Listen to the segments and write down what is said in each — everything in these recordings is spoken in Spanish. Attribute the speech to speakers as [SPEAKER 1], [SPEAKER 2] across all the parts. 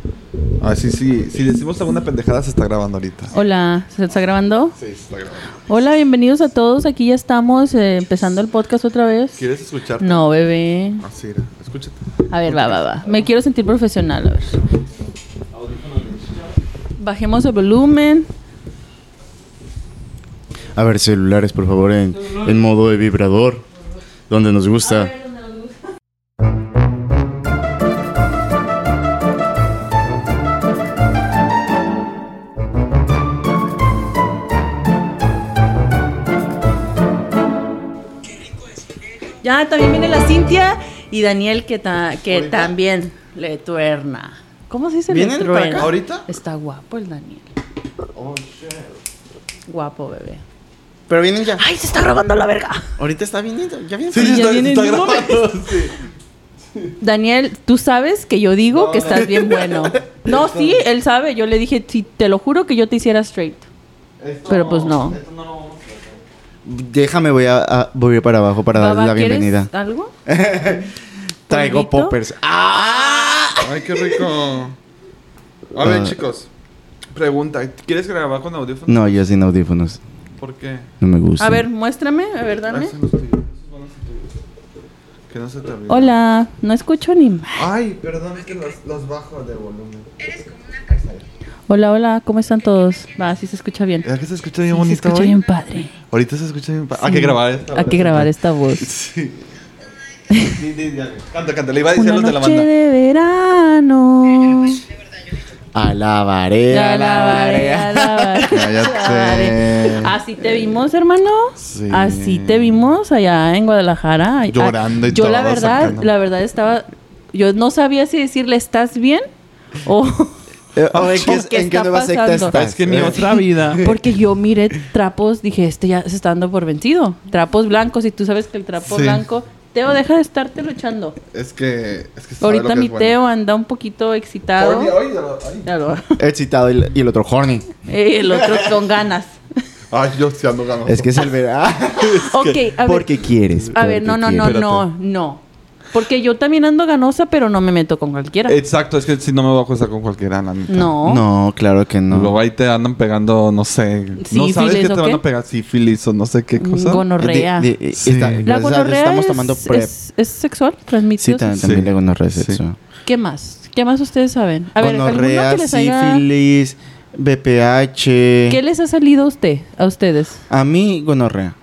[SPEAKER 1] A ver, Ah, sí, sí. Si decimos alguna pendejada, se está grabando ahorita.
[SPEAKER 2] Hola, ¿se está grabando?
[SPEAKER 1] Sí, se está grabando.
[SPEAKER 2] Hola, bienvenidos a todos. Aquí ya estamos eh, empezando el podcast otra vez.
[SPEAKER 1] ¿Quieres escucharte?
[SPEAKER 2] No, bebé.
[SPEAKER 1] Así era. Escúchate.
[SPEAKER 2] A ver, va, va, va. Me quiero sentir profesional, a ver. Bajemos el volumen.
[SPEAKER 3] A ver, celulares, por favor, en, en modo de vibrador, donde nos gusta.
[SPEAKER 2] Ya también viene la Cintia y Daniel que, ta- que también le tuerna. ¿Cómo se dice le
[SPEAKER 1] ¿Vienen para
[SPEAKER 2] tuerna?
[SPEAKER 1] acá ahorita? Oh,
[SPEAKER 2] Está guapo el Daniel. Guapo, bebé.
[SPEAKER 3] Pero vienen ya.
[SPEAKER 2] ¡Ay, se está robando la verga!
[SPEAKER 3] Ahorita está viniendo. Ya viene.
[SPEAKER 1] Sí,
[SPEAKER 2] ya
[SPEAKER 1] está,
[SPEAKER 2] viene
[SPEAKER 1] está
[SPEAKER 2] el nuevo.
[SPEAKER 1] grabando. Sí.
[SPEAKER 2] Daniel, tú sabes que yo digo
[SPEAKER 1] No,
[SPEAKER 2] que
[SPEAKER 1] no.
[SPEAKER 2] estás bien bueno. No, sí, él sabe. Yo le dije, sí, te lo juro que yo te hiciera straight. Pero pues no.
[SPEAKER 3] Déjame, voy a, a- voy para abajo para darle
[SPEAKER 2] Baba,
[SPEAKER 3] la
[SPEAKER 2] ¿quieres
[SPEAKER 3] bienvenida.
[SPEAKER 2] algo?
[SPEAKER 3] Traigo
[SPEAKER 2] polvito?
[SPEAKER 3] poppers. ¡Ah!
[SPEAKER 1] Ay, qué rico. A ver,
[SPEAKER 3] Ah.
[SPEAKER 1] chicos. Pregunta. ¿Quieres grabar con audífonos?
[SPEAKER 3] No, yo sin audífonos.
[SPEAKER 1] ¿Por qué?
[SPEAKER 3] No me
[SPEAKER 1] Pues
[SPEAKER 3] gusta.
[SPEAKER 2] A ver, muéstrame. A ver, dame.
[SPEAKER 1] Hacen los tuyos. Esos van a ser tuyos. Que no se te olvide.
[SPEAKER 2] Hola, no escucho ni... ma-
[SPEAKER 1] Ay, perdón, es que los, los bajo de volumen.
[SPEAKER 2] Hola, hola, ¿cómo están todos? Va, sí se escucha bien.
[SPEAKER 1] ¿Ya que se escucha bien
[SPEAKER 2] Sí, se
[SPEAKER 1] bonito
[SPEAKER 2] escucha
[SPEAKER 1] hoy?
[SPEAKER 2] bien padre.
[SPEAKER 1] Ahorita se escucha bien. pa- Hay que grabar esta.
[SPEAKER 2] Hay que grabar esta voz.
[SPEAKER 1] Sí. Sí, sí, ya. Canta, canta. Le iba a decir a
[SPEAKER 2] Una
[SPEAKER 1] los de la
[SPEAKER 2] noche
[SPEAKER 1] banda.
[SPEAKER 2] de verano.
[SPEAKER 3] Alabaré,
[SPEAKER 2] La alabaré, alabaré.
[SPEAKER 3] Cállate.
[SPEAKER 2] Así te vimos, hermano.
[SPEAKER 3] Sí.
[SPEAKER 2] Así te vimos allá en Guadalajara. Ay,
[SPEAKER 3] Llorando y
[SPEAKER 2] Yo
[SPEAKER 3] todo,
[SPEAKER 2] la verdad,
[SPEAKER 3] sacando.
[SPEAKER 2] la verdad estaba yo no sabía si decirle estás bien o
[SPEAKER 3] Eh, oh, ¿En
[SPEAKER 2] ¿O qué
[SPEAKER 3] qué, en qué
[SPEAKER 2] está
[SPEAKER 3] nueva secta
[SPEAKER 2] pasando?
[SPEAKER 3] estás?
[SPEAKER 1] Es que en mi otra vida.
[SPEAKER 2] porque yo miré trapos, dije, este ya se está dando por vencido. Trapos blancos y tú sabes que el trapo
[SPEAKER 1] Sí.
[SPEAKER 2] blanco Teo deja de estarte luchando.
[SPEAKER 1] Es que. Es que sabe lo
[SPEAKER 2] Ahorita
[SPEAKER 1] que
[SPEAKER 2] mi
[SPEAKER 1] es bueno.
[SPEAKER 2] Teo anda un poquito excitado.
[SPEAKER 1] Oye, oye, oye.
[SPEAKER 2] Claro.
[SPEAKER 3] Excitado y, y el otro horny.
[SPEAKER 2] Eh, el otro con ganas.
[SPEAKER 1] Ay, yo sí ando ganando.
[SPEAKER 3] Es que es el verano.
[SPEAKER 2] Ok, a ver.
[SPEAKER 3] Porque quieres.
[SPEAKER 2] A ver,
[SPEAKER 3] porque
[SPEAKER 2] no, no, no,
[SPEAKER 3] quieres.
[SPEAKER 2] no, no. Porque yo también ando ganosa, pero no me meto con cualquiera.
[SPEAKER 1] Exacto, es que si no me voy a acostar con cualquiera, la neta.
[SPEAKER 2] no.
[SPEAKER 3] Eh, No, claro que no.
[SPEAKER 1] Luego ahí te andan pegando, no sé. no
[SPEAKER 2] Sífilis,
[SPEAKER 1] sabes que te
[SPEAKER 2] ¿o
[SPEAKER 1] van
[SPEAKER 2] qué? Mm,
[SPEAKER 1] a pegar sífilis o no sé qué cosa.
[SPEAKER 2] Gonorrea.
[SPEAKER 3] De- de-
[SPEAKER 1] Sí.
[SPEAKER 3] está-
[SPEAKER 1] La
[SPEAKER 2] la
[SPEAKER 3] gracias a Dios
[SPEAKER 2] gonorrea
[SPEAKER 3] estamos
[SPEAKER 2] es,
[SPEAKER 3] tomando PrEP.
[SPEAKER 2] es- es sexual, transmitida.
[SPEAKER 3] sí, también, también la gonorrea es
[SPEAKER 1] Sí.
[SPEAKER 3] eso.
[SPEAKER 2] ¿Qué más? ¿Qué más ustedes saben? A ver, ¿alguno
[SPEAKER 3] gonorrea,
[SPEAKER 2] que les haya-
[SPEAKER 3] sífilis, BPH.
[SPEAKER 2] ¿Qué les ha salido a usted, a ustedes?
[SPEAKER 3] A mí, gonorrea.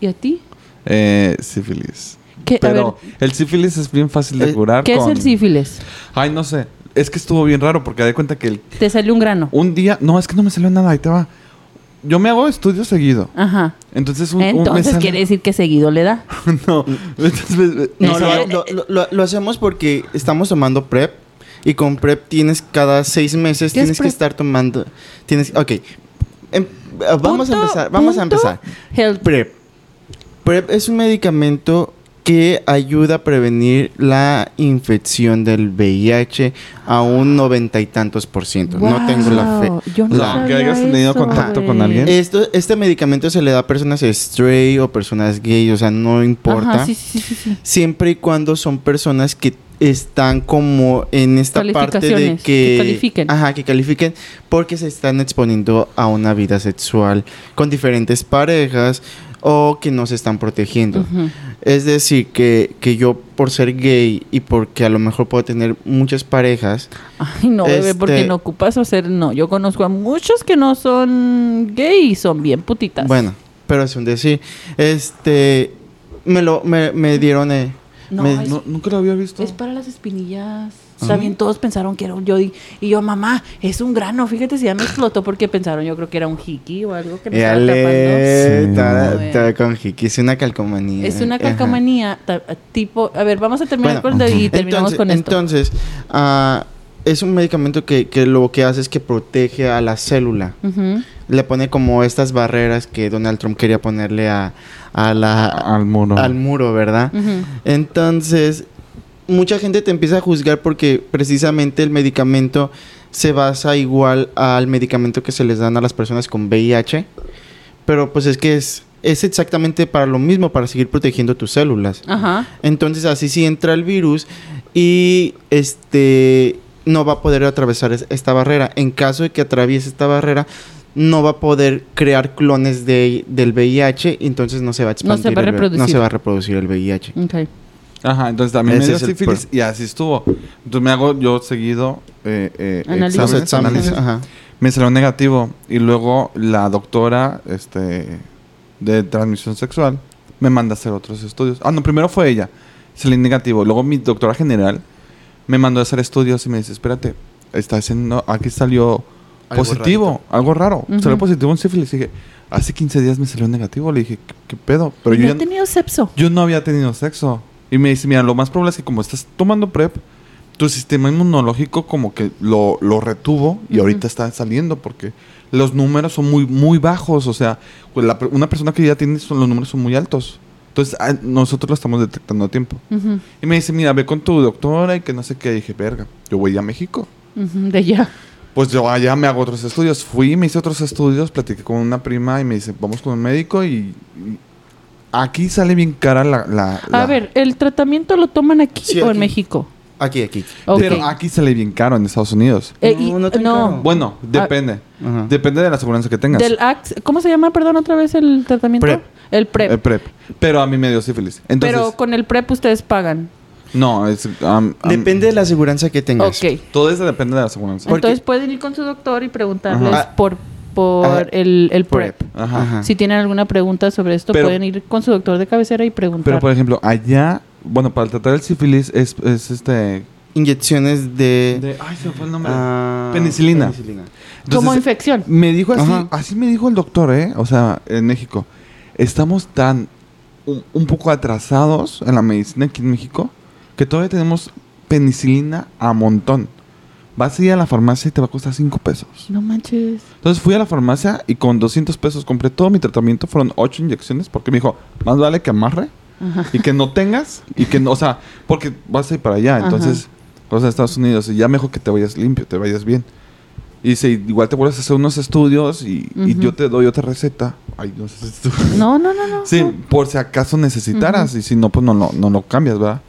[SPEAKER 2] ¿Y a ti?
[SPEAKER 1] Eh, sífilis.
[SPEAKER 2] ¿Qué, a ver,
[SPEAKER 1] Pero el sífilis es bien fácil de
[SPEAKER 3] Eh,
[SPEAKER 1] curar.
[SPEAKER 2] ¿qué es
[SPEAKER 1] con-
[SPEAKER 2] el sífilis?
[SPEAKER 1] Ay, no sé. Es que estuvo bien raro porque de cuenta que el-
[SPEAKER 2] Te salió un grano.
[SPEAKER 1] un día. No, es que no me salió nada. Ahí te va. Yo me hago estudio seguido.
[SPEAKER 2] Ajá.
[SPEAKER 1] Entonces, un, un- me
[SPEAKER 2] Entonces
[SPEAKER 1] sale-
[SPEAKER 2] quiere decir que seguido le da.
[SPEAKER 1] no. Entonces, me- me-
[SPEAKER 2] No, no,
[SPEAKER 3] O sea,
[SPEAKER 2] eh,
[SPEAKER 3] lo, lo- lo- lo hacemos porque estamos tomando PrEP. Y con PrEP tienes cada seis meses,
[SPEAKER 2] ¿Qué es
[SPEAKER 3] tienes que
[SPEAKER 2] PrEP?
[SPEAKER 3] estar tomando. Tienes. Ok. Em- vamos
[SPEAKER 2] Punto-
[SPEAKER 3] a empezar. Vamos
[SPEAKER 2] punto
[SPEAKER 3] a empezar.
[SPEAKER 2] health.
[SPEAKER 3] PrEP. PrEP es un medicamento que ayuda a prevenir la infección del VIH a un noventa y tantos por ciento. No tengo la fe.
[SPEAKER 2] Wow, Yo no
[SPEAKER 3] la-
[SPEAKER 2] sabía
[SPEAKER 1] Que hayas tenido
[SPEAKER 2] eso,
[SPEAKER 1] contacto
[SPEAKER 2] güey.
[SPEAKER 1] con alguien.
[SPEAKER 3] Esto, este medicamento se le da a personas stray o personas gay, o sea, no importa.
[SPEAKER 2] Ajá, sí, sí, sí, sí.
[SPEAKER 3] Siempre y cuando son personas que están como en esta parte de
[SPEAKER 2] Calificaciones,
[SPEAKER 3] que,
[SPEAKER 2] que califiquen.
[SPEAKER 3] Ajá, que califiquen porque se están exponiendo a una vida sexual con diferentes parejas o que no se están protegiendo.
[SPEAKER 2] Ujú.
[SPEAKER 3] Es decir, que, que yo por ser gay y porque a lo mejor puedo tener muchas parejas,
[SPEAKER 2] Ay, no, bebé, porque
[SPEAKER 3] Este-
[SPEAKER 2] no ocupas hacer. No, yo conozco a muchos que no son gay y son bien putitas.
[SPEAKER 3] bueno, pero es un decir, este, me lo, me, me dieron, eh,
[SPEAKER 2] No,
[SPEAKER 3] me-
[SPEAKER 2] es-
[SPEAKER 1] No, nunca lo había visto.
[SPEAKER 2] Es para las espinillas.
[SPEAKER 3] Ajá.
[SPEAKER 2] También todos pensaron que era un yo y y yo, mamá, es un grano. Fíjate si ya me explotó porque pensaron, yo creo que era un hiki o algo que
[SPEAKER 3] Eh,
[SPEAKER 2] me estaba tapando.
[SPEAKER 3] Yale,
[SPEAKER 1] Sí.
[SPEAKER 3] ta-
[SPEAKER 2] Bueno.
[SPEAKER 3] ta- eh, con Hiki, es una calcomanía.
[SPEAKER 2] Es una
[SPEAKER 3] Ajá.
[SPEAKER 2] calcomanía ta- tipo, a ver, vamos a terminar
[SPEAKER 3] Bueno,
[SPEAKER 2] con el de- y terminamos
[SPEAKER 3] entonces,
[SPEAKER 2] con esto.
[SPEAKER 3] Entonces, ah, es un medicamento que, que lo que hace es que protege a la célula.
[SPEAKER 2] Ujú.
[SPEAKER 3] Le pone como estas barreras que Donald Trump quería ponerle a, a la,
[SPEAKER 1] Al muro.
[SPEAKER 3] al muro, ¿verdad?
[SPEAKER 2] Ujú.
[SPEAKER 3] Entonces, mucha gente te empieza a juzgar porque precisamente el medicamento se basa igual al medicamento que se les dan a las personas con VIH, pero pues es que es, es exactamente para lo mismo, para seguir protegiendo tus células.
[SPEAKER 2] Ajá.
[SPEAKER 3] Entonces así sí entra el virus y este no va a poder atravesar es- esta barrera. En caso de que atraviese esta barrera, no va a poder crear clones de, del VIH, entonces no se va a
[SPEAKER 4] No
[SPEAKER 3] expandir.
[SPEAKER 4] se va a
[SPEAKER 3] el- no se
[SPEAKER 4] reproducir.
[SPEAKER 3] va a reproducir el VIH.
[SPEAKER 4] Ok.
[SPEAKER 1] Ajá, entonces también me
[SPEAKER 3] Ese
[SPEAKER 1] dio
[SPEAKER 3] es el
[SPEAKER 1] sífilis y así estuvo. Entonces me hago yo seguido eh, eh,
[SPEAKER 4] Análisis.
[SPEAKER 3] Los
[SPEAKER 1] exámenes,
[SPEAKER 3] exámenes,
[SPEAKER 1] análisis.
[SPEAKER 3] ajá.
[SPEAKER 1] Me salió negativo y luego la doctora este, de transmisión sexual me manda a hacer otros estudios. Ah, no, primero fue ella, salí negativo. Luego mi doctora general me mandó a hacer estudios y me dice, espérate, está haciendo, aquí salió
[SPEAKER 5] Algo
[SPEAKER 1] positivo, algo raro.
[SPEAKER 4] Ujú.
[SPEAKER 1] Salió positivo en sífilis. Y dije, hace 15 días me salió negativo. Le dije, ¿qué, qué pedo? Pero yo
[SPEAKER 4] ¿No
[SPEAKER 1] ya
[SPEAKER 4] ha tenido sepso?
[SPEAKER 1] yo no había tenido sexo. Y me dice, mira, lo más probable es que como estás tomando PrEP, tu sistema inmunológico como que lo, lo retuvo y
[SPEAKER 4] Ujú.
[SPEAKER 1] ahorita está saliendo porque los números son muy, muy bajos. O sea, pues, la per- una persona que ya tiene son- los números son muy altos. Entonces, ah, nosotros lo estamos detectando a tiempo.
[SPEAKER 4] Ujú,
[SPEAKER 1] Y me dice, mira, ve con tu doctora y que no sé qué. Y dije, verga, yo voy a México.
[SPEAKER 4] ujú, De ya.
[SPEAKER 1] Pues yo allá me hago otros estudios. Fui, me hice otros estudios, platiqué con una prima y me dice, vamos con un médico y... y Aquí sale bien cara la... la- la-
[SPEAKER 4] A ver, ¿el tratamiento lo toman aquí
[SPEAKER 3] Sí,
[SPEAKER 4] o en
[SPEAKER 3] aquí.
[SPEAKER 4] México?
[SPEAKER 3] Aquí, aquí.
[SPEAKER 4] Ok.
[SPEAKER 1] Pero aquí sale bien caro en Estados Unidos.
[SPEAKER 4] Eh, y-
[SPEAKER 3] No, no tan caro.
[SPEAKER 1] Bueno, depende.
[SPEAKER 3] Ajá.
[SPEAKER 1] Depende de la aseguranza que tengas.
[SPEAKER 4] Ah. del Ax- ¿Cómo se llama, perdón, otra vez el tratamiento?
[SPEAKER 3] Prep.
[SPEAKER 4] El PrEP.
[SPEAKER 1] Eh, prep. Pero a mí me dio sífilis. Entonces,
[SPEAKER 4] Pero con el PrEP ustedes pagan.
[SPEAKER 1] no, es... am- am-
[SPEAKER 3] Depende de la aseguranza que tengas.
[SPEAKER 4] Ok.
[SPEAKER 1] Todo eso depende de la aseguranza.
[SPEAKER 3] Porque-
[SPEAKER 4] Entonces pueden ir con su doctor y preguntarles
[SPEAKER 3] Ajá. Ah,
[SPEAKER 4] por, por
[SPEAKER 3] Ajá.
[SPEAKER 4] el, el PrEP.
[SPEAKER 1] Ajá.
[SPEAKER 3] Ajá.
[SPEAKER 4] Si tienen alguna pregunta sobre esto,
[SPEAKER 1] Pero-
[SPEAKER 4] pueden ir con su doctor de cabecera y preguntar.
[SPEAKER 1] Pero, pues, por ejemplo, allá... Bueno, para tratar el sífilis es, es este...
[SPEAKER 3] Inyecciones de...
[SPEAKER 1] de- ay, se me fue el nombre.
[SPEAKER 3] ah,
[SPEAKER 1] Penicilina.
[SPEAKER 4] Como
[SPEAKER 1] Entonces,
[SPEAKER 4] infección.
[SPEAKER 1] Me dijo así,
[SPEAKER 3] Ajá.
[SPEAKER 1] así me dijo el doctor, ¿eh? O sea, en México. Estamos tan un, un poco atrasados en la medicina aquí en México que todavía tenemos penicilina a montón. Vas a ir a la farmacia y te va a costar 5 pesos.
[SPEAKER 4] No manches.
[SPEAKER 1] Entonces fui a la farmacia y con 200 pesos compré todo mi tratamiento. Fueron 8 inyecciones porque me dijo, más vale que amarre y que no tengas. Y que no, o sea, porque vas a ir para allá.
[SPEAKER 4] Ajá.
[SPEAKER 1] Entonces, vas a Estados Unidos y ya mejor que te vayas limpio, te vayas bien. Y dice, igual te vuelves a hacer unos estudios y, y
[SPEAKER 4] Ujú.
[SPEAKER 1] yo te doy otra receta. Ay, no sé si tú-
[SPEAKER 4] No, no, no, no.
[SPEAKER 1] Sí,
[SPEAKER 4] no.
[SPEAKER 1] por si acaso necesitaras. Y si no, pues no, lo- no lo cambias, ¿verdad?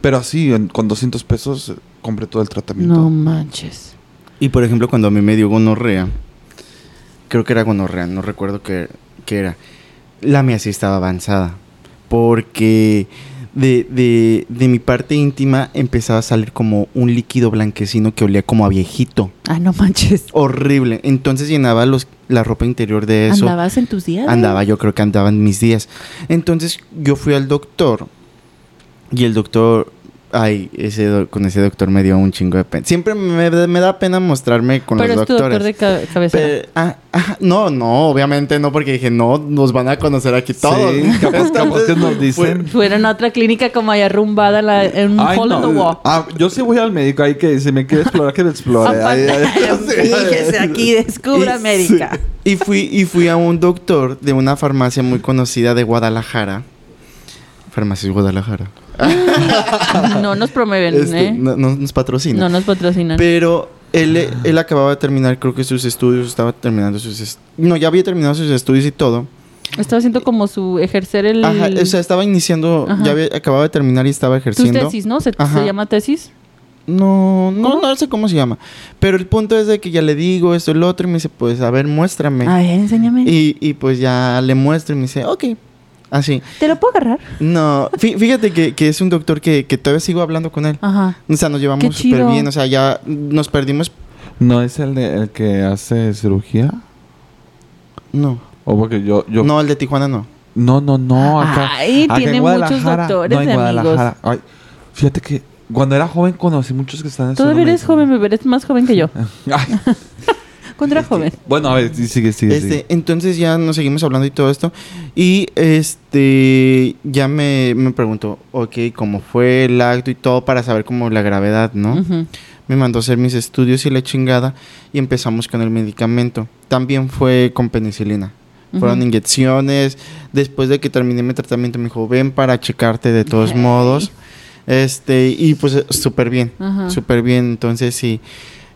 [SPEAKER 1] Pero sí, en- con 200 pesos eh, compré todo el tratamiento.
[SPEAKER 4] No manches.
[SPEAKER 3] Y por ejemplo, cuando a mí me dio gonorrea, creo que era gonorrea, no recuerdo qué, qué era. La mía sí estaba avanzada. Porque de, de- de mi parte íntima empezaba a salir como un líquido blanquecino que olía como a viejito.
[SPEAKER 4] Ah, no manches.
[SPEAKER 3] Horrible. Entonces llenaba los, la ropa interior de eso.
[SPEAKER 4] ¿Andabas en tus días? ¿eh?
[SPEAKER 3] Andaba, yo creo que andaban mis días. Entonces yo fui al doctor y el doctor, ay, ese do- con ese doctor me dio un chingo de pena. Siempre me, da- me da pena mostrarme con
[SPEAKER 4] Pero
[SPEAKER 3] los
[SPEAKER 4] es tu doctor de
[SPEAKER 3] doctores.
[SPEAKER 4] ca- cabecera.
[SPEAKER 3] Pe- ah, ah, no, no, obviamente no, porque dije, no, nos van a conocer aquí todos.
[SPEAKER 1] Sí, capaz, capaz que nos dicen.
[SPEAKER 4] Fueron a otra clínica como allá arrumbada la, en un
[SPEAKER 1] Ay,
[SPEAKER 4] Mm, hole in
[SPEAKER 1] no.
[SPEAKER 4] the wall.
[SPEAKER 1] Ah, yo sí voy al médico ahí que si me quiere explorar, que me explore. Ay, ay, ay.
[SPEAKER 4] Fíjese aquí, descubra
[SPEAKER 3] Y-
[SPEAKER 4] médica.
[SPEAKER 3] sí. Y fui, y fui a un doctor de una farmacia muy conocida de Guadalajara. Farmacias Guadalajara.
[SPEAKER 4] No nos promueven,
[SPEAKER 3] Este,
[SPEAKER 4] ¿eh? No,
[SPEAKER 3] no, no nos patrocina.
[SPEAKER 4] nos patrocinan.
[SPEAKER 3] Pero él, él acababa de terminar, creo que sus estudios, estaba terminando sus est- No, ya había terminado sus estudios y todo.
[SPEAKER 4] Estaba haciendo como su ejercer el...
[SPEAKER 3] Ajá, o sea, estaba iniciando,
[SPEAKER 4] Ajá.
[SPEAKER 3] ya había, acababa de terminar y estaba
[SPEAKER 4] sus
[SPEAKER 3] ejerciendo.
[SPEAKER 4] tesis, ¿no? ¿Se, se
[SPEAKER 3] Ajá.
[SPEAKER 4] llama tesis?
[SPEAKER 3] No, no, no sé cómo se llama. Pero el punto es de que ya le digo esto y lo otro y me dice, pues a ver, muéstrame.
[SPEAKER 4] A ver, enséñame.
[SPEAKER 3] Y, y pues ya le muestro y me dice, ok, así.
[SPEAKER 4] ¿Te lo puedo agarrar?
[SPEAKER 3] No, fí- fíjate que, que es un doctor que, que todavía sigo hablando con él.
[SPEAKER 4] Ajá.
[SPEAKER 3] O sea, nos
[SPEAKER 4] Qué
[SPEAKER 3] llevamos súper
[SPEAKER 4] chido.
[SPEAKER 3] bien, o sea, ya nos perdimos.
[SPEAKER 1] ¿No es el, de- el que hace cirugía?
[SPEAKER 3] No,
[SPEAKER 1] O porque yo... yo
[SPEAKER 3] no, el de Tijuana no.
[SPEAKER 1] no, no, no, acá.
[SPEAKER 4] Ay,
[SPEAKER 1] acá en
[SPEAKER 4] tiene muchos
[SPEAKER 1] Guadalajara,
[SPEAKER 4] doctores
[SPEAKER 1] en
[SPEAKER 4] de
[SPEAKER 1] Guadalajara. Ay, fíjate que cuando era joven conocí muchos que están... haciendo
[SPEAKER 4] Todavía eres
[SPEAKER 1] medicina.
[SPEAKER 4] joven, bebé. Eres más joven que
[SPEAKER 1] Ah,
[SPEAKER 4] yo.
[SPEAKER 1] Ay,
[SPEAKER 4] Contra joven.
[SPEAKER 1] bueno, a ver, sí, sigue, sigue,
[SPEAKER 3] Este,
[SPEAKER 1] sigue.
[SPEAKER 3] entonces ya nos seguimos hablando y todo esto. Y este ya me, me preguntó, ok, cómo fue el acto y todo para saber como la gravedad, ¿no?
[SPEAKER 4] Ujú.
[SPEAKER 3] Me mandó a hacer mis estudios y la chingada. Y empezamos con el medicamento. También fue con penicilina. Fueron
[SPEAKER 4] Ujú.
[SPEAKER 3] inyecciones. Después de que terminé mi tratamiento, me dijo, ven para checarte de todos
[SPEAKER 4] Ay.
[SPEAKER 3] modos. Este, y pues eh, súper bien.
[SPEAKER 4] Ajá.
[SPEAKER 3] Súper bien. Entonces, sí.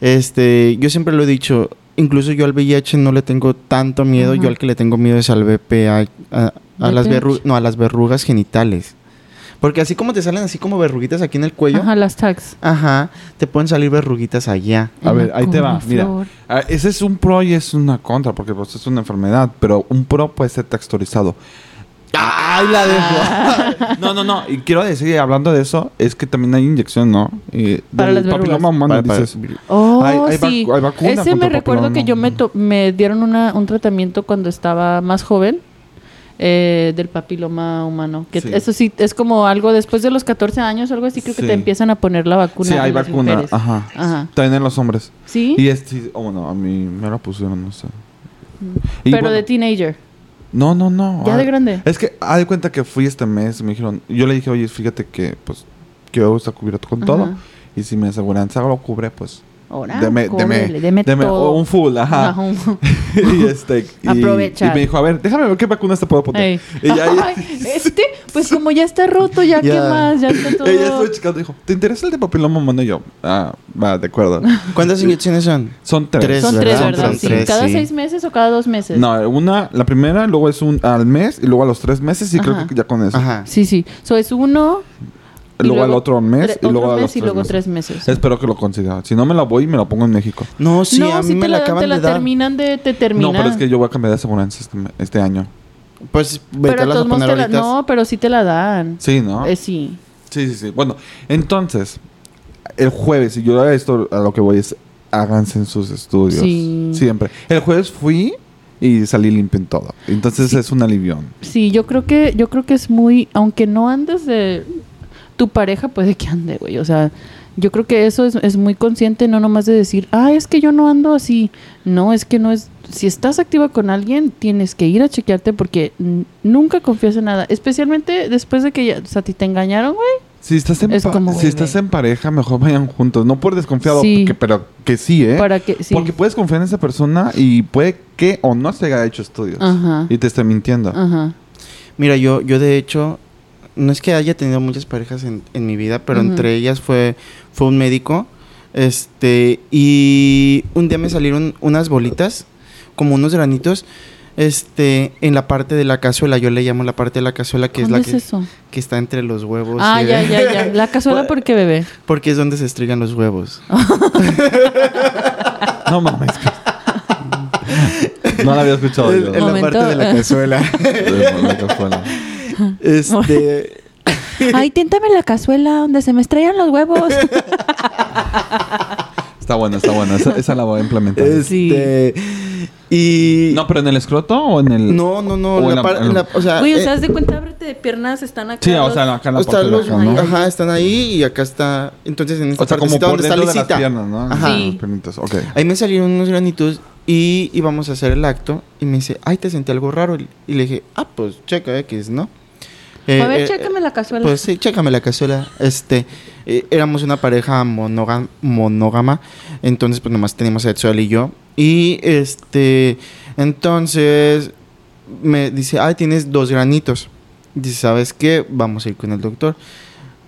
[SPEAKER 3] Este, yo siempre lo he dicho. Incluso yo al VIH no le tengo tanto miedo.
[SPEAKER 4] Ajá.
[SPEAKER 3] Yo al que le tengo miedo es al VPH. A, a las
[SPEAKER 4] VPH.
[SPEAKER 3] verru- no, a las verrugas genitales. Porque así como te salen así como verruguitas aquí en el cuello, ajá,
[SPEAKER 2] Ajá, las tags.
[SPEAKER 3] te pueden salir verruguitas allá.
[SPEAKER 1] A ver, ahí te
[SPEAKER 2] Como
[SPEAKER 1] va, mira.
[SPEAKER 2] flor.
[SPEAKER 1] Ah, ese es un pro y es una contra, porque pues, es una enfermedad, pero un pro puede ser texturizado. ¡Ay, la
[SPEAKER 2] Ah.
[SPEAKER 1] dejo! no, no, no. Y quiero decir, hablando de eso, es que también hay inyección, ¿no? Y
[SPEAKER 2] Para
[SPEAKER 1] del
[SPEAKER 2] las verrugas.
[SPEAKER 1] papiloma humano,
[SPEAKER 3] Para- para-
[SPEAKER 1] dices.
[SPEAKER 2] Oh,
[SPEAKER 1] Hay- hay vacu-
[SPEAKER 2] sí.
[SPEAKER 1] hay vacunas
[SPEAKER 2] Ese
[SPEAKER 1] contra
[SPEAKER 2] me
[SPEAKER 1] el
[SPEAKER 2] recuerdo que
[SPEAKER 1] papiloma.
[SPEAKER 2] yo me, to- me dieron una, un tratamiento cuando estaba más joven eh, del papiloma humano. Que
[SPEAKER 1] Sí.
[SPEAKER 2] Eso sí, es como algo después de los 14 años, algo así, creo que
[SPEAKER 1] Sí.
[SPEAKER 2] te empiezan a poner la vacuna.
[SPEAKER 1] Sí,
[SPEAKER 2] en
[SPEAKER 1] hay
[SPEAKER 2] las
[SPEAKER 1] vacuna.
[SPEAKER 2] mujeres.
[SPEAKER 1] Ajá.
[SPEAKER 2] Ajá.
[SPEAKER 1] También en los hombres.
[SPEAKER 2] Sí,
[SPEAKER 1] Y este, sí, oh, no, a mí me la pusieron, no sé. Y
[SPEAKER 2] Mm. pero
[SPEAKER 1] bueno,
[SPEAKER 2] de teenager.
[SPEAKER 1] No, no, no.
[SPEAKER 2] Ya
[SPEAKER 1] Ah,
[SPEAKER 2] de grande.
[SPEAKER 1] Es que, haz de cuenta que fui este mes y me dijeron, yo le dije, oye, fíjate que, pues, que yo está cubierto con todo.
[SPEAKER 2] Ajá.
[SPEAKER 1] Y si mi aseguranza lo cubre, pues,
[SPEAKER 2] Ahora,
[SPEAKER 1] deme,
[SPEAKER 2] cóbrele,
[SPEAKER 1] deme,
[SPEAKER 2] Ah, deme
[SPEAKER 1] deme oh,
[SPEAKER 2] todo.
[SPEAKER 1] un full, ajá.
[SPEAKER 2] Ajá, un-
[SPEAKER 1] y este, y,
[SPEAKER 2] Aprovecha.
[SPEAKER 1] y me dijo, a ver, déjame ver qué vacunas te puedo poner.
[SPEAKER 2] Ey.
[SPEAKER 1] Y ya,
[SPEAKER 2] Ay, este, pues como ya está roto, ya, qué
[SPEAKER 3] Ya.
[SPEAKER 2] más, ya está todo.
[SPEAKER 1] ella estuvo checando, dijo, ¿te interesa el de papiloma humano? Y yo, ah, va, de acuerdo.
[SPEAKER 3] ¿Cuántas inyecciones son?
[SPEAKER 1] Son tres.
[SPEAKER 3] Tres,
[SPEAKER 2] Son
[SPEAKER 3] ¿verdad?
[SPEAKER 2] tres,
[SPEAKER 3] Son
[SPEAKER 2] ¿verdad?
[SPEAKER 3] tres,
[SPEAKER 2] Sí.
[SPEAKER 3] tres,
[SPEAKER 2] ¿Cada
[SPEAKER 3] sí.
[SPEAKER 2] seis meses o cada dos meses?
[SPEAKER 1] No, una, la primera, luego es un al mes, y luego a los tres meses, y creo
[SPEAKER 2] Ajá.
[SPEAKER 1] que ya con eso.
[SPEAKER 3] Ajá.
[SPEAKER 2] Sí, sí. So es uno, y
[SPEAKER 1] Luego, al
[SPEAKER 2] luego
[SPEAKER 1] otro mes,
[SPEAKER 2] tre-
[SPEAKER 1] y luego
[SPEAKER 2] otro
[SPEAKER 1] a los
[SPEAKER 2] mes y
[SPEAKER 1] tres
[SPEAKER 2] luego
[SPEAKER 1] meses.
[SPEAKER 2] tres meses.
[SPEAKER 1] Espero que lo consiga. Si no me la voy, me la pongo en México.
[SPEAKER 3] No, sí, a mí
[SPEAKER 2] si
[SPEAKER 3] me
[SPEAKER 2] te
[SPEAKER 3] la
[SPEAKER 2] dan,
[SPEAKER 3] acaban
[SPEAKER 2] te la
[SPEAKER 3] de dar.
[SPEAKER 2] terminan de te terminan.
[SPEAKER 1] No, pero es que yo voy a cambiar de aseguranza este, me- este año.
[SPEAKER 3] Pues
[SPEAKER 2] Pero
[SPEAKER 3] vete a
[SPEAKER 2] de todos
[SPEAKER 3] poner
[SPEAKER 2] modos te la-
[SPEAKER 3] ahorita.
[SPEAKER 2] no, pero sí te la dan.
[SPEAKER 1] Sí, ¿no?
[SPEAKER 2] Eh, sí.
[SPEAKER 1] Sí, sí, sí. Bueno, entonces, el jueves, y yo a esto a lo que voy es, háganse en sus estudios.
[SPEAKER 2] Sí.
[SPEAKER 1] Siempre. El jueves fui y salí limpio en todo. Entonces es un alivión.
[SPEAKER 2] Sí, yo creo que yo creo que es muy aunque no andes de tu pareja puede que ande, güey, o sea, yo creo que eso es, es muy consciente, no nomás de decir, ah, es que yo no ando así. No, es que no es. Si estás activa con alguien, tienes que ir a chequearte porque mm, nunca confías en nada. Especialmente después de que ya, o sea, a ti te engañaron, güey.
[SPEAKER 1] Si estás en,
[SPEAKER 2] Es
[SPEAKER 1] pa-
[SPEAKER 2] como,
[SPEAKER 1] si
[SPEAKER 2] güey,
[SPEAKER 1] estás
[SPEAKER 2] ve.
[SPEAKER 1] en pareja, mejor vayan juntos. No por desconfiado,
[SPEAKER 2] Sí.
[SPEAKER 1] que- pero que sí, ¿eh?
[SPEAKER 2] Para que. Sí.
[SPEAKER 1] Porque puedes confiar en esa persona y puede que o no se haya hecho estudios.
[SPEAKER 2] Ajá.
[SPEAKER 1] Y te esté mintiendo.
[SPEAKER 2] Ajá.
[SPEAKER 3] Mira, yo, yo de hecho, no es que haya tenido muchas parejas en, en mi vida, pero
[SPEAKER 2] Ujú.
[SPEAKER 3] entre ellas fue, fue un médico. Este, y un día me salieron unas bolitas, como unos granitos, este, en la parte de la cazuela. Yo le llamo la parte de la cazuela, que es
[SPEAKER 2] ¿Dónde
[SPEAKER 3] la
[SPEAKER 2] es,
[SPEAKER 3] que, Oh,
[SPEAKER 2] eso?
[SPEAKER 3] ¿eh? que está entre los huevos.
[SPEAKER 2] ah,
[SPEAKER 3] y-
[SPEAKER 2] ya, ya, ya. La cazuela porque bebé.
[SPEAKER 3] Porque es donde se estrigan los huevos.
[SPEAKER 2] Ah,
[SPEAKER 1] No mames. no la había escuchado yo.
[SPEAKER 3] en la
[SPEAKER 2] Momento.
[SPEAKER 3] parte de la cazuela. este,
[SPEAKER 2] Ay, téntame la cazuela donde se me estrellan los huevos.
[SPEAKER 1] Está bueno, está bueno. Esa, esa la voy a implementar.
[SPEAKER 3] este, y...
[SPEAKER 1] No, pero en el escroto o en el.
[SPEAKER 3] No, no, no.
[SPEAKER 1] O en
[SPEAKER 3] la
[SPEAKER 1] la-
[SPEAKER 3] par-
[SPEAKER 1] en la-
[SPEAKER 3] la- o sea,
[SPEAKER 2] Güey, o
[SPEAKER 3] eh,
[SPEAKER 2] sea, haz de cuenta, ábrete de piernas, están acá.
[SPEAKER 1] Sí, o sea,
[SPEAKER 2] los-
[SPEAKER 1] acá en la
[SPEAKER 3] Está
[SPEAKER 1] parte de
[SPEAKER 3] los-
[SPEAKER 1] acá, ¿no?
[SPEAKER 3] Ajá, están ahí y acá está. Entonces en esta
[SPEAKER 1] O sea, como
[SPEAKER 3] partecita
[SPEAKER 1] por
[SPEAKER 3] donde está
[SPEAKER 1] dentro de las
[SPEAKER 3] lisita.
[SPEAKER 1] piernas, ¿no?
[SPEAKER 3] Ajá.
[SPEAKER 1] Las
[SPEAKER 2] Sí.
[SPEAKER 1] piernitas, ok.
[SPEAKER 3] Ahí me salieron unos granitos y íbamos a hacer el acto. Y me dice, ay, te sentí algo raro. Y le dije, ah, pues checa X, ¿no? Eh,
[SPEAKER 2] A ver,
[SPEAKER 3] eh,
[SPEAKER 2] chécame la cazuela.
[SPEAKER 3] Pues sí, chécame la cazuela. Este, eh, éramos una pareja monoga- monógama, entonces pues nomás teníamos sexo él y yo. Y este, entonces me dice, ay, tienes dos granitos. Dice, ¿sabes qué? Vamos a ir con el doctor.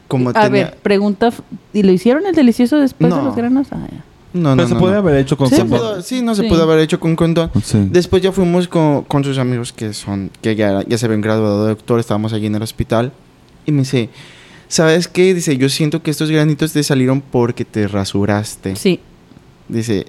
[SPEAKER 3] Como
[SPEAKER 2] a
[SPEAKER 3] tenía-
[SPEAKER 2] ver, pregunta. f- ¿Y lo hicieron el delicioso después de
[SPEAKER 3] No.
[SPEAKER 2] los granos? Ah, ya.
[SPEAKER 3] No,
[SPEAKER 1] Pero
[SPEAKER 3] no,
[SPEAKER 1] se
[SPEAKER 3] no,
[SPEAKER 1] puede
[SPEAKER 3] no.
[SPEAKER 1] haber hecho con
[SPEAKER 3] Se
[SPEAKER 1] sí,
[SPEAKER 3] pudo- sí, no se
[SPEAKER 2] Sí.
[SPEAKER 3] pudo haber hecho con condón.
[SPEAKER 1] Sí.
[SPEAKER 3] Después ya fuimos con, con sus amigos que son que ya, ya se habían graduado de doctor, estábamos allí en el hospital y me dice, ¿sabes qué? Dice, yo siento que estos granitos te salieron porque te rasuraste.
[SPEAKER 2] Sí.
[SPEAKER 3] Dice,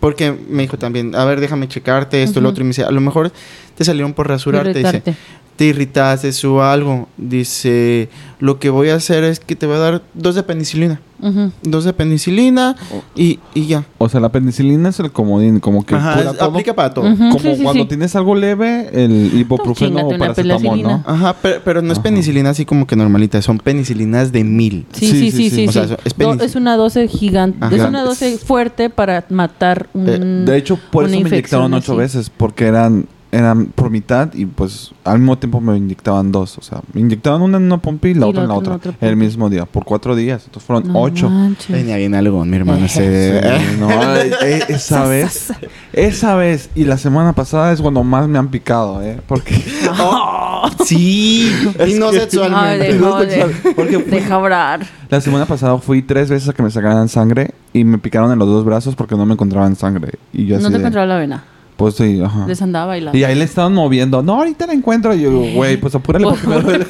[SPEAKER 3] porque me dijo también, a ver, déjame checarte esto, lo
[SPEAKER 2] Ujú.
[SPEAKER 3] otro, y me dice, a lo mejor te salieron por rasurarte, dice,
[SPEAKER 2] irritarte.
[SPEAKER 3] te irritaste o algo. Dice, lo que voy a hacer es que te voy a dar dos de penicilina,
[SPEAKER 2] Ujú.
[SPEAKER 3] dos de penicilina
[SPEAKER 2] Oh.
[SPEAKER 3] y, y ya.
[SPEAKER 1] O sea, la penicilina es el comodín, como que
[SPEAKER 3] Ajá,
[SPEAKER 1] cura
[SPEAKER 3] es-
[SPEAKER 1] todo.
[SPEAKER 3] aplica para todo.
[SPEAKER 2] Ujú.
[SPEAKER 1] Como
[SPEAKER 2] Sí, sí,
[SPEAKER 1] cuando
[SPEAKER 2] sí.
[SPEAKER 1] tienes algo leve, el ibuprofeno
[SPEAKER 2] chíngate
[SPEAKER 1] o
[SPEAKER 2] una
[SPEAKER 1] paracetamol,
[SPEAKER 2] penicilina.
[SPEAKER 1] ¿no?
[SPEAKER 3] Ajá, pero, pero no es
[SPEAKER 1] Ajá.
[SPEAKER 3] penicilina así como que normalita, son penicilinas de mil.
[SPEAKER 2] Sí, sí, sí, sí.
[SPEAKER 1] O
[SPEAKER 2] sí.
[SPEAKER 3] sea, eso- es
[SPEAKER 2] Do-
[SPEAKER 3] penicil-
[SPEAKER 2] es una doce gigante.
[SPEAKER 3] Ajá.
[SPEAKER 2] Es una doce fuerte para matar un.
[SPEAKER 3] Eh,
[SPEAKER 1] De hecho, por
[SPEAKER 2] una
[SPEAKER 1] eso me
[SPEAKER 2] infección
[SPEAKER 1] inyectaron ocho
[SPEAKER 2] así.
[SPEAKER 1] veces, porque eran, eran por mitad y pues al mismo tiempo me inyectaban dos. O sea, me inyectaban una en una pompa y la
[SPEAKER 2] Y
[SPEAKER 1] otra en la otra.
[SPEAKER 2] otra
[SPEAKER 1] el
[SPEAKER 2] pompa.
[SPEAKER 1] mismo día, por cuatro días. Entonces fueron
[SPEAKER 2] No
[SPEAKER 1] ocho.
[SPEAKER 2] manches.
[SPEAKER 3] Venía bien algo, mi hermano. ese-
[SPEAKER 1] Sí, no, eh, eh, esa vez, esa vez y la semana pasada es cuando más me han picado, ¿eh? Porque,
[SPEAKER 3] sí, y no
[SPEAKER 2] Ay,
[SPEAKER 3] sexualmente.
[SPEAKER 2] deja,
[SPEAKER 1] sexual, porque
[SPEAKER 2] de- deja hablar.
[SPEAKER 1] La semana pasada fui tres veces a que me sacaran sangre y me picaron en los dos brazos porque no me encontraban sangre. Y yo así
[SPEAKER 2] No te
[SPEAKER 1] de-
[SPEAKER 2] controla la vena.
[SPEAKER 1] Pues sí, ajá.
[SPEAKER 2] Les andaba bailando.
[SPEAKER 1] Y ahí le estaban moviendo. No, ahorita la encuentro. Y yo, güey, pues apúrale porque me duele.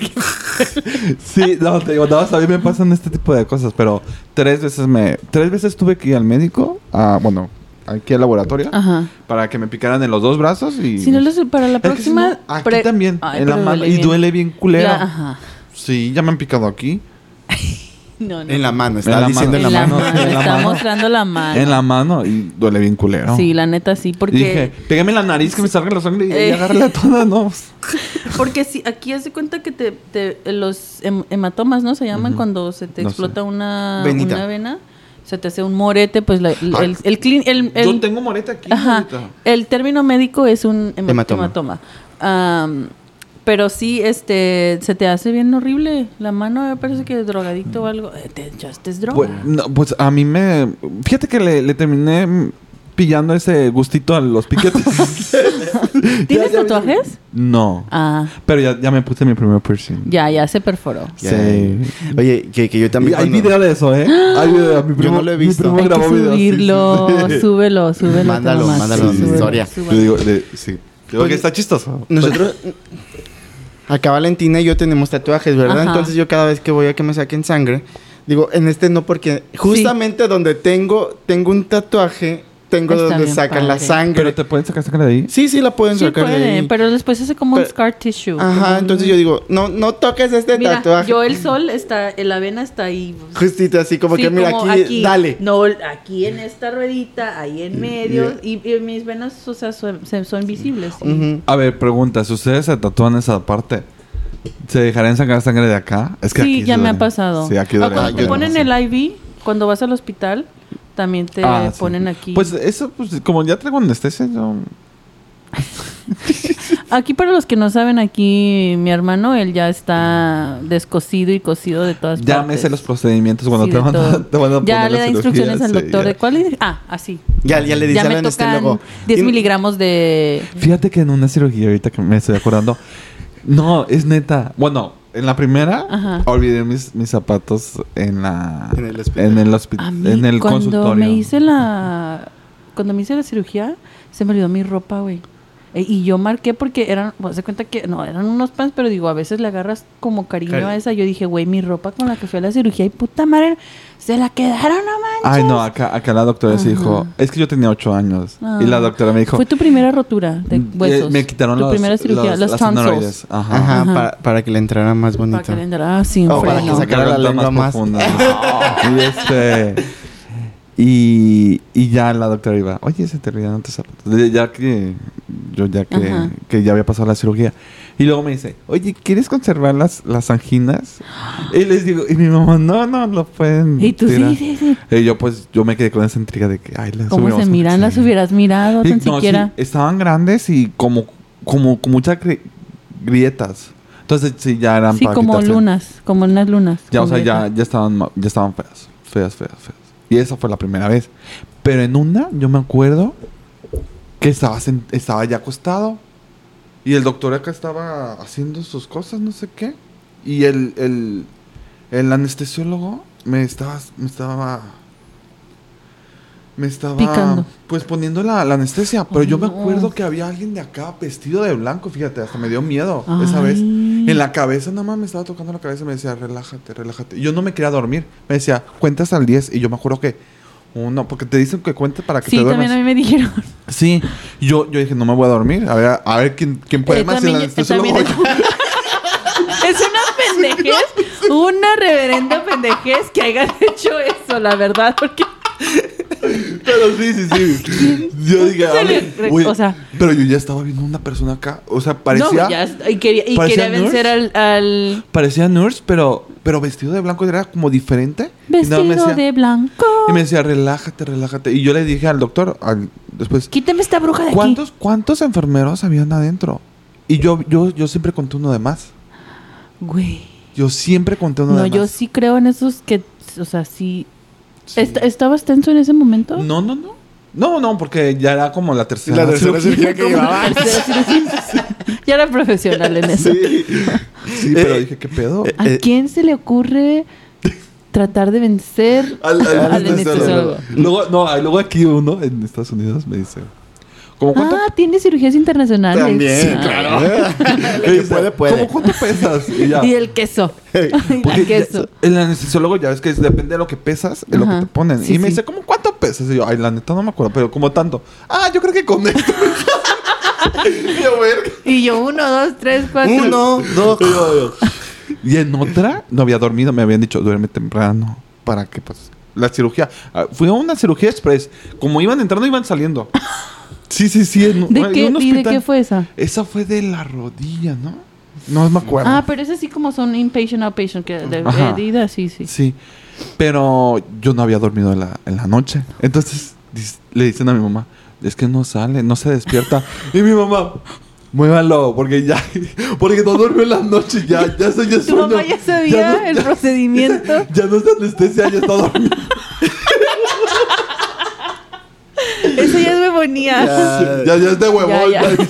[SPEAKER 1] sí, no, te digo, no, a mí me pasan este tipo de cosas. Pero tres veces me... Tres veces tuve que ir al médico. A, bueno, aquí al laboratorio.
[SPEAKER 2] Ajá.
[SPEAKER 1] Para que me picaran en los dos brazos y...
[SPEAKER 2] Si no les para la
[SPEAKER 1] Es que si no,
[SPEAKER 2] próxima.
[SPEAKER 1] aquí
[SPEAKER 2] pre-
[SPEAKER 1] también.
[SPEAKER 2] Ay,
[SPEAKER 1] en la
[SPEAKER 2] pero
[SPEAKER 1] mano. y
[SPEAKER 2] bien.
[SPEAKER 1] duele bien culero.
[SPEAKER 2] La- ajá.
[SPEAKER 1] Sí, ya me han picado aquí.
[SPEAKER 2] No, no.
[SPEAKER 3] En la mano,
[SPEAKER 1] En
[SPEAKER 3] estaba
[SPEAKER 1] la
[SPEAKER 3] diciendo
[SPEAKER 1] mano.
[SPEAKER 3] en la mano.
[SPEAKER 1] mano, en la
[SPEAKER 2] Está
[SPEAKER 1] mano.
[SPEAKER 2] mostrando la mano.
[SPEAKER 1] En la mano y duele bien culero.
[SPEAKER 2] Sí, la neta sí, porque.
[SPEAKER 1] Y Dije, pégame la nariz que me salga la sangre y, y
[SPEAKER 2] Eh.
[SPEAKER 1] agárrala toda, no.
[SPEAKER 2] Porque si aquí hace cuenta que te, te- los hem- hematomas, ¿no? Se llaman
[SPEAKER 1] Ujú.
[SPEAKER 2] cuando se te
[SPEAKER 1] No
[SPEAKER 2] explota una,
[SPEAKER 3] Venita.
[SPEAKER 2] una vena, se te hace un morete, pues la- el, el, el clin- el- el-
[SPEAKER 1] Yo tengo moreta aquí.
[SPEAKER 2] ajá,
[SPEAKER 1] ahorita.
[SPEAKER 2] el término médico es un hema- hematoma.
[SPEAKER 3] Hematoma.
[SPEAKER 2] Am, pero sí, este, se te hace bien horrible. La mano eh, parece que drogadicto o algo. Eh, Te echaste droga.
[SPEAKER 1] Pues, no, pues a mí me. Fíjate que le, le terminé mm, pillando ese gustito a los piquetes.
[SPEAKER 2] ¿Tienes
[SPEAKER 1] ya vi-
[SPEAKER 2] tatuajes?
[SPEAKER 1] no.
[SPEAKER 2] Ah,
[SPEAKER 1] Pero ya, ya me puse mi primer piercing.
[SPEAKER 2] ya, ya se perforó.
[SPEAKER 1] Sí.
[SPEAKER 3] Ya. Oye, que, que yo también.
[SPEAKER 1] Y hay
[SPEAKER 3] cuando-
[SPEAKER 1] video de eso, ¿eh? Hay video. Mi primo,
[SPEAKER 3] no lo he visto.
[SPEAKER 1] Mi primo
[SPEAKER 2] Hay que
[SPEAKER 1] grabó video, sí, sí,
[SPEAKER 2] subirlo,
[SPEAKER 1] sí.
[SPEAKER 2] súbelo, súbelo. te
[SPEAKER 3] Mándalo,
[SPEAKER 2] mamaste,
[SPEAKER 3] mándalo a mi
[SPEAKER 2] súbelo,
[SPEAKER 3] historia.
[SPEAKER 2] súbelo.
[SPEAKER 1] Le digo, le- sí. Creo
[SPEAKER 3] Pues-
[SPEAKER 1] que está chistoso.
[SPEAKER 3] Nosotros. Acá Valentina y yo tenemos tatuajes, ¿verdad?
[SPEAKER 2] Ajá.
[SPEAKER 3] Entonces yo cada vez que voy a que me saquen sangre, digo, en este no porque justamente donde tengo tengo un tatuaje, tengo
[SPEAKER 2] Está
[SPEAKER 3] donde
[SPEAKER 2] bien
[SPEAKER 3] sacan la
[SPEAKER 2] padre.
[SPEAKER 3] sangre.
[SPEAKER 1] Pero te pueden sacar sangre de ahí.
[SPEAKER 3] Sí, sí la pueden
[SPEAKER 2] Sí
[SPEAKER 3] sacar de ahí.
[SPEAKER 2] puede, pero después hace como un
[SPEAKER 3] Pero-
[SPEAKER 2] scar tissue.
[SPEAKER 3] Ajá, entonces yo digo, no no toques este
[SPEAKER 2] Mira,
[SPEAKER 3] tatuaje.
[SPEAKER 2] yo el sol está, el avena está ahí.
[SPEAKER 3] Justito así como
[SPEAKER 2] Sí,
[SPEAKER 3] que mira
[SPEAKER 2] como
[SPEAKER 3] aquí, dale.
[SPEAKER 2] No, aquí en esta ruedita, ahí
[SPEAKER 1] Mm,
[SPEAKER 2] en medio. Y, y mis venas, o sea, son, se- son visibles. sí.
[SPEAKER 3] Ujú.
[SPEAKER 1] A ver, pregunta. Si ustedes se tatúan esa parte, ¿se dejarían sacar sangre de acá? Es que
[SPEAKER 2] Sí,
[SPEAKER 1] aquí
[SPEAKER 2] ya me
[SPEAKER 1] duele.
[SPEAKER 2] ha paspasado.
[SPEAKER 1] Sí, aquí
[SPEAKER 2] O
[SPEAKER 1] duele.
[SPEAKER 2] cuando
[SPEAKER 3] Ah,
[SPEAKER 2] te
[SPEAKER 3] yo-
[SPEAKER 2] ponen
[SPEAKER 3] sí.
[SPEAKER 2] el IV, cuando vas al hospital, también te
[SPEAKER 1] Ah, sí.
[SPEAKER 2] ponen aquí.
[SPEAKER 1] Pues eso, pues como ya traigo anestesia, yo...
[SPEAKER 2] Aquí, para los que no saben, aquí mi hermano, él ya está descosido y cosido de todas
[SPEAKER 1] Ya
[SPEAKER 2] partes.
[SPEAKER 1] me sé los procedimientos cuando
[SPEAKER 2] Sí,
[SPEAKER 1] te,
[SPEAKER 2] de
[SPEAKER 1] van
[SPEAKER 2] todo.
[SPEAKER 1] a, te van a
[SPEAKER 2] Ya
[SPEAKER 1] poner
[SPEAKER 2] le
[SPEAKER 1] la cirugía,
[SPEAKER 2] da instrucciones al
[SPEAKER 1] sí,
[SPEAKER 2] doctor
[SPEAKER 1] ya. este
[SPEAKER 2] de cuál. es? Ah, así.
[SPEAKER 3] Ya, ya le dice este
[SPEAKER 2] Ya
[SPEAKER 3] al
[SPEAKER 2] me tocan
[SPEAKER 3] anestesólogo.
[SPEAKER 2] 10
[SPEAKER 3] "Tien-
[SPEAKER 2] miligramos de...
[SPEAKER 1] Fíjate que en una cirugía, ahorita que me estoy acordando... No, es neta. Bueno, en la primera
[SPEAKER 2] Ajá.
[SPEAKER 1] olvidé mis, mis zapatos en la...
[SPEAKER 3] En el hospital.
[SPEAKER 1] En el, hospi-
[SPEAKER 2] A mí,
[SPEAKER 1] en el
[SPEAKER 2] cuando
[SPEAKER 1] consultorio.
[SPEAKER 2] me hice la... Cuando me hice la cirugía, se me olvidó mi ropa, güey. E- Y yo marqué porque eran, bueno, se cuenta que, no, eran unos pants, pero digo, a veces le agarras como cariño
[SPEAKER 3] Cari-
[SPEAKER 2] a esa. Yo dije, güey, mi ropa con la que fui a la cirugía y puta madre, se la quedaron, no manches.
[SPEAKER 1] Ay, no, acá, acá la doctora sí
[SPEAKER 2] Ajá.
[SPEAKER 1] dijo... Es que yo tenía ocho años.
[SPEAKER 2] Ah.
[SPEAKER 1] Y la doctora me dijo...
[SPEAKER 2] Fue tu primera rotura de
[SPEAKER 1] "Mm, eh,
[SPEAKER 2] huesos.
[SPEAKER 1] Me quitaron
[SPEAKER 2] Tu
[SPEAKER 1] los-
[SPEAKER 2] primera cirugía,
[SPEAKER 1] los-
[SPEAKER 2] los
[SPEAKER 1] las
[SPEAKER 2] tonsils.
[SPEAKER 1] adenoides. Ajá.
[SPEAKER 3] Ajá,
[SPEAKER 2] Ajá.
[SPEAKER 3] Para, para que le entrara más
[SPEAKER 2] Para
[SPEAKER 3] bonito.
[SPEAKER 2] que le entrara- ah, sí, un
[SPEAKER 1] Oh,
[SPEAKER 3] O para
[SPEAKER 2] freno.
[SPEAKER 3] que sacara la lengua más.
[SPEAKER 1] profunda. y este. Y, y ya la doctora iba, oye, se te olvidaron tus zapatos. Ya- Ya que yo ya que,
[SPEAKER 2] Ajá.
[SPEAKER 1] que ya había pasado la cirugía. Y luego me dice, oye, ¿quieres conservar las, las anginas? Y les digo, y mi mamá, no, no, lo pueden.
[SPEAKER 2] Y tú,
[SPEAKER 1] tirar".
[SPEAKER 2] sí, sí, sí.
[SPEAKER 1] Y yo pues, yo me quedé con esa intriga de que, ay, las
[SPEAKER 2] ¿Cómo se
[SPEAKER 1] hubiéramos-
[SPEAKER 2] miran? Las
[SPEAKER 1] Sí.
[SPEAKER 2] hubieras mirado
[SPEAKER 1] Sí,
[SPEAKER 2] tan
[SPEAKER 1] no, sí,
[SPEAKER 2] siquiera.
[SPEAKER 1] estaban grandes y como, como con muchas gri- grietas. Entonces sí, ya eran
[SPEAKER 2] Sí,
[SPEAKER 1] para
[SPEAKER 2] como
[SPEAKER 1] quitarse.
[SPEAKER 2] lunas, como unas lunas.
[SPEAKER 1] Ya, o sea, ya,
[SPEAKER 2] completas.
[SPEAKER 1] ya estaban ma- ya estaban feas, feas, feas, feas. Y esa fue la primera vez. Pero en una, yo me acuerdo que estaba, sen- estaba ya acostado. Y el doctor acá estaba haciendo sus cosas, no sé qué. Y el, el, el anestesiólogo me estaba, me estaba. Me estaba.
[SPEAKER 2] Picando.
[SPEAKER 1] Pues poniendo la, la anestesia. Pero
[SPEAKER 2] Ay,
[SPEAKER 1] yo me
[SPEAKER 2] no.
[SPEAKER 1] acuerdo que había alguien de acá vestido de blanco, fíjate, hasta me dio miedo esa
[SPEAKER 2] Ay.
[SPEAKER 1] vez. En la cabeza, nada más me estaba tocando la cabeza y me decía, relájate, relájate. Y yo no me quería dormir. Me decía, cuentas al 10. Y yo me acuerdo que, uno, porque te dicen que cuentes para que
[SPEAKER 2] Sí,
[SPEAKER 1] te
[SPEAKER 2] también a mí
[SPEAKER 1] duermas.
[SPEAKER 2] me dijeron.
[SPEAKER 1] Sí, yo, yo dije, no me voy a dormir. A ver, a ver quién, quién puede
[SPEAKER 2] Eh,
[SPEAKER 1] más. Y
[SPEAKER 2] también-
[SPEAKER 1] la anestesióloga,
[SPEAKER 2] también es,
[SPEAKER 1] "Oye".
[SPEAKER 2] es una pendejez, una reverenda pendejez que hayan hecho eso, la verdad, porque
[SPEAKER 1] Pero sí, sí, sí. yo dije,
[SPEAKER 2] Se
[SPEAKER 1] a
[SPEAKER 2] le-
[SPEAKER 1] ver,
[SPEAKER 2] re-
[SPEAKER 1] oye,
[SPEAKER 2] o sea-
[SPEAKER 1] pero yo ya estaba viendo una persona acá. O sea, parecía...
[SPEAKER 2] no, ya, está- y quería, y
[SPEAKER 1] parecía
[SPEAKER 2] quería vencer al, al
[SPEAKER 1] Parecía nurse, pero, pero vestido de blanco era como diferente. Y nada
[SPEAKER 2] vestido
[SPEAKER 1] más me decía-
[SPEAKER 2] de blanco.
[SPEAKER 1] Y me decía, relájate, relájate. Y yo le dije al doctor, al- después,
[SPEAKER 2] Quítame esta bruja de
[SPEAKER 1] ¿Cuántos, ¿Cuántos enfermeros habían adentro? Y yo, yo, yo siempre conté uno de más.
[SPEAKER 2] aquí. Güey.
[SPEAKER 1] Yo siempre conté uno
[SPEAKER 2] No,
[SPEAKER 1] de
[SPEAKER 2] yo
[SPEAKER 1] más.
[SPEAKER 2] sí creo en esos que, o sea, sí.
[SPEAKER 1] Sí.
[SPEAKER 2] ¿Est- ¿Estabas tenso en ese momento?
[SPEAKER 1] No, no, no. No, no, porque ya era como la tercera.
[SPEAKER 3] La tercera cirugía que llevaba.
[SPEAKER 2] Ya era profesional en eso.
[SPEAKER 3] Sí.
[SPEAKER 1] Sí, pero dije, ¿qué pedo?
[SPEAKER 2] ¿A
[SPEAKER 3] Eh,
[SPEAKER 2] quién se le ocurre tratar de vencer
[SPEAKER 1] Al- al-
[SPEAKER 2] al
[SPEAKER 1] al-
[SPEAKER 2] anestesiólogo?
[SPEAKER 1] Luego, no, ah, luego aquí uno en Estados Unidos me dice, ¿Cómo cuánto?
[SPEAKER 2] Ah, tiene cirugías internacionales.
[SPEAKER 3] También,
[SPEAKER 2] Ah.
[SPEAKER 3] claro.
[SPEAKER 1] El que
[SPEAKER 3] El que puede, puede.
[SPEAKER 1] Eh, ¿Cómo cuánto pesas? Y ya.
[SPEAKER 2] Y el queso. Y
[SPEAKER 1] Porque
[SPEAKER 2] el queso.
[SPEAKER 1] ya- el anestesiólogo ya ves que es- depende de lo que pesas, es lo que
[SPEAKER 2] Ajá.
[SPEAKER 1] te ponen.
[SPEAKER 2] Sí,
[SPEAKER 1] y me
[SPEAKER 2] sí.
[SPEAKER 1] dice, ¿cómo cuánto pesas? Y yo, ay, la neta no me acuerdo, pero como tanto. Ah, yo creo que con esto. Y yo, verga.
[SPEAKER 2] Y yo, uno, dos, tres, cuatro.
[SPEAKER 3] Uno, dos.
[SPEAKER 1] Y en otra, no había dormido, me habían dicho, duerme temprano. ¿Para qué? Pues la cirugía. Ah, fue una cirugía express. Como iban entrando, iban saliendo. Sí, sí, sí. en-
[SPEAKER 2] ¿De
[SPEAKER 1] en
[SPEAKER 2] qué,
[SPEAKER 1] un
[SPEAKER 2] ¿Y de
[SPEAKER 1] hospital.
[SPEAKER 2] qué fue esa?
[SPEAKER 1] Esa fue de la rodilla, ¿no? No me acuerdo.
[SPEAKER 2] Ah, pero es así como son inpatient, outpatient, que de
[SPEAKER 1] Ajá.
[SPEAKER 2] medidas, sí, sí.
[SPEAKER 1] Sí. Pero yo no había dormido en la, en la noche. Entonces dis- le dicen a mi mamá, es que no sale, no se despierta. y mi mamá, muévalo, porque ya, porque no duerme en la noche, ya, ya se ya
[SPEAKER 2] Tu
[SPEAKER 1] sueño.
[SPEAKER 2] mamá ya sabía
[SPEAKER 1] no-
[SPEAKER 2] el
[SPEAKER 1] ya-
[SPEAKER 2] procedimiento.
[SPEAKER 1] Ya no es de anestesia, ya está dormido.
[SPEAKER 2] Eso ya es memonía.
[SPEAKER 1] ya, ya es de huevón.
[SPEAKER 2] Ya, ya.
[SPEAKER 1] ya.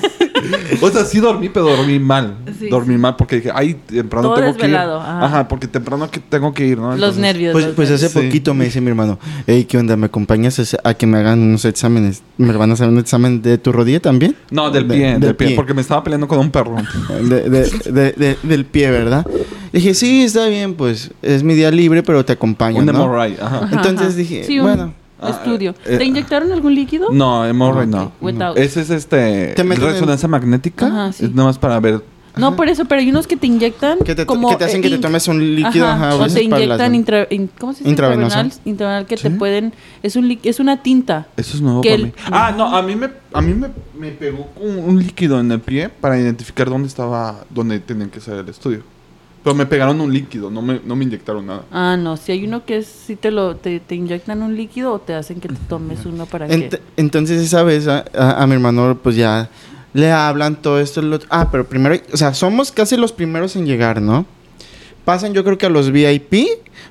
[SPEAKER 1] O sea, sí dormí, pero dormí mal.
[SPEAKER 2] Sí,
[SPEAKER 1] dormí mal porque dije, ay, temprano
[SPEAKER 2] Todo
[SPEAKER 1] tengo
[SPEAKER 2] desvelado,
[SPEAKER 1] que ir.
[SPEAKER 2] ajá.
[SPEAKER 1] Ajá. porque temprano que tengo que ir, ¿no?
[SPEAKER 2] Los
[SPEAKER 1] Entonces,
[SPEAKER 2] nervios.
[SPEAKER 3] Pues,
[SPEAKER 2] los
[SPEAKER 3] pues
[SPEAKER 2] nervios.
[SPEAKER 3] hace
[SPEAKER 1] Sí.
[SPEAKER 3] poquito me dice mi hermano, hey, ¿qué onda? ¿Me acompañas a- a que me hagan unos exámenes? ¿Me van a hacer un examen de tu rodilla también?
[SPEAKER 1] No, del
[SPEAKER 3] De-
[SPEAKER 1] pie, del, pie, porque me estaba peleando con un perro.
[SPEAKER 3] De- de- de- de- del pie, ¿verdad? Le dije, sí, está bien, pues es mi día libre, pero te acompaño.
[SPEAKER 1] un
[SPEAKER 3] ¿no?
[SPEAKER 1] MRI, ajá.
[SPEAKER 2] Ajá,
[SPEAKER 3] Entonces
[SPEAKER 2] ajá.
[SPEAKER 3] dije,
[SPEAKER 2] Sí, un
[SPEAKER 3] bueno.
[SPEAKER 2] Estudio.
[SPEAKER 1] Ah, eh,
[SPEAKER 2] ¿Te inyectaron algún líquido?
[SPEAKER 1] No, hemorroid no.
[SPEAKER 2] Ok, without.
[SPEAKER 1] Ese es este.
[SPEAKER 3] Te meten
[SPEAKER 1] resonancia magnética.
[SPEAKER 2] Ajá, sí.
[SPEAKER 1] Es nada más para ver.
[SPEAKER 2] No, por eso, pero hay unos que te inyectan.
[SPEAKER 3] Que te,
[SPEAKER 2] como,
[SPEAKER 3] que te hacen que
[SPEAKER 2] eh,
[SPEAKER 3] te
[SPEAKER 2] in-
[SPEAKER 3] tomes un líquido
[SPEAKER 2] Ajá,
[SPEAKER 3] ajá, a
[SPEAKER 2] o
[SPEAKER 3] veces
[SPEAKER 2] te
[SPEAKER 3] para las-
[SPEAKER 2] inyectan intra, in- ¿cómo se dice?
[SPEAKER 3] Intravenosa.
[SPEAKER 2] Intravenal, intravenal que te
[SPEAKER 3] Sí.
[SPEAKER 2] pueden es un li- es una tinta.
[SPEAKER 1] Eso es nuevo
[SPEAKER 2] Que
[SPEAKER 1] para
[SPEAKER 2] el-
[SPEAKER 1] mí. Ah, no, a mí me, a mí me, me pegó con un líquido en el pie para identificar dónde estaba, dónde tenían que hacer el estudio. Pero me pegaron un líquido, no me, no me inyectaron nada.
[SPEAKER 2] Ah, no, si hay uno que es si te lo te, te inyectan un líquido o te hacen que te tomes uno para
[SPEAKER 3] Ent-
[SPEAKER 2] que
[SPEAKER 3] entonces esa vez a, a- a mi hermano pues ya le hablan todo esto. lo otro. ah, pero primero, o sea, somos casi los primeros en llegar, ¿no? Pasan yo creo que a los VIP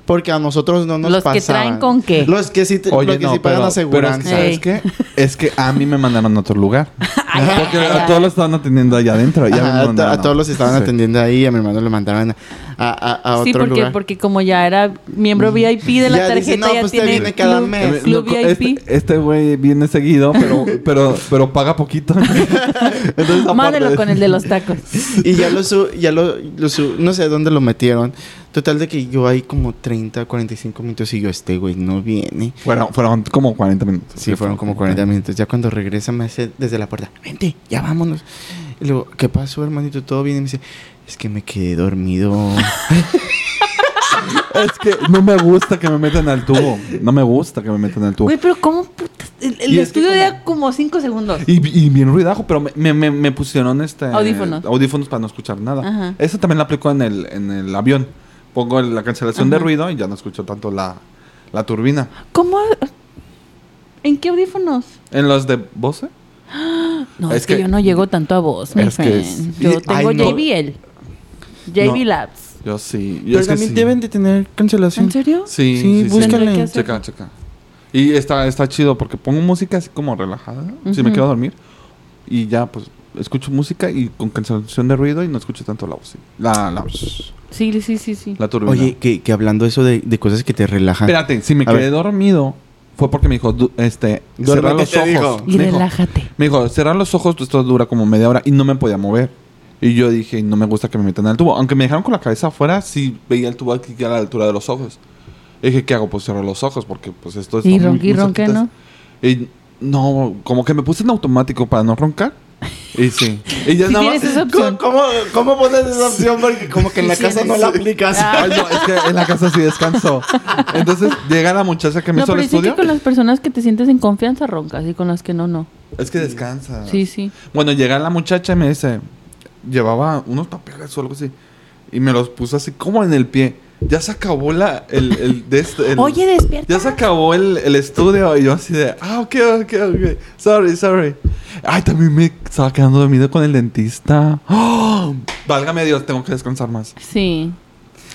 [SPEAKER 3] porque a nosotros no nos
[SPEAKER 2] Los que traen
[SPEAKER 3] pasaban.
[SPEAKER 2] con qué.
[SPEAKER 3] Los que sí, te- los que sí pagan
[SPEAKER 1] es
[SPEAKER 3] aseguranza.
[SPEAKER 1] que, ¿sabes
[SPEAKER 2] Ey.
[SPEAKER 1] qué? Es que a mí me mandaron a otro lugar.
[SPEAKER 2] Ay, ay,
[SPEAKER 1] Porque
[SPEAKER 2] ay,
[SPEAKER 1] a
[SPEAKER 2] ay.
[SPEAKER 1] todos los estaban atendiendo allá adentro. ya me
[SPEAKER 3] Ajá, a, to-
[SPEAKER 1] mandaron
[SPEAKER 3] a todos los estaban
[SPEAKER 1] Sí.
[SPEAKER 3] atendiendo ahí, a mi hermano le mandaban a, a- a otro
[SPEAKER 2] Sí, porque
[SPEAKER 3] lugar.
[SPEAKER 2] porque como ya era miembro VIP de la
[SPEAKER 3] Ya
[SPEAKER 2] tarjeta
[SPEAKER 3] dice, no,
[SPEAKER 2] ya
[SPEAKER 3] pues te
[SPEAKER 2] tiene
[SPEAKER 3] viene cada
[SPEAKER 2] club-
[SPEAKER 3] mes.
[SPEAKER 2] Eh, club
[SPEAKER 1] No,
[SPEAKER 2] VIP.
[SPEAKER 1] Eh, este- Este güey viene seguido, pero, pero, pero paga poquito. Entonces,
[SPEAKER 2] Mádelo
[SPEAKER 1] aparte-
[SPEAKER 2] con el de los tacos.
[SPEAKER 3] Y ya lo su, ya lo, lo su- no sé dónde lo metieron. Total de que yo ahí como 30, 45 minutos y yo, este güey no viene.
[SPEAKER 1] Fueron, fueron como 40 minutos.
[SPEAKER 3] Sí, fueron como 40 minutos. Ya cuando regresa me hace desde la puerta, vente, ya vámonos. Y luego, ¿qué pasó, hermanito? ¿Todo bien? Y me dice, es que me quedé dormido.
[SPEAKER 1] Es que no me gusta que me metan al tubo. No me gusta que me metan al tubo.
[SPEAKER 2] Güey, pero cómo putas el, el
[SPEAKER 1] Y es que
[SPEAKER 2] estudio
[SPEAKER 1] como-
[SPEAKER 2] era como cinco segundos.
[SPEAKER 1] Y, y bien ruidajo, pero me, me- me- me pusieron este...
[SPEAKER 2] Audífonos.
[SPEAKER 1] Audífonos para no escuchar nada.
[SPEAKER 2] Ajá.
[SPEAKER 1] Eso también lo aplico en el, en el avión. Pongo el- la cancelación de
[SPEAKER 2] Ajá.
[SPEAKER 1] ruido y ya no escucho tanto la, la turbina.
[SPEAKER 2] ¿Cómo? ¿En qué audífonos?
[SPEAKER 1] ¿En los de Bose?
[SPEAKER 2] No,
[SPEAKER 1] Es
[SPEAKER 2] es, que,
[SPEAKER 1] que-
[SPEAKER 2] yo no llego tanto a vos, mi
[SPEAKER 1] es que es-
[SPEAKER 2] friend.
[SPEAKER 1] y-
[SPEAKER 2] Yo tengo
[SPEAKER 3] ay, no.
[SPEAKER 2] JBL. JB
[SPEAKER 1] No.
[SPEAKER 2] Labs.
[SPEAKER 1] Yo sí. Yo
[SPEAKER 3] Pero
[SPEAKER 1] es que
[SPEAKER 3] también
[SPEAKER 1] sí.
[SPEAKER 3] deben de tener cancelación.
[SPEAKER 2] ¿En serio?
[SPEAKER 1] Sí,
[SPEAKER 3] Sí,
[SPEAKER 1] sí, sí.
[SPEAKER 3] búscale.
[SPEAKER 2] Tendré que hacer-
[SPEAKER 1] Checa, checa. Y está, está chido porque pongo música así como relajada. Si me
[SPEAKER 2] Ujú.
[SPEAKER 1] quiero dormir. Y ya, pues, escucho música y con cancelación de ruido y no escucho tanto la voz. La, la,
[SPEAKER 2] Sí, sí, sí, sí.
[SPEAKER 1] la turbina.
[SPEAKER 3] Oye, que, que hablando eso de, de cosas que te relajan.
[SPEAKER 1] espérate, si me
[SPEAKER 3] A
[SPEAKER 1] quedé
[SPEAKER 3] ver.
[SPEAKER 1] dormido fue porque me dijo, du- este, cerrar
[SPEAKER 3] Duérmete,
[SPEAKER 1] los
[SPEAKER 3] te
[SPEAKER 1] ojos.
[SPEAKER 3] dijo.
[SPEAKER 2] Y
[SPEAKER 1] Me dijo-
[SPEAKER 2] relájate.
[SPEAKER 1] me dijo, cerrar los ojos, esto dura como media hora y no me podía mover. Y yo dije, no me gusta que me metan al tubo. Aunque me dejaron con la cabeza afuera, sí veía el tubo aquí a la altura de los ojos. Y dije, ¿qué hago? Pues cerrar los ojos porque pues esto es...
[SPEAKER 2] Y ronqui, ronque, ¿no?
[SPEAKER 1] Y no, como que me puse en automático para no roncar. Y sí. Y ya
[SPEAKER 2] Si
[SPEAKER 1] nada más-
[SPEAKER 2] tienes esa opción.
[SPEAKER 3] ¿Cómo, cómo pones esa opción? Porque como que en la
[SPEAKER 2] Sí,
[SPEAKER 3] casa
[SPEAKER 2] sí,
[SPEAKER 3] no
[SPEAKER 2] sí.
[SPEAKER 3] la aplicas.
[SPEAKER 1] Ay, no, es que en la casa sí descanso. Entonces llega la muchacha que me
[SPEAKER 2] No,
[SPEAKER 1] hizo
[SPEAKER 2] pero
[SPEAKER 1] el
[SPEAKER 2] dicen
[SPEAKER 1] estudio.
[SPEAKER 2] que con las personas que te sientes en confianza roncas y con las que no, no.
[SPEAKER 1] Es que descansa.
[SPEAKER 2] Sí, sí.
[SPEAKER 1] Bueno, llega la muchacha y me dice, llevaba unos papeles o algo así. Y me los puso así como en el pie. Ya se acabó la, el, el, de este- el-
[SPEAKER 2] Oye, despierta.
[SPEAKER 1] Ya se acabó el, el estudio. Y yo así de, ah, ok, ok, ok. Sorry, sorry. Ay, también me estaba quedando dormido con el dentista. ¡Ah! Válgame Dios, tengo que descansar más.
[SPEAKER 2] Sí.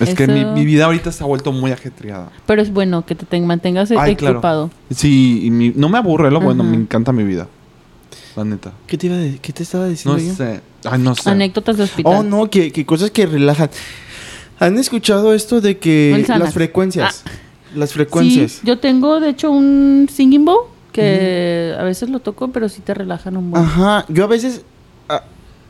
[SPEAKER 1] Es que mi,
[SPEAKER 2] Eso-
[SPEAKER 1] mi vida ahorita se ha vuelto muy ajetreada.
[SPEAKER 2] Pero es bueno que te, ten- mantengas eh,
[SPEAKER 1] Ay, claro.
[SPEAKER 2] ocupado.
[SPEAKER 1] Sí, y mi- no me aburre lo bueno,
[SPEAKER 2] Ajá.
[SPEAKER 1] me encanta mi vida. La neta.
[SPEAKER 3] ¿Qué te, iba a de- qué te estaba
[SPEAKER 1] No
[SPEAKER 3] diciendo yo?
[SPEAKER 1] sé. Ay, no sé.
[SPEAKER 2] Anécdotas de hospital.
[SPEAKER 3] Oh, no, que, que cosas que relajan. ¿Han escuchado esto de que
[SPEAKER 2] El Xanax.
[SPEAKER 3] las frecuencias? Las
[SPEAKER 2] Ah. Sí,
[SPEAKER 3] frecuencias.
[SPEAKER 2] yo tengo de hecho un singing bowl que a veces lo toco, pero sí te relajan un buen.
[SPEAKER 3] Ajá, yo a veces, ah,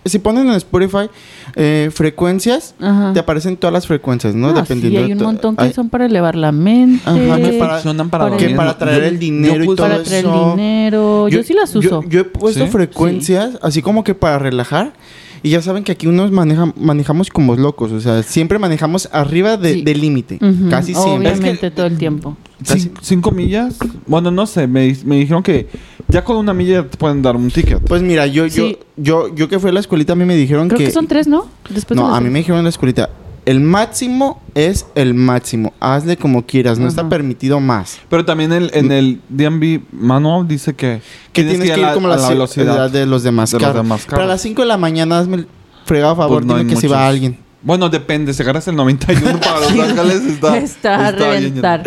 [SPEAKER 3] si ponen en Spotify eh, frecuencias,
[SPEAKER 2] Ajá.
[SPEAKER 3] te aparecen todas las frecuencias, ¿no?
[SPEAKER 2] Ah, sí,
[SPEAKER 3] Dependiendo.
[SPEAKER 2] hay
[SPEAKER 3] de
[SPEAKER 2] un
[SPEAKER 3] to-
[SPEAKER 2] montón que
[SPEAKER 3] hay-
[SPEAKER 2] son para elevar la mente.
[SPEAKER 3] Ajá, que para-
[SPEAKER 1] Funcionan para
[SPEAKER 2] para-
[SPEAKER 1] dormir,
[SPEAKER 3] que para
[SPEAKER 1] ¿no?
[SPEAKER 3] traer
[SPEAKER 1] Yo-
[SPEAKER 3] el dinero
[SPEAKER 1] yo
[SPEAKER 3] y todo
[SPEAKER 2] para traer
[SPEAKER 3] eso.
[SPEAKER 2] el dinero. Yo, sí las uso.
[SPEAKER 3] Yo, yo he puesto
[SPEAKER 1] ¿Sí?
[SPEAKER 3] frecuencias así como que para relajar. Y ya saben que aquí unos maneja- manejamos como locos. O sea, siempre manejamos arriba de-
[SPEAKER 2] Sí.
[SPEAKER 3] del límite.
[SPEAKER 2] Ujú,
[SPEAKER 3] Casi siempre.
[SPEAKER 2] Obviamente todo el tiempo.
[SPEAKER 1] Cin- cinco millas. Bueno, no sé. Me, di- me dijeron que ya con una milla te pueden dar un ticket.
[SPEAKER 3] Pues mira, yo, yo,
[SPEAKER 2] Sí.
[SPEAKER 3] yo, yo que fui a la escuelita, a mí me dijeron
[SPEAKER 2] Creo que, son tres, ¿no? Después de
[SPEAKER 3] No,
[SPEAKER 2] las
[SPEAKER 3] a mí
[SPEAKER 2] tres.
[SPEAKER 3] me dijeron en la escuelita, el máximo es el máximo. Hazle como quieras, no está
[SPEAKER 2] Ajá.
[SPEAKER 3] permitido más.
[SPEAKER 1] Pero también el, en el DMV manual dice que,
[SPEAKER 3] Que tienes, que ir como a la,
[SPEAKER 1] la
[SPEAKER 3] velocidad de los demás
[SPEAKER 1] de los
[SPEAKER 3] carros.
[SPEAKER 1] demás
[SPEAKER 3] Para
[SPEAKER 1] carros.
[SPEAKER 3] las 5 de la mañana hazme el fregado favor,
[SPEAKER 1] Pues no
[SPEAKER 3] dime
[SPEAKER 1] hay
[SPEAKER 3] que si va
[SPEAKER 1] muchos.
[SPEAKER 3] alguien.
[SPEAKER 1] Bueno, depende. Si agarras el 91 para Los Ángeles, está.
[SPEAKER 2] Está, a
[SPEAKER 1] bien.
[SPEAKER 2] reventar.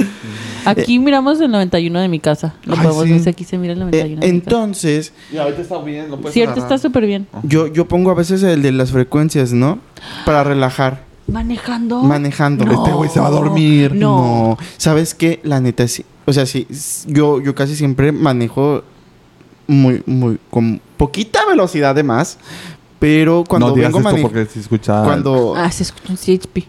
[SPEAKER 2] Aquí miramos el 91 de mi casa. Lo
[SPEAKER 1] Ay,
[SPEAKER 2] podemos
[SPEAKER 1] sí.
[SPEAKER 2] decir aquí se mira el 91 de mi casa.
[SPEAKER 3] Eh, Entonces,
[SPEAKER 1] Y ahorita está bien. Lo puedes
[SPEAKER 2] Cierto,
[SPEAKER 1] agarrar.
[SPEAKER 2] está súper bien.
[SPEAKER 3] yo, yo pongo a veces el de las frecuencias, ¿no? Para relajar,
[SPEAKER 2] Manejando.
[SPEAKER 3] manejando.
[SPEAKER 2] No.
[SPEAKER 3] Este güey se va a dormir.
[SPEAKER 1] dormir.
[SPEAKER 2] No.
[SPEAKER 3] No. ¿Sabes qué? La neta, sí. O sea, sí, s- yo, yo casi siempre manejo muy, muy, con poquita velocidad de más. Pero cuando
[SPEAKER 1] no digas
[SPEAKER 3] vengo
[SPEAKER 1] esto
[SPEAKER 3] manejando.
[SPEAKER 1] porque si escuchas.
[SPEAKER 3] Cuando,
[SPEAKER 2] Ah, se escucha un CHP.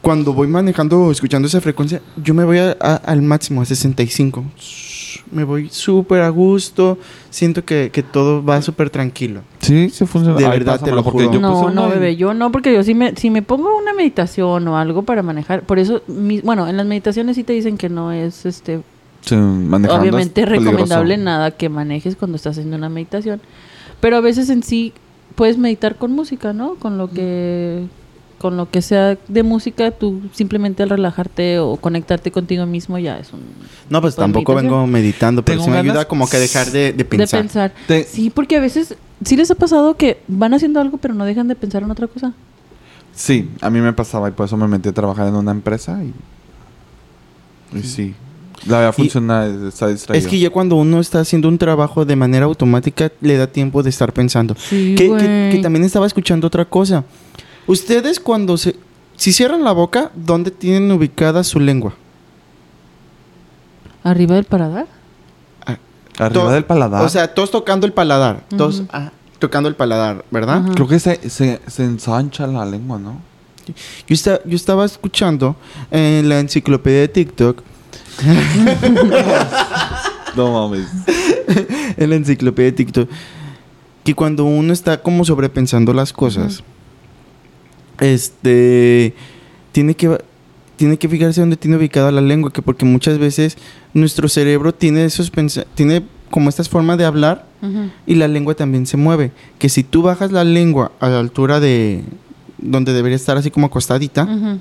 [SPEAKER 3] cuando voy manejando o escuchando esa frecuencia, yo me voy a- a- al máximo, a 65. Shh, Me voy súper a gusto. Siento que, que todo va súper tranquilo.
[SPEAKER 1] Sí, sí funciona.
[SPEAKER 3] De verdad, te lo
[SPEAKER 1] pásamelo, porque
[SPEAKER 3] juro.
[SPEAKER 1] yo
[SPEAKER 2] No,
[SPEAKER 1] puse
[SPEAKER 2] no,
[SPEAKER 1] una y-
[SPEAKER 2] bebé, yo no, porque yo sí me, si me pongo una meditación o algo para manejar, por eso, mi- bueno, en las meditaciones sí te dicen que no es, este,
[SPEAKER 1] Sí, manejando
[SPEAKER 2] obviamente
[SPEAKER 1] es peligroso.
[SPEAKER 2] recomendable nada que manejes cuando estás haciendo una meditación, pero a veces en sí puedes meditar con música, ¿no? Con lo que, con lo que sea de música, tú simplemente al relajarte o conectarte contigo mismo ya es un
[SPEAKER 3] No, pues
[SPEAKER 2] Con
[SPEAKER 3] tampoco
[SPEAKER 2] meditación.
[SPEAKER 3] vengo meditando, pero
[SPEAKER 1] Tengo
[SPEAKER 3] sí me ayuda
[SPEAKER 1] ganas
[SPEAKER 3] como que a dejar de, de pensar.
[SPEAKER 2] de pensar.
[SPEAKER 1] Te-
[SPEAKER 2] Sí, porque a veces sí les ha pasado que van haciendo algo pero no dejan de pensar en otra cosa.
[SPEAKER 1] Sí, a mí me pasaba y por eso me metí a trabajar en una empresa y. Y sí. La verdad
[SPEAKER 3] Y-
[SPEAKER 1] funciona, está distraído.
[SPEAKER 3] Es que ya cuando uno está haciendo un trabajo de manera automática, le da tiempo de estar pensando.
[SPEAKER 2] Sí,
[SPEAKER 3] que, que-
[SPEAKER 2] güey.
[SPEAKER 3] que también estaba escuchando otra cosa. Ustedes cuando se... Si cierran la boca, ¿dónde tienen ubicada su lengua?
[SPEAKER 2] Arriba del paradar.
[SPEAKER 1] Arriba
[SPEAKER 3] To-
[SPEAKER 1] del paladar.
[SPEAKER 3] O sea, todos tocando el paladar. Todos
[SPEAKER 2] Ujú.
[SPEAKER 3] ah, tocando el paladar, ¿verdad?
[SPEAKER 2] Ajá.
[SPEAKER 1] creo que se, se, se ensancha la lengua, ¿no?
[SPEAKER 3] Yo, esta- yo estaba escuchando en la enciclopedia de TikTok,
[SPEAKER 1] No mames.
[SPEAKER 3] en la enciclopedia de TikTok, que cuando uno está como sobrepensando las cosas, este, tiene que, tiene que fijarse dónde tiene ubicada la lengua, que porque muchas veces nuestro cerebro tiene esos pensa- tiene como estas formas de hablar
[SPEAKER 2] Ujú.
[SPEAKER 3] y la lengua también se mueve. Que si tú bajas la lengua a la altura de donde debería estar así como acostadita,
[SPEAKER 2] Ujú. Ah,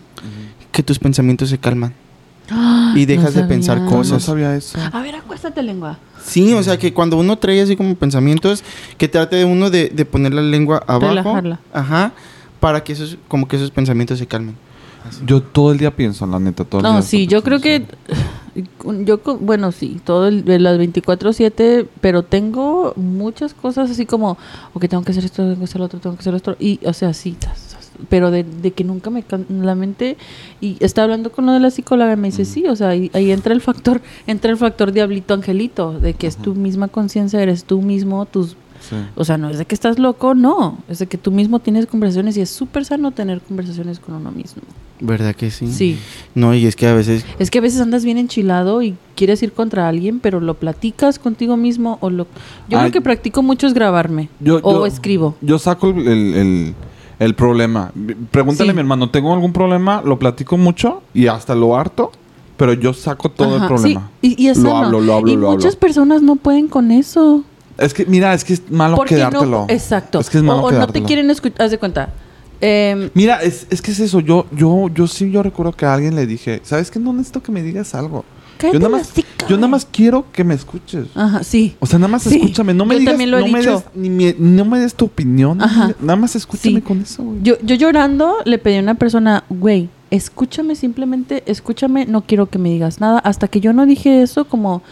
[SPEAKER 3] que tus pensamientos se calman. Y dejas de pensar
[SPEAKER 2] sabía.
[SPEAKER 1] ¿Cómo
[SPEAKER 3] cosas.
[SPEAKER 1] no sabía eso?
[SPEAKER 2] A ver, acuéstate lengua.
[SPEAKER 3] Sí, o sea que cuando uno trae así como pensamientos, que trate de uno de, de poner la lengua abajo.
[SPEAKER 2] Relajarla.
[SPEAKER 3] Ajá. Para que esos, como que esos pensamientos se calmen.
[SPEAKER 1] Yo todo el día pienso, la neta, todo el día.
[SPEAKER 2] No, sí, yo creo que yo co- bueno, sí, todo el, de las 24/7, pero tengo muchas cosas así como ok, tengo que hacer esto, tengo que hacer lo otro, tengo que hacer lo otro y o sea, sí, tas, tas, pero de, de que nunca me can- la mente y está hablando con lo de la psicóloga y me dice, "Sí, o sea, ahí, ahí entra el factor, entra el factor diablito angelito, de que es tu misma conciencia, eres tú mismo, tus
[SPEAKER 1] Sí.
[SPEAKER 2] O sea, no es de que estás loco, no. Es de que tú mismo tienes conversaciones y es súper sano tener conversaciones con uno mismo.
[SPEAKER 3] ¿Verdad que sí?
[SPEAKER 2] Sí.
[SPEAKER 3] No, y es que a veces.
[SPEAKER 2] Es que a veces andas bien enchilado y quieres ir contra alguien, pero lo platicas contigo mismo o lo... Yo
[SPEAKER 1] Ah,
[SPEAKER 2] lo que practico mucho es grabarme
[SPEAKER 1] Yo-
[SPEAKER 2] o
[SPEAKER 1] yo-
[SPEAKER 2] escribo.
[SPEAKER 1] Yo saco el, el- el- el problema. Pregúntale
[SPEAKER 2] Sí.
[SPEAKER 1] a mi hermano, ¿tengo algún problema? Lo platico mucho y hasta lo harto, pero yo saco todo
[SPEAKER 2] Ajá,
[SPEAKER 1] el problema.
[SPEAKER 2] Sí, y, y es
[SPEAKER 1] Lo
[SPEAKER 2] sano.
[SPEAKER 1] hablo, lo hablo,
[SPEAKER 2] y
[SPEAKER 1] lo hablo.
[SPEAKER 2] muchas personas no pueden con eso.
[SPEAKER 1] Es que, mira, es que es malo quedártelo.
[SPEAKER 2] no... Exacto.
[SPEAKER 1] Es que es
[SPEAKER 2] o,
[SPEAKER 1] malo
[SPEAKER 2] o no te
[SPEAKER 1] quedártelo.
[SPEAKER 2] quieren escuchar. Haz de cuenta. Em,
[SPEAKER 1] Mira, es, es que es eso. Yo, yo, yo sí, yo recuerdo que a alguien le dije, ¿sabes qué? No necesito que me digas algo.
[SPEAKER 2] cállate
[SPEAKER 1] yo nada
[SPEAKER 2] la
[SPEAKER 1] más,
[SPEAKER 2] hocica,
[SPEAKER 1] yo nada
[SPEAKER 2] güey.
[SPEAKER 1] más quiero que me escuches.
[SPEAKER 2] Ajá, sí.
[SPEAKER 1] O sea, nada más
[SPEAKER 2] ¿eh? Sí,
[SPEAKER 1] escúchame. No me
[SPEAKER 2] yo
[SPEAKER 1] digas,
[SPEAKER 2] también lo he
[SPEAKER 1] no, me
[SPEAKER 2] dicho.
[SPEAKER 1] des, ni mi- no me des tu opinión. no me
[SPEAKER 2] Ajá.
[SPEAKER 1] digas- Nada más escúchame
[SPEAKER 2] Sí.
[SPEAKER 1] con eso, güey.
[SPEAKER 2] Yo, yo llorando le pedí a una persona, güey, escúchame simplemente, escúchame, no quiero que me digas nada. Hasta que yo no dije eso, como,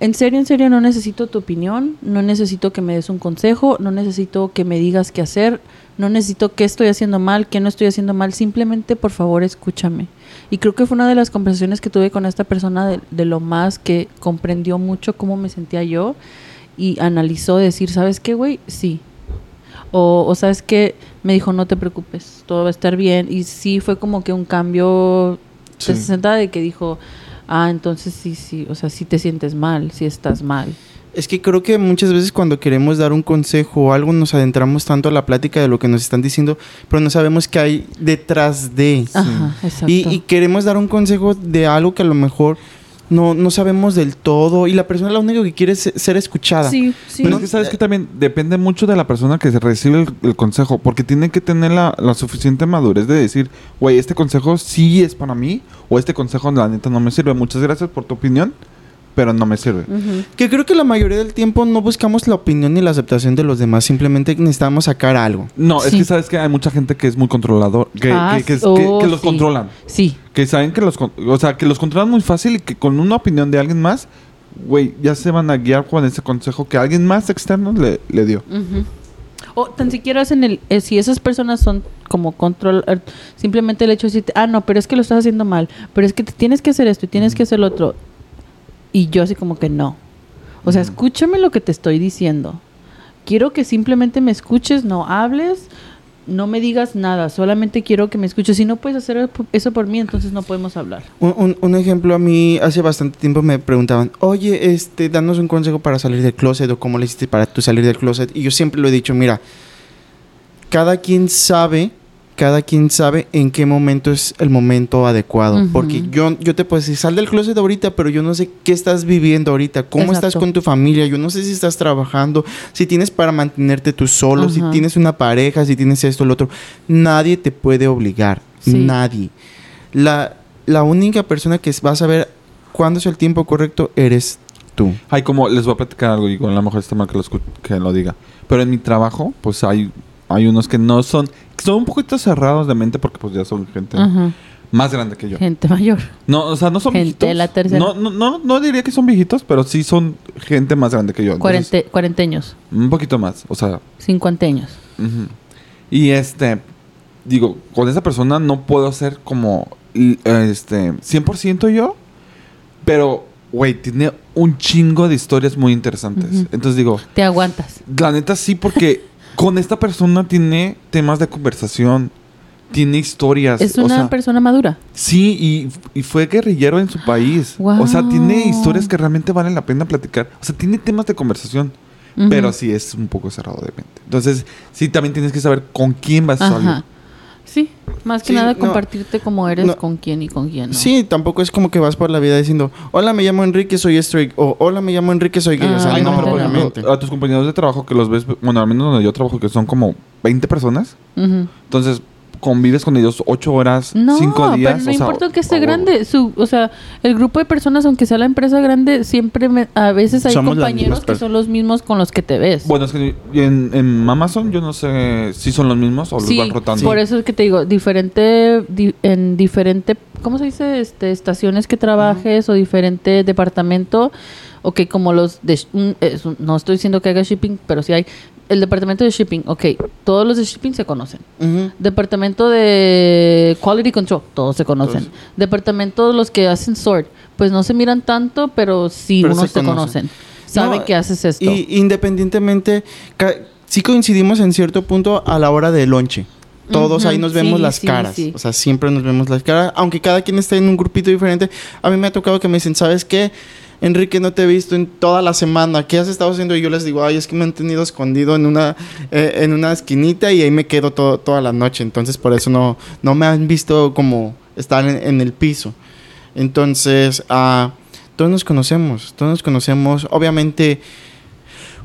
[SPEAKER 2] en serio, en serio, no necesito tu opinión, no necesito que me des un consejo, no necesito que me digas qué hacer, no necesito qué estoy haciendo mal, qué no estoy haciendo mal, simplemente por favor escúchame. Y creo que fue una de las conversaciones que tuve con esta persona de, de lo más que comprendió mucho cómo me sentía yo y analizó decir, ¿sabes qué, güey? Sí. O, o sabes qué, me dijo, no te preocupes, todo va a estar bien. Y sí fue como que un cambio
[SPEAKER 3] Sí.
[SPEAKER 2] 360 de que dijo, ah, entonces sí, sí, o sea, sí te sientes mal, sí estás mal.
[SPEAKER 3] Es que creo que muchas veces cuando queremos dar un consejo o algo nos adentramos tanto a la plática de lo que nos están diciendo, pero no sabemos qué hay detrás de.
[SPEAKER 2] Ajá, exacto.
[SPEAKER 3] Y, y queremos dar un consejo de algo que a lo mejor no, no sabemos del todo y la persona lo único que quiere es ser escuchada.
[SPEAKER 2] sí, sí.
[SPEAKER 1] Pero es que sabes que también depende mucho de la persona que se recibe el, el consejo, porque tiene que tener la, la suficiente madurez de decir, güey, este consejo sí es para mí, o este consejo la neta no me sirve. Muchas gracias por tu opinión, pero no me sirve.
[SPEAKER 2] Ujú.
[SPEAKER 3] Que creo que la mayoría del tiempo no buscamos la opinión ni la aceptación de los demás, simplemente necesitamos sacar algo.
[SPEAKER 1] No, es
[SPEAKER 2] Sí.
[SPEAKER 1] que sabes que hay mucha gente que es muy controlador, que,
[SPEAKER 2] Ah,
[SPEAKER 1] que- que-
[SPEAKER 2] sí.
[SPEAKER 1] que- que
[SPEAKER 2] Oh,
[SPEAKER 1] los
[SPEAKER 2] sí.
[SPEAKER 1] controlan,
[SPEAKER 2] Sí,
[SPEAKER 1] que saben que los, con- o sea, que los controlan muy fácil y que con una opinión de alguien más, güey, ya se van a guiar con ese consejo que alguien más externo le, le dio.
[SPEAKER 2] Ujú. O tan siquiera hacen el, eh, si esas personas son como control, eh, simplemente el hecho de decirte, ah, no, pero es que lo estás haciendo mal, pero es que te tienes que hacer esto y tienes que hacer lo otro. Y yo así como que no. O sea,
[SPEAKER 1] Ujú.
[SPEAKER 2] escúchame lo que te estoy diciendo. Quiero que simplemente me escuches, no hables, no me digas nada, solamente quiero que me escuches. Si no puedes hacer eso por mí, entonces no podemos hablar.
[SPEAKER 3] Un, un- un ejemplo a mí, hace bastante tiempo me preguntaban, oye, este, danos un consejo para salir del closet o cómo le hiciste para tú salir del closet. Y yo siempre lo he dicho, mira, cada quien sabe, cada quien sabe en qué momento es el momento adecuado.
[SPEAKER 2] Ujú.
[SPEAKER 3] Porque yo, yo te puedo decir, sal del closet ahorita, pero yo no sé qué estás viviendo ahorita, cómo estás
[SPEAKER 2] Exacto.
[SPEAKER 3] con tu familia, yo no sé si estás trabajando, si tienes para mantenerte tú solo, si
[SPEAKER 2] Ajá.
[SPEAKER 3] tienes una pareja, si tienes esto, lo otro. Nadie te puede obligar,
[SPEAKER 2] Sí.
[SPEAKER 3] nadie. La, la única persona que va a saber cuándo es el tiempo correcto eres tú.
[SPEAKER 1] Hay como, les voy a platicar algo y con la mejor está mal que lo, escu- que lo diga. Pero en mi trabajo, pues hay, hay unos que no son, que son un poquito cerrados de mente porque pues ya son gente
[SPEAKER 2] Ajá.
[SPEAKER 1] más grande que yo.
[SPEAKER 2] Gente mayor.
[SPEAKER 1] No, o sea, no son
[SPEAKER 2] Gente
[SPEAKER 1] viejitos.
[SPEAKER 2] de la tercera.
[SPEAKER 1] No, no, no, no diría que son viejitos, pero sí son gente más grande que yo. Entonces,
[SPEAKER 2] Cuarente- cuarenteños,
[SPEAKER 1] Un poquito más, o sea.
[SPEAKER 2] cincuenteños.
[SPEAKER 1] ujú. Y este, digo, con esa persona no puedo ser como, l- este, 100% yo, pero, güey, tiene un chingo de historias muy interesantes.
[SPEAKER 2] Ujú.
[SPEAKER 1] Entonces digo,
[SPEAKER 2] Te aguantas.
[SPEAKER 1] La neta sí, porque con esta persona tiene temas de conversación, tiene historias.
[SPEAKER 2] Es
[SPEAKER 1] o
[SPEAKER 2] una
[SPEAKER 1] sea,
[SPEAKER 2] persona madura.
[SPEAKER 1] sí, y, y fue guerrillero en su país. O sea, tiene
[SPEAKER 2] Guau.
[SPEAKER 1] historias que realmente valen la pena platicar. O sea, tiene temas de conversación,
[SPEAKER 2] Ujú.
[SPEAKER 1] pero sí es un poco cerrado de mente. Entonces, sí, también tienes que saber con quién vas a salir.
[SPEAKER 2] Ajá. Sí, más que
[SPEAKER 3] Sí,
[SPEAKER 2] nada
[SPEAKER 3] no.
[SPEAKER 2] compartirte como eres,
[SPEAKER 3] No.
[SPEAKER 2] con quién y con quién no.
[SPEAKER 3] Sí, tampoco es como que vas por la vida diciendo, hola, me llamo Enrique, soy straight, o hola, me llamo Enrique, soy gay. o sea,
[SPEAKER 2] Ah,
[SPEAKER 1] Ay, no,
[SPEAKER 3] no,
[SPEAKER 1] pero por
[SPEAKER 2] obviamente
[SPEAKER 3] obviamente.
[SPEAKER 1] ejemplo, a tus compañeros de trabajo que los ves, bueno, al menos donde yo trabajo, que son como 20 personas.
[SPEAKER 2] Ujú.
[SPEAKER 1] Entonces, convives con ellos 8 horas,
[SPEAKER 2] No,
[SPEAKER 1] 5 días.
[SPEAKER 2] pero no
[SPEAKER 1] o sea,
[SPEAKER 2] importa que esté
[SPEAKER 1] a huevo.
[SPEAKER 2] grande. Su, o sea, el grupo de personas, aunque sea la empresa grande, siempre me- a veces hay
[SPEAKER 3] Somos las
[SPEAKER 2] compañeros
[SPEAKER 3] mismas
[SPEAKER 2] que
[SPEAKER 3] pers-
[SPEAKER 2] son los mismos con los que te ves.
[SPEAKER 1] Bueno, es que en, en Amazon yo no sé si son los mismos o los
[SPEAKER 2] sí,
[SPEAKER 1] van rotando.
[SPEAKER 2] por eso es que te digo, diferente, di- en diferente, ¿cómo se dice? Este, estaciones que trabajes o diferente departamento, ok, como los de, sh- un- es un- no estoy diciendo que haga shipping, pero sí hay, el departamento de shipping, ok, todos los de shipping se conocen.
[SPEAKER 3] Ujú.
[SPEAKER 2] Departamento de Quality Control, todos se conocen.
[SPEAKER 1] Todos.
[SPEAKER 2] Departamento de los que hacen sort, pues no se miran tanto, pero sí,
[SPEAKER 3] Pero
[SPEAKER 2] unos
[SPEAKER 3] se
[SPEAKER 2] se
[SPEAKER 3] conocen.
[SPEAKER 2] conocen. Saben
[SPEAKER 3] No,
[SPEAKER 2] que haces esto.
[SPEAKER 3] Y independientemente, ca- sí coincidimos en cierto punto a la hora del lonche. Todos
[SPEAKER 2] Ujú,
[SPEAKER 3] ahí nos vemos
[SPEAKER 2] sí,
[SPEAKER 3] las
[SPEAKER 2] sí,
[SPEAKER 3] caras.
[SPEAKER 2] sí.
[SPEAKER 3] O sea, siempre nos vemos las caras. Aunque cada quien esté en un grupito diferente. A mí me ha tocado que me dicen, ¿sabes qué? Enrique, no te he visto en toda la semana. ¿Qué has estado haciendo? Y yo les digo, ay, es que me han tenido escondido en una, eh, en una esquinita y ahí me quedo to- toda la noche. Entonces, por eso no, no me han visto como estar en, en el piso. Entonces, ah, todos nos conocemos. Todos nos conocemos. Obviamente,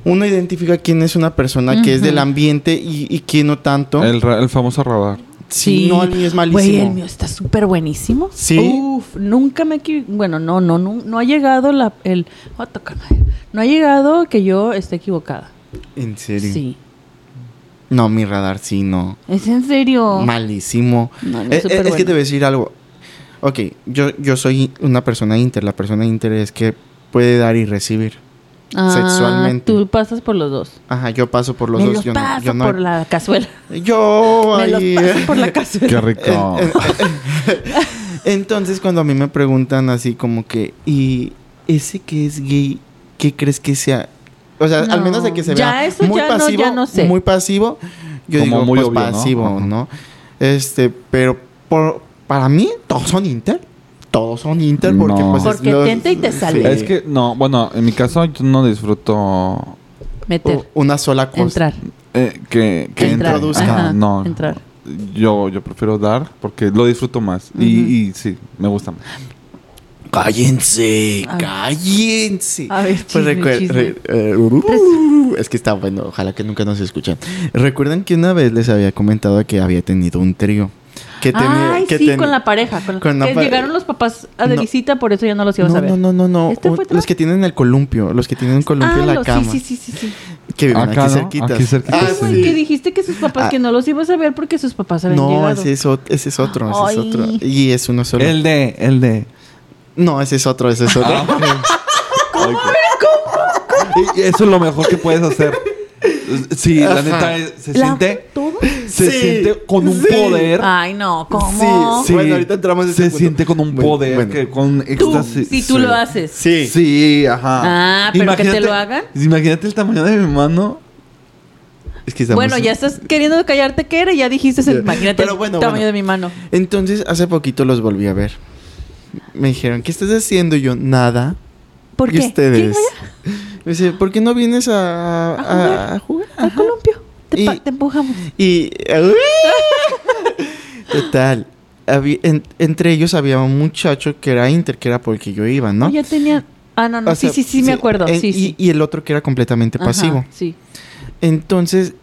[SPEAKER 3] uno identifica quién es una persona que es
[SPEAKER 2] Ujú.
[SPEAKER 3] del ambiente y, y quién no tanto.
[SPEAKER 1] El, ra- el famoso radar.
[SPEAKER 3] Sí, no, el mío es malísimo.
[SPEAKER 2] Güey, el mío está súper buenísimo.
[SPEAKER 3] Sí.
[SPEAKER 2] Uf, nunca me... equi- Bueno, no, no, no, no ha llegado la... El, voy a tocar madera. no ha llegado que yo esté equivocada.
[SPEAKER 3] ¿En serio?
[SPEAKER 2] Sí.
[SPEAKER 3] No, mi radar sí, no.
[SPEAKER 2] ¿Es en serio?
[SPEAKER 3] Malísimo.
[SPEAKER 2] No, no,
[SPEAKER 3] Eh, eh, es,
[SPEAKER 2] superbueno.
[SPEAKER 3] que te voy a decir algo. Ok, yo, yo soy una persona inter. La persona inter es que puede dar y recibir.
[SPEAKER 2] Ah,
[SPEAKER 3] sexualmente.
[SPEAKER 2] Tú pasas por los dos.
[SPEAKER 3] Ajá, yo paso por los
[SPEAKER 2] me
[SPEAKER 3] dos.
[SPEAKER 2] los
[SPEAKER 3] yo no-
[SPEAKER 2] paso
[SPEAKER 3] yo no,
[SPEAKER 2] por la cazuela.
[SPEAKER 3] Yo
[SPEAKER 2] me
[SPEAKER 3] ahí.
[SPEAKER 2] los paso por la cazuela.
[SPEAKER 1] Qué rico.
[SPEAKER 3] Entonces, cuando a mí me preguntan así como que, ¿y ese que es gay, qué crees que sea? O sea, al
[SPEAKER 2] No,
[SPEAKER 3] menos de que se
[SPEAKER 2] ya
[SPEAKER 3] vea
[SPEAKER 2] eso
[SPEAKER 3] muy
[SPEAKER 2] ya no-
[SPEAKER 3] pasivo,
[SPEAKER 2] ya no sé.
[SPEAKER 3] muy pasivo, yo
[SPEAKER 1] Como
[SPEAKER 3] digo
[SPEAKER 1] muy
[SPEAKER 3] pues,
[SPEAKER 1] obvio, ¿no?
[SPEAKER 3] pasivo, ¿no?
[SPEAKER 1] Ajá.
[SPEAKER 3] Este, pero por- para mí todos son inter. Todos son inter porque
[SPEAKER 1] No.
[SPEAKER 3] pues es
[SPEAKER 2] Porque
[SPEAKER 3] los-
[SPEAKER 2] tenta y te sale.
[SPEAKER 3] sí.
[SPEAKER 1] Es que, no, bueno, en mi caso yo no disfruto
[SPEAKER 2] Meter.
[SPEAKER 3] U- una sola cosa.
[SPEAKER 2] entrar.
[SPEAKER 1] eh, que, que
[SPEAKER 3] Que
[SPEAKER 1] entre.
[SPEAKER 3] introduzca.
[SPEAKER 1] Ajá,
[SPEAKER 2] Ajá,
[SPEAKER 1] no,
[SPEAKER 2] entrar.
[SPEAKER 1] Yo, yo prefiero dar porque lo disfruto más.
[SPEAKER 2] Ujú.
[SPEAKER 1] y, y sí, me gusta más.
[SPEAKER 3] Cállense,
[SPEAKER 2] A ver.
[SPEAKER 3] cállense.
[SPEAKER 2] A ver,
[SPEAKER 3] Pues
[SPEAKER 2] chisme,
[SPEAKER 3] recuer-
[SPEAKER 2] chisme.
[SPEAKER 3] re- eh, uh, uh, uh, es que está bueno, ojalá que nunca nos escuchen. Recuerden que una vez les había comentado que había tenido un trío. Que tenía-
[SPEAKER 2] Ay,
[SPEAKER 3] que
[SPEAKER 2] sí,
[SPEAKER 3] ten-
[SPEAKER 2] con la pareja. Con la-
[SPEAKER 3] con la
[SPEAKER 2] que
[SPEAKER 3] pa-
[SPEAKER 2] llegaron los papás a de
[SPEAKER 3] No.
[SPEAKER 2] visita, por eso ya no los
[SPEAKER 3] No,
[SPEAKER 2] ibas a ver.
[SPEAKER 3] no, no, no, no.
[SPEAKER 2] ¿Este
[SPEAKER 3] O-
[SPEAKER 2] fue atrás?
[SPEAKER 3] los que tienen el columpio, los que tienen el columpio en
[SPEAKER 2] Ah,
[SPEAKER 3] la
[SPEAKER 2] los- sí,
[SPEAKER 3] cama.
[SPEAKER 2] sí, sí, sí, sí.
[SPEAKER 3] Que viven
[SPEAKER 1] Acá,
[SPEAKER 3] aquí
[SPEAKER 1] ¿no?
[SPEAKER 3] cerquitas.
[SPEAKER 1] Aquí cerquitas,
[SPEAKER 3] Ah,
[SPEAKER 1] sí.
[SPEAKER 2] Güey,
[SPEAKER 1] Sí.
[SPEAKER 2] que dijiste que sus papás
[SPEAKER 3] Ah.
[SPEAKER 2] que no los ibas a ver porque sus papás habían
[SPEAKER 3] No,
[SPEAKER 2] llegado.
[SPEAKER 3] ese es, ot- ese es otro, ese
[SPEAKER 2] Ay.
[SPEAKER 3] es otro. Y es uno solo.
[SPEAKER 1] El Ah, de, el de.
[SPEAKER 3] No, ese es otro, ese es otro.
[SPEAKER 1] Y Eso es lo mejor que puedes hacer. Sí, la
[SPEAKER 3] Ajá.
[SPEAKER 1] neta es- se
[SPEAKER 2] La-
[SPEAKER 1] siente,
[SPEAKER 2] ¿Todo?
[SPEAKER 1] se
[SPEAKER 3] Sí,
[SPEAKER 1] siente con un
[SPEAKER 3] sí.
[SPEAKER 1] poder.
[SPEAKER 2] Ay, no, ¿cómo?
[SPEAKER 3] Sí, Bueno, ahorita entramos en
[SPEAKER 1] Se
[SPEAKER 3] ese punto.
[SPEAKER 1] siente con un
[SPEAKER 3] Bueno,
[SPEAKER 1] poder
[SPEAKER 3] bueno.
[SPEAKER 1] que con
[SPEAKER 2] Tú,
[SPEAKER 1] éxtasis.
[SPEAKER 2] si tú
[SPEAKER 1] Sí.
[SPEAKER 2] lo haces.
[SPEAKER 3] Sí.
[SPEAKER 1] Sí, ajá.
[SPEAKER 2] Ah, pero que te lo hagan.
[SPEAKER 1] Imagínate el tamaño de mi mano.
[SPEAKER 3] Es que estamos-
[SPEAKER 2] Bueno, ya estás queriendo callarte que era y ya dijiste,
[SPEAKER 3] Ya.
[SPEAKER 2] imagínate
[SPEAKER 3] Pero
[SPEAKER 2] el
[SPEAKER 3] bueno,
[SPEAKER 2] tamaño
[SPEAKER 3] bueno.
[SPEAKER 2] de mi mano.
[SPEAKER 3] Entonces, hace poquito los volví a ver. Me dijeron, ¿qué estás haciendo? Y Yo, nada.
[SPEAKER 2] ¿Por
[SPEAKER 3] ¿Y
[SPEAKER 2] qué? ¿Quién
[SPEAKER 3] ustedes?
[SPEAKER 2] vaya
[SPEAKER 3] Me dice, ¿por qué no vienes a,
[SPEAKER 2] A jugar.
[SPEAKER 3] a- a jugar?
[SPEAKER 2] al columpio? Te, pa-
[SPEAKER 3] Y-
[SPEAKER 2] te empujamos.
[SPEAKER 3] Y. Total. habí- en- entre ellos había un muchacho que era Inter, que era por el que yo iba, ¿no?
[SPEAKER 2] Oh, Ya tenía... Ah, no, no.
[SPEAKER 3] O
[SPEAKER 2] sí,
[SPEAKER 3] sea,
[SPEAKER 2] sí, sí, me acuerdo.
[SPEAKER 3] eh,
[SPEAKER 2] sí,
[SPEAKER 3] y,
[SPEAKER 2] sí.
[SPEAKER 3] y el otro que era completamente
[SPEAKER 2] Ajá,
[SPEAKER 3] pasivo.
[SPEAKER 2] sí.
[SPEAKER 3] Entonces,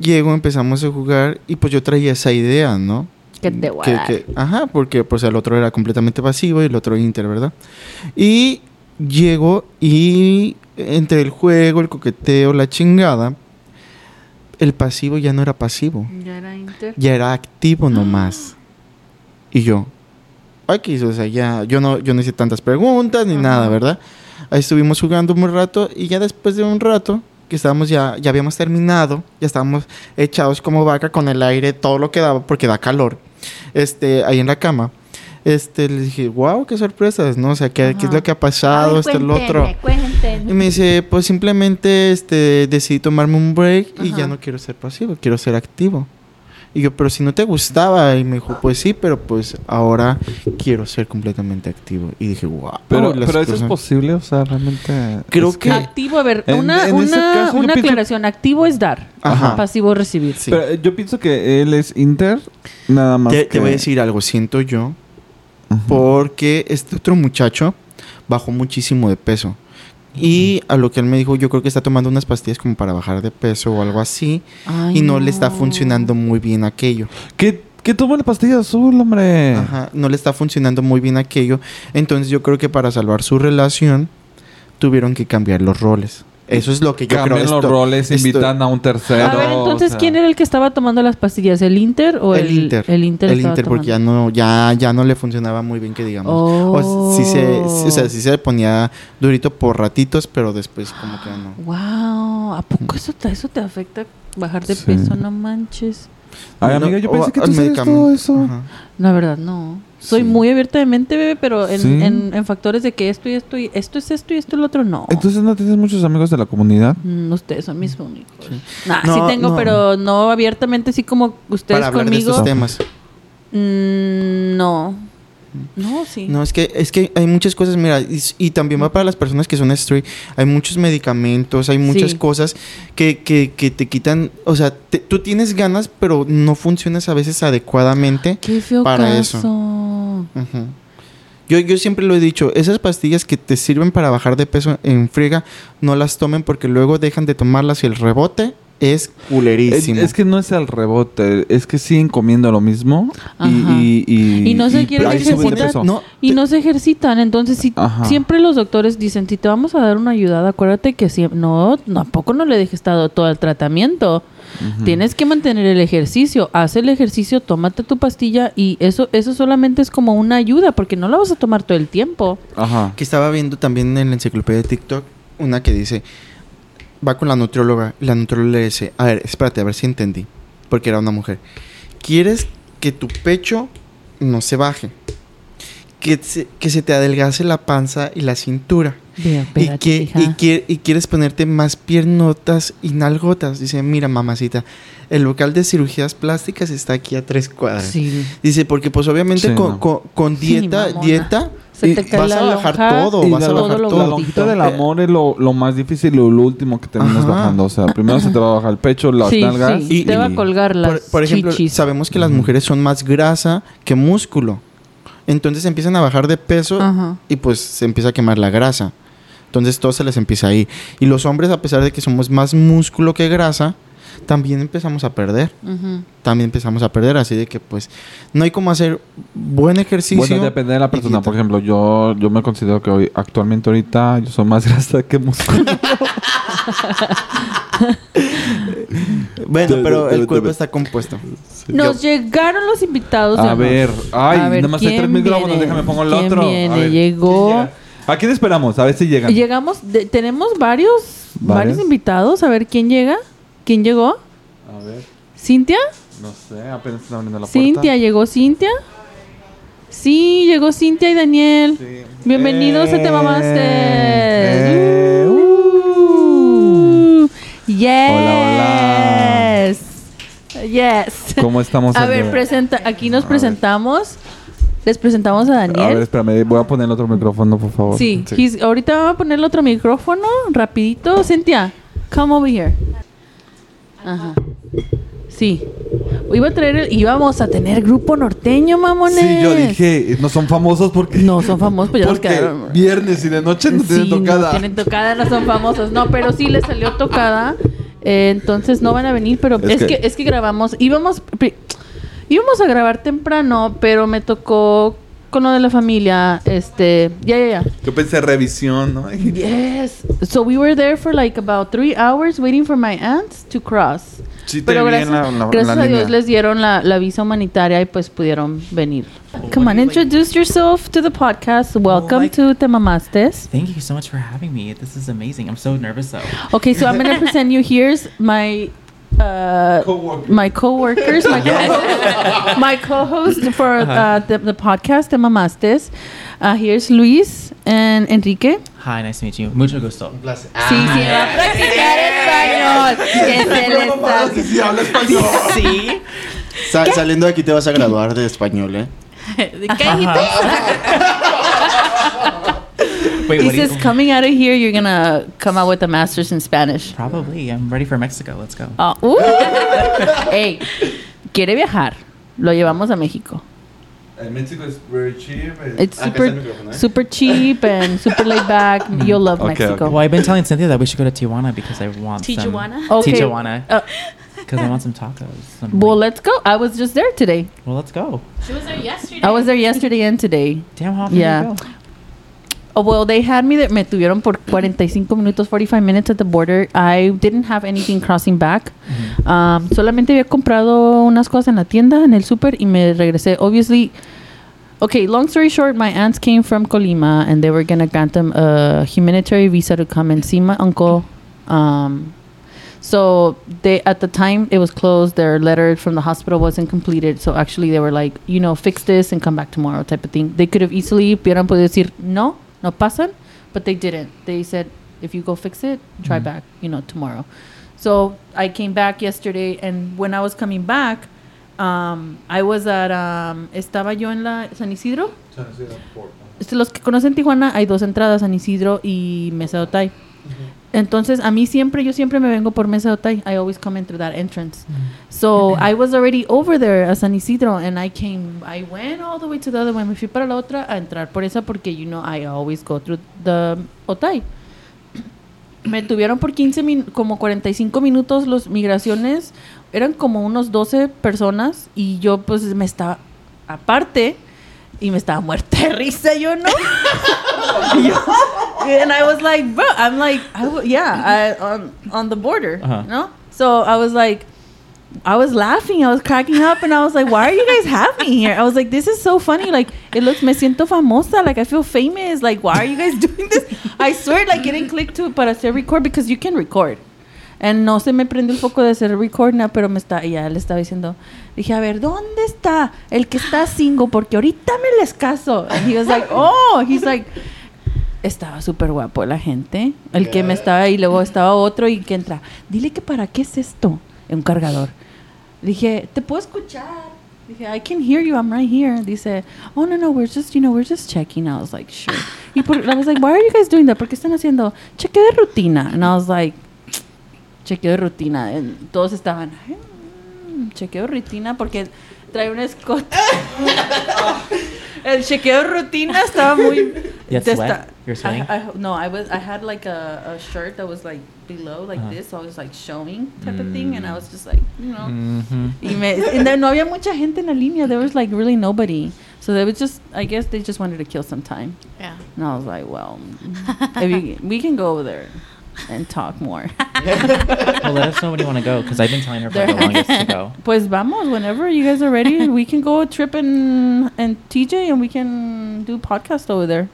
[SPEAKER 3] llego, empezamos a jugar y pues yo traía esa idea, ¿no?
[SPEAKER 2] Que te voy a dar.
[SPEAKER 3] Mm, que- Ajá, porque pues el otro era completamente pasivo y el otro Inter, ¿verdad? Y llego y entre el juego, el coqueteo, la chingada, el pasivo ya no era pasivo,
[SPEAKER 2] Ya era Inter.
[SPEAKER 3] ya era
[SPEAKER 2] Ah.
[SPEAKER 3] activo nomás. Y yo, X, o sea, ya, yo no, yo no hice tantas preguntas ni
[SPEAKER 2] Ajá.
[SPEAKER 3] nada, ¿verdad? Ahí estuvimos jugando un buen rato y ya después de un rato que estábamos ya, ya habíamos terminado, ya estábamos echados como vaca con el aire, todo lo que daba, porque da calor, este, ahí en la cama. Este, le dije, wow, qué sorpresas, ¿no? O sea, ¿qué, qué es
[SPEAKER 2] Ajá.
[SPEAKER 3] lo que ha pasado? este, el otro. Y me dice, pues simplemente este, decidí tomarme un break y
[SPEAKER 2] Ajá.
[SPEAKER 3] ya no quiero ser pasivo, quiero ser activo. Y yo, pero si no te gustaba, y me dijo, pues sí, pero pues ahora quiero ser completamente activo. Y dije, wow.
[SPEAKER 1] Pero,
[SPEAKER 3] las
[SPEAKER 1] pero eso es
[SPEAKER 3] personas-
[SPEAKER 1] posible, o sea, realmente.
[SPEAKER 3] Creo
[SPEAKER 1] es
[SPEAKER 3] que-
[SPEAKER 2] Activo, a ver,
[SPEAKER 1] En-
[SPEAKER 2] una,
[SPEAKER 1] en ese
[SPEAKER 2] una,
[SPEAKER 1] caso yo
[SPEAKER 2] una
[SPEAKER 1] pienso-
[SPEAKER 2] aclaración. Activo es dar,
[SPEAKER 3] Ajá.
[SPEAKER 2] pasivo recibir.
[SPEAKER 3] Sí.
[SPEAKER 1] Pero eh, yo pienso que él es Inter, nada más.
[SPEAKER 3] te, te
[SPEAKER 1] que-
[SPEAKER 3] voy a decir algo, siento yo,
[SPEAKER 1] Ajá.
[SPEAKER 3] porque este otro muchacho bajó muchísimo de peso. Y a lo que él me dijo, yo creo que está tomando unas pastillas como para bajar de peso o algo así.
[SPEAKER 2] Ay,
[SPEAKER 3] y no, le está funcionando muy bien aquello.
[SPEAKER 1] ¿Qué, qué toma la pastilla azul, hombre?
[SPEAKER 3] Ajá, no le está funcionando muy bien aquello. Entonces yo creo que para salvar su relación tuvieron que cambiar los roles. Eso es lo que yo
[SPEAKER 1] Cambian
[SPEAKER 3] creo.
[SPEAKER 1] los
[SPEAKER 3] esto-
[SPEAKER 1] roles,
[SPEAKER 3] esto-
[SPEAKER 1] invitan a un tercero.
[SPEAKER 2] a ver, entonces,
[SPEAKER 1] o sea.
[SPEAKER 2] ¿quién era el que estaba tomando las pastillas? ¿El Inter o el,
[SPEAKER 3] el Inter.
[SPEAKER 2] El Inter, estaba
[SPEAKER 3] porque ya
[SPEAKER 2] tomando?
[SPEAKER 3] no, ya, ya no le funcionaba muy bien que digamos. O, si se,
[SPEAKER 2] Oh.
[SPEAKER 3] o sea, sí se ponía durito por ratitos, pero después como que no.
[SPEAKER 2] Wow, ¿a poco eso te, eso te afecta bajar de
[SPEAKER 1] Sí.
[SPEAKER 2] peso? No manches.
[SPEAKER 1] Ay, amiga, yo pensé que tú sabes todo eso.
[SPEAKER 2] La verdad, no. Soy
[SPEAKER 1] Sí.
[SPEAKER 2] muy abierta de mente, bebé, pero en,
[SPEAKER 1] Sí.
[SPEAKER 2] en, en factores de que esto y esto y esto es esto y esto y lo otro no.
[SPEAKER 1] Entonces, ¿no tienes muchos amigos de la comunidad?
[SPEAKER 2] Mm, ustedes son mis únicos. Nah,
[SPEAKER 3] No,
[SPEAKER 2] sí tengo,
[SPEAKER 3] no.
[SPEAKER 2] pero no abiertamente, así como ustedes
[SPEAKER 3] Para hablar de
[SPEAKER 2] conmigo.
[SPEAKER 3] estos temas.
[SPEAKER 2] Mm, no. No, sí.
[SPEAKER 3] No, es que, es que hay muchas cosas, mira, y, s- y también va para las personas que son straight. Hay muchos medicamentos, hay muchas
[SPEAKER 2] Sí.
[SPEAKER 3] cosas que, que, que te quitan, o sea, te- tú tienes ganas, pero no funcionas a veces adecuadamente.
[SPEAKER 2] Qué feo
[SPEAKER 3] Para
[SPEAKER 2] caso.
[SPEAKER 3] Ujú. Yo, yo siempre lo he dicho, esas pastillas que te sirven para bajar de peso en friega, no las tomen porque luego dejan de tomarlas y el rebote es
[SPEAKER 1] Es,
[SPEAKER 3] culerísimo.
[SPEAKER 1] Eh, es que no es al rebote, es que siguen comiendo lo mismo.
[SPEAKER 2] Ajá.
[SPEAKER 1] Y, y,
[SPEAKER 2] Y no se quieren
[SPEAKER 1] ahí suben de
[SPEAKER 2] ejercitar.
[SPEAKER 1] peso.
[SPEAKER 3] No,
[SPEAKER 2] Y
[SPEAKER 3] te-
[SPEAKER 2] no se ejercitan, entonces si
[SPEAKER 1] Ajá.
[SPEAKER 2] siempre los doctores dicen, si te vamos a dar una ayudada, acuérdate que si, no, tampoco no le dejes dado todo el tratamiento.
[SPEAKER 1] Ujú.
[SPEAKER 2] Tienes que mantener el ejercicio, haz el ejercicio, tómate tu pastilla y eso eso solamente es como una ayuda porque no la vas a tomar todo el tiempo.
[SPEAKER 1] Ajá.
[SPEAKER 3] que estaba viendo también en la enciclopedia de TikTok una que dice va con la nutrióloga y la nutrióloga le dice a ver espérate a ver si entendí porque era una mujer quieres que tu pecho no se baje que se, que se te adelgace la panza y la cintura.
[SPEAKER 2] Veo,
[SPEAKER 3] Y,
[SPEAKER 2] espérate,
[SPEAKER 3] que,
[SPEAKER 2] hija.
[SPEAKER 3] y, quie- y quieres ponerte más piernotas y nalgotas. Dice, mira, mamacita, el local de cirugías plásticas está aquí a tres cuadras.
[SPEAKER 2] Sí.
[SPEAKER 3] Dice, porque pues obviamente
[SPEAKER 1] Sí,
[SPEAKER 3] con,
[SPEAKER 1] no.
[SPEAKER 3] con- con
[SPEAKER 2] Sí,
[SPEAKER 3] dieta,
[SPEAKER 2] mamona.
[SPEAKER 3] dieta,
[SPEAKER 2] Se
[SPEAKER 1] Y
[SPEAKER 2] te cae
[SPEAKER 3] vas
[SPEAKER 2] la
[SPEAKER 3] a bajar
[SPEAKER 2] lonja,
[SPEAKER 3] todo,
[SPEAKER 2] y
[SPEAKER 3] vas a
[SPEAKER 1] la,
[SPEAKER 2] todo
[SPEAKER 3] bajar
[SPEAKER 2] lo
[SPEAKER 1] la
[SPEAKER 3] todo.
[SPEAKER 2] gordito.
[SPEAKER 1] lonjita del amor es lo, lo más difícil y lo último que terminas
[SPEAKER 3] Ajá.
[SPEAKER 1] bajando. O sea, primero se te va a bajar el pecho, las
[SPEAKER 2] sí,
[SPEAKER 1] nalgas.
[SPEAKER 2] sí,
[SPEAKER 1] y-
[SPEAKER 2] te va a colgar las
[SPEAKER 3] por, por ejemplo,
[SPEAKER 2] chichis.
[SPEAKER 3] sabemos que las mujeres son más grasa que músculo. Entonces empiezan a bajar de peso
[SPEAKER 2] Ajá.
[SPEAKER 3] y pues se empieza a quemar la grasa. Entonces todo se les empieza ahí. Y los hombres, a pesar de que somos más músculo que grasa, también empezamos a perder.
[SPEAKER 2] Ujú.
[SPEAKER 3] También empezamos a perder. Así de que pues no hay como hacer buen ejercicio.
[SPEAKER 1] bueno, depende de la persona.
[SPEAKER 3] dieta.
[SPEAKER 1] Por ejemplo, yo, yo me considero que hoy, actualmente ahorita yo soy más grasa que músculo.
[SPEAKER 3] Bueno,
[SPEAKER 1] Te-
[SPEAKER 3] pero
[SPEAKER 1] te-
[SPEAKER 3] el
[SPEAKER 1] te-
[SPEAKER 3] cuerpo
[SPEAKER 1] te-
[SPEAKER 3] está compuesto.
[SPEAKER 2] Nos llegaron los invitados.
[SPEAKER 1] a
[SPEAKER 2] hermano.
[SPEAKER 1] ver, ay,
[SPEAKER 2] A ver,
[SPEAKER 1] nada más hay
[SPEAKER 2] ¿quién
[SPEAKER 1] tres micrófonos,
[SPEAKER 2] viene?
[SPEAKER 1] déjame pongo el
[SPEAKER 2] ¿Quién
[SPEAKER 1] otro. A
[SPEAKER 2] viene?
[SPEAKER 1] ver,
[SPEAKER 2] Llegó-
[SPEAKER 1] ¿quién llega? ¿A quién esperamos? A ver si llegan.
[SPEAKER 2] Llegamos, de- tenemos varios, varios
[SPEAKER 1] ¿Varios?
[SPEAKER 2] invitados. A ver quién llega. ¿Quién llegó?
[SPEAKER 1] A ver,
[SPEAKER 2] ¿Cintia?
[SPEAKER 1] no sé, apenas están abriendo la puerta.
[SPEAKER 2] Cintia, ¿llegó Cintia? Sí, llegó Cintia y Daniel.
[SPEAKER 1] Sí.
[SPEAKER 2] Bienvenidos a Te
[SPEAKER 1] Eh,
[SPEAKER 2] Mamaste.
[SPEAKER 1] eh,
[SPEAKER 2] Uh.
[SPEAKER 1] Hola,
[SPEAKER 2] Yes. Yes.
[SPEAKER 1] ¿Cómo estamos?
[SPEAKER 2] A
[SPEAKER 1] el
[SPEAKER 2] ver,
[SPEAKER 1] de-
[SPEAKER 2] presenta, aquí nos
[SPEAKER 1] A ver.
[SPEAKER 2] presentamos. Les presentamos a
[SPEAKER 1] A ver,
[SPEAKER 2] Daniel.
[SPEAKER 1] espérame, voy a poner el otro micrófono, por favor.
[SPEAKER 2] sí, he's- ahorita vamos a ponerle otro micrófono, rapidito. Cintia, come over here. Ajá. Sí. Iba a traer el- íbamos a tener grupo norteño, mamones.
[SPEAKER 1] Sí, yo dije, no son famosos porque...
[SPEAKER 2] No, son famosos, pues ya nos
[SPEAKER 1] porque
[SPEAKER 2] quedaron.
[SPEAKER 1] viernes y de noche no tienen
[SPEAKER 2] Sí,
[SPEAKER 1] tocada.
[SPEAKER 2] No tienen tocada, no son famosos. No, pero sí les salió tocada. Eh, entonces no van a venir, pero es,
[SPEAKER 1] Es
[SPEAKER 2] que...
[SPEAKER 1] que-
[SPEAKER 2] es que grabamos, íbamos pri- íbamos a grabar temprano, pero me tocó con lo de la familia, este, ya ya ya.
[SPEAKER 1] Yo pensé revisión, ¿no?
[SPEAKER 2] Yes. So we were there for like about three hours waiting for my aunts to cross.
[SPEAKER 1] Sí, te
[SPEAKER 2] Pero
[SPEAKER 1] vi
[SPEAKER 2] gracias,
[SPEAKER 1] en la- la-
[SPEAKER 2] gracias
[SPEAKER 1] la
[SPEAKER 2] a
[SPEAKER 1] línea.
[SPEAKER 2] Dios les dieron la, la visa humanitaria y pues pudieron venir. Come on, introduce yourself to the podcast. Welcome
[SPEAKER 5] like-
[SPEAKER 2] to Te Mamastes.
[SPEAKER 5] Thank you so much for having me. This is amazing. I'm so nervous though.
[SPEAKER 2] Okay, so I'm gonna present you. Here's my uh,
[SPEAKER 1] Coworker.
[SPEAKER 2] my coworkers, my co- my co-host for uh, the, the podcast, the Mamastes. Uh, here's Luis and Enrique.
[SPEAKER 5] Hi, nice to meet you. Mucho gusto.
[SPEAKER 2] Sí,
[SPEAKER 3] Ah.
[SPEAKER 2] Ah, sí, va a practicar español. Que se le sabe.
[SPEAKER 5] Sí.
[SPEAKER 3] Sa- saliendo de aquí te vas a graduar de español, ¿eh?
[SPEAKER 5] Wait,
[SPEAKER 2] He
[SPEAKER 5] what do you-
[SPEAKER 2] says, coming out of here, you're gonna come out with a master's in Spanish.
[SPEAKER 5] Probably. I'm ready for Mexico. Let's go.
[SPEAKER 2] Ah, uh. Ey, quiere viajar. Lo llevamos a México.
[SPEAKER 1] El México es very cheap. Ah,
[SPEAKER 2] It's
[SPEAKER 3] Acá está el
[SPEAKER 2] super,
[SPEAKER 3] micrófono, eh.
[SPEAKER 2] super cheap and super laid back. You'll love
[SPEAKER 1] Okay,
[SPEAKER 2] Mexico.
[SPEAKER 1] okay.
[SPEAKER 5] Well, I've been telling Cynthia that we should go to Tijuana because I want
[SPEAKER 6] Tijuana?
[SPEAKER 5] some
[SPEAKER 2] Okay.
[SPEAKER 5] Tijuana
[SPEAKER 2] Uh,
[SPEAKER 5] because I want some tacos. Some,
[SPEAKER 2] well, let's go. I was just there today.
[SPEAKER 5] well, let's go.
[SPEAKER 6] She was there yesterday.
[SPEAKER 2] I was there yesterday and today.
[SPEAKER 5] Damn, how often
[SPEAKER 2] Yeah.
[SPEAKER 5] do you go?
[SPEAKER 2] Oh, well, they had me. That me tuvieron por 45 minutos, 45 minutes at the border. I didn't have anything crossing back. Um, solamente había comprado unas cosas en la tienda, en el super, y me regresé. Obviously, okay. Long story short, my aunts came from Colima, and they were gonna grant them a humanitarian visa to come and see my uncle. Um, so they at the time it was closed. Their letter from the hospital wasn't completed. So actually, they were like, you know, fix this and come back tomorrow type of thing. They could have easily hubieran podido decir no, no pasan, but they didn't. They said if you go fix it, try
[SPEAKER 5] Mhm.
[SPEAKER 2] back, you know, tomorrow. So I came back yesterday, and when I was coming back, um, I was at um, estaba yo en la San Isidro. Este, Los que conocen Tijuana hay dos entradas, San Isidro y Mesa de Otay. Entonces, a mí siempre, yo siempre me vengo por Mesa de Otay. I always come in through that entrance. So, I was already over there a San Isidro and I came, I went all the way to the other one. Me fui para la otra a entrar por esa porque, you know, I always go through the Otay. Me tuvieron por 15 min- como 45 minutos los migraciones. Eran como unos 12 personas y yo pues me estaba aparte y me estaba muerta de risa, yo no. Yo- and I was like, bro, I'm like, I w- yeah, I, on, on the border,
[SPEAKER 5] Ajá.
[SPEAKER 2] no? So I was like, I was laughing, I was cracking up, and I was like, why are you guys having me here? I was like, this is so funny. Like, it looks, me siento famosa. Like, I feel famous. Like, why are you guys doing this? I swear, like, it didn't click to para hacer record because you can record. Eh, no se me prendió el foco de hacer record, nada, pero me está, ya le estaba diciendo, dije, a ver, ¿dónde está el que está single? Porque ahorita me les caso. And he was like, oh, he's like, estaba súper guapo la gente. El que me estaba, y luego estaba otro y que entra, dile que para qué es esto, un cargador. Dije, te puedo escuchar. Dije, I can hear you, I'm right here. Dice, oh no, no, we're just, you know, we're just checking. I was like, sure. Y por, I was like, why are you guys doing that? ¿Por qué están haciendo chequeo de rutina? And I was like, chequeo de rutina. And todos estaban, "Ay, mm, chequeo de rutina porque trae un escote. El chequeo de rutina estaba muy.
[SPEAKER 5] You had
[SPEAKER 2] te
[SPEAKER 5] sweat?
[SPEAKER 2] está-
[SPEAKER 5] You were sweating?
[SPEAKER 2] I, I- no, I was. I had like a, a shirt that was like below, like
[SPEAKER 5] Ajá.
[SPEAKER 2] this. So I was like showing type of
[SPEAKER 5] Uh-huh. Mm.
[SPEAKER 2] thing, and I was just like, you know.
[SPEAKER 5] Mhm.
[SPEAKER 2] Y me, and then no había mucha gente en la línea. There was like really nobody. So they was just, I guess they just wanted to kill some time.
[SPEAKER 6] Yeah.
[SPEAKER 2] And I was like, well, if you, we can go over there and talk more.
[SPEAKER 5] well, let us know when you want to go because I've been telling her for the longest to go.
[SPEAKER 2] Pues vamos, whenever you guys are ready, we can go trip and, and TJ and we can do podcast over there.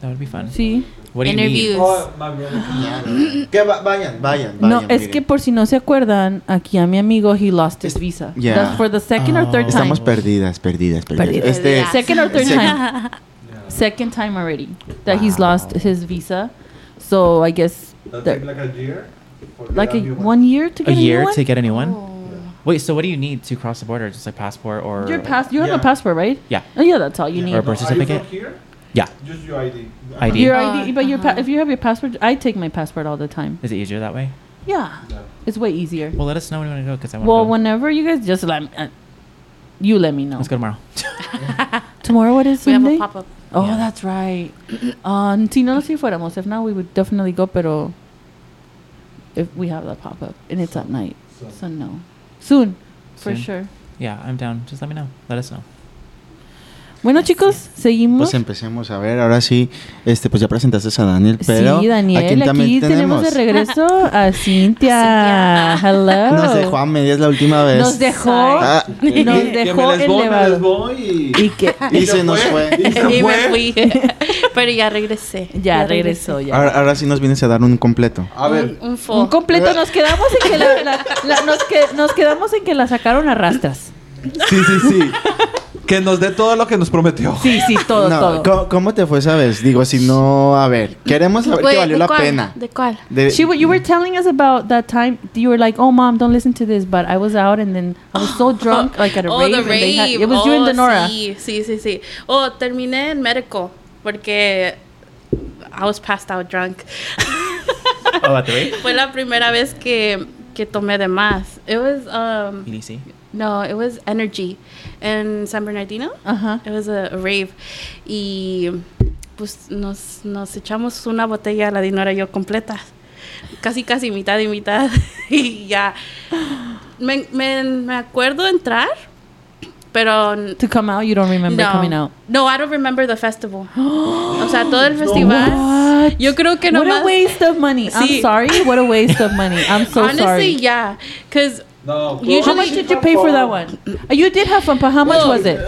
[SPEAKER 5] That would be fun.
[SPEAKER 2] Sí.
[SPEAKER 5] What do you
[SPEAKER 6] Interviews.
[SPEAKER 5] need?
[SPEAKER 1] Oh,
[SPEAKER 3] Que va- vayan, vayan, vayan.
[SPEAKER 2] no, es
[SPEAKER 3] miren.
[SPEAKER 2] que por si no se acuerdan, aquí a mi amigo, he lost his visa.
[SPEAKER 3] Yeah.
[SPEAKER 2] That's for the second or third time.
[SPEAKER 3] Estamos perdidas, perdidas, perdidas.
[SPEAKER 2] Perdidas.
[SPEAKER 3] Este,
[SPEAKER 6] Yeah.
[SPEAKER 2] Second or third
[SPEAKER 3] Second.
[SPEAKER 2] time. Second time already that he's
[SPEAKER 3] Wow.
[SPEAKER 2] lost his visa. So I guess there-
[SPEAKER 1] like a year?
[SPEAKER 2] like a, one year to
[SPEAKER 5] A
[SPEAKER 2] get a,
[SPEAKER 5] year
[SPEAKER 2] new
[SPEAKER 5] to
[SPEAKER 2] one?
[SPEAKER 5] get a new one?
[SPEAKER 6] Oh.
[SPEAKER 5] Wait, so what do you need to cross the border? Just like passport or
[SPEAKER 2] Your pass, you have a
[SPEAKER 1] Yeah.
[SPEAKER 2] passport, right?
[SPEAKER 5] Yeah.
[SPEAKER 2] Oh, yeah, that's all you
[SPEAKER 5] Or a
[SPEAKER 2] need.
[SPEAKER 5] birth certificate?
[SPEAKER 1] here?
[SPEAKER 5] Yeah.
[SPEAKER 1] Just your ID.
[SPEAKER 5] ID.
[SPEAKER 2] Your
[SPEAKER 6] Oh,
[SPEAKER 2] ID, but your pa-
[SPEAKER 6] uh-huh.
[SPEAKER 2] if you have your passport, I take my passport all the time.
[SPEAKER 5] Is it easier that way?
[SPEAKER 2] Yeah, it's way easier.
[SPEAKER 5] Well, let us know when you want to go because I want
[SPEAKER 2] Well,
[SPEAKER 5] to go.
[SPEAKER 2] whenever you guys just let me, uh, you let me know.
[SPEAKER 5] Let's go tomorrow.
[SPEAKER 2] Tomorrow, what is
[SPEAKER 6] We have
[SPEAKER 2] Sunday?
[SPEAKER 6] a pop up.
[SPEAKER 2] Oh,
[SPEAKER 5] Yeah.
[SPEAKER 2] that's right. um, si no, si fuéramos. If not, we would definitely go, pero if we have that pop up and it's at night, so no. Soon, for
[SPEAKER 5] Soon.
[SPEAKER 2] sure.
[SPEAKER 5] Yeah, I'm down. Just let me know. Let us know.
[SPEAKER 2] Bueno, chicos, seguimos.
[SPEAKER 3] Pues empecemos a ver, ahora sí, este, pues ya presentaste a Daniel, pero
[SPEAKER 2] sí,
[SPEAKER 3] ¿a
[SPEAKER 2] Daniel,
[SPEAKER 3] quién también
[SPEAKER 2] aquí tenemos?
[SPEAKER 3] tenemos?
[SPEAKER 2] de regreso a Cintia.
[SPEAKER 6] Cintia.
[SPEAKER 2] Hello.
[SPEAKER 3] Nos dejó a medias la última vez.
[SPEAKER 2] Nos dejó,
[SPEAKER 3] Ah,
[SPEAKER 2] nos dejó elevado. Y que
[SPEAKER 3] y se nos fue.
[SPEAKER 6] Y me fui. Pero ya regresé.
[SPEAKER 2] ya regresó ya.
[SPEAKER 3] Ahora, ahora sí nos vienes a dar un completo.
[SPEAKER 1] A ver,
[SPEAKER 6] Un, un full.
[SPEAKER 2] Un completo, nos quedamos en que la, la- la- nos, que- nos quedamos en que la sacaron a rastras.
[SPEAKER 1] sí, sí, sí. que nos dé todo lo que nos prometió.
[SPEAKER 2] Sí, sí, todo,
[SPEAKER 3] no,
[SPEAKER 2] todo.
[SPEAKER 3] ¿cómo, cómo te fue esa vez? Digo, si no, a ver, queremos saber
[SPEAKER 6] Wait,
[SPEAKER 3] que valió
[SPEAKER 6] ¿de
[SPEAKER 3] la
[SPEAKER 6] cuál?
[SPEAKER 3] pena.
[SPEAKER 6] ¿De cuál?
[SPEAKER 3] De-
[SPEAKER 2] She, wa- you were telling us about that time. You were like, "Oh, mom, don't listen to this." But I was out, and then I was so drunk, like at a
[SPEAKER 6] oh,
[SPEAKER 2] rave.
[SPEAKER 6] the
[SPEAKER 2] and they had-
[SPEAKER 6] rave.
[SPEAKER 2] it was
[SPEAKER 6] oh,
[SPEAKER 2] you and Denora.
[SPEAKER 6] Sí, sí, sí, sí. Oh, terminé en médico porque I was passed out drunk.
[SPEAKER 5] Oh, at the rate?
[SPEAKER 6] Fue la primera vez que, que tomé de más. It was, um,
[SPEAKER 5] EDC.
[SPEAKER 6] no, it was Energy en San Bernardino.
[SPEAKER 2] Ajá.
[SPEAKER 6] It was a, a rave. Y pues nos, nos echamos una botella, la dinora y yo completa. Casi, casi mitad y mitad. y ya. Me, me, me acuerdo entrar, pero. n-
[SPEAKER 2] To come out, you don't remember
[SPEAKER 6] no.
[SPEAKER 2] coming out.
[SPEAKER 6] No, I don't remember the festival. o sea, todo el festival.
[SPEAKER 2] What?
[SPEAKER 6] Yo creo que no
[SPEAKER 2] What a waste of money. I'm
[SPEAKER 6] Sí.
[SPEAKER 2] sorry. What a waste of money. I'm so
[SPEAKER 6] Honestly,
[SPEAKER 2] sorry.
[SPEAKER 6] yeah. Because.
[SPEAKER 1] No,
[SPEAKER 6] Usually-
[SPEAKER 2] How much did you pay for that one? Uh, You did have fun, but how much
[SPEAKER 6] Well,
[SPEAKER 2] was it?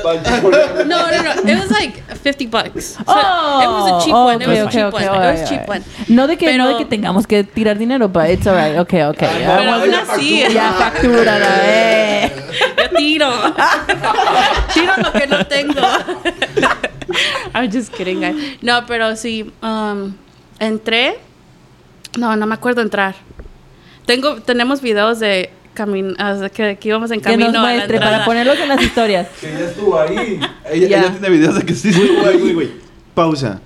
[SPEAKER 6] No, no, no. It was like 50 bucks. So,
[SPEAKER 2] Oh,
[SPEAKER 6] it was a cheap
[SPEAKER 2] oh,
[SPEAKER 6] one. It was
[SPEAKER 2] okay,
[SPEAKER 6] a
[SPEAKER 2] okay,
[SPEAKER 6] cheap
[SPEAKER 2] okay,
[SPEAKER 6] one.
[SPEAKER 2] alright,
[SPEAKER 6] it was cheap
[SPEAKER 2] alright.
[SPEAKER 6] one.
[SPEAKER 2] No de que no de
[SPEAKER 6] Pero-
[SPEAKER 2] que tengamos que tirar dinero, but it's alright. Okay, okay. yeah.
[SPEAKER 6] Pero aún así.
[SPEAKER 2] Ya factura, eh.
[SPEAKER 6] Yo tiro. tiro lo que no tengo. I'm just kidding, guys. No, pero sí. um, entré. No, no me acuerdo entrar. Tengo, tenemos videos de camin o sea, que, que íbamos en
[SPEAKER 2] Que
[SPEAKER 6] camino
[SPEAKER 2] nos
[SPEAKER 6] a la
[SPEAKER 2] muestre para
[SPEAKER 6] entrada.
[SPEAKER 2] ponerlos en las historias.
[SPEAKER 1] Que ella estuvo ahí. Ella,
[SPEAKER 2] Ya.
[SPEAKER 1] ella tiene videos de que sí estuvo
[SPEAKER 3] Güey, güey,
[SPEAKER 1] ahí.
[SPEAKER 3] güey. Pausa.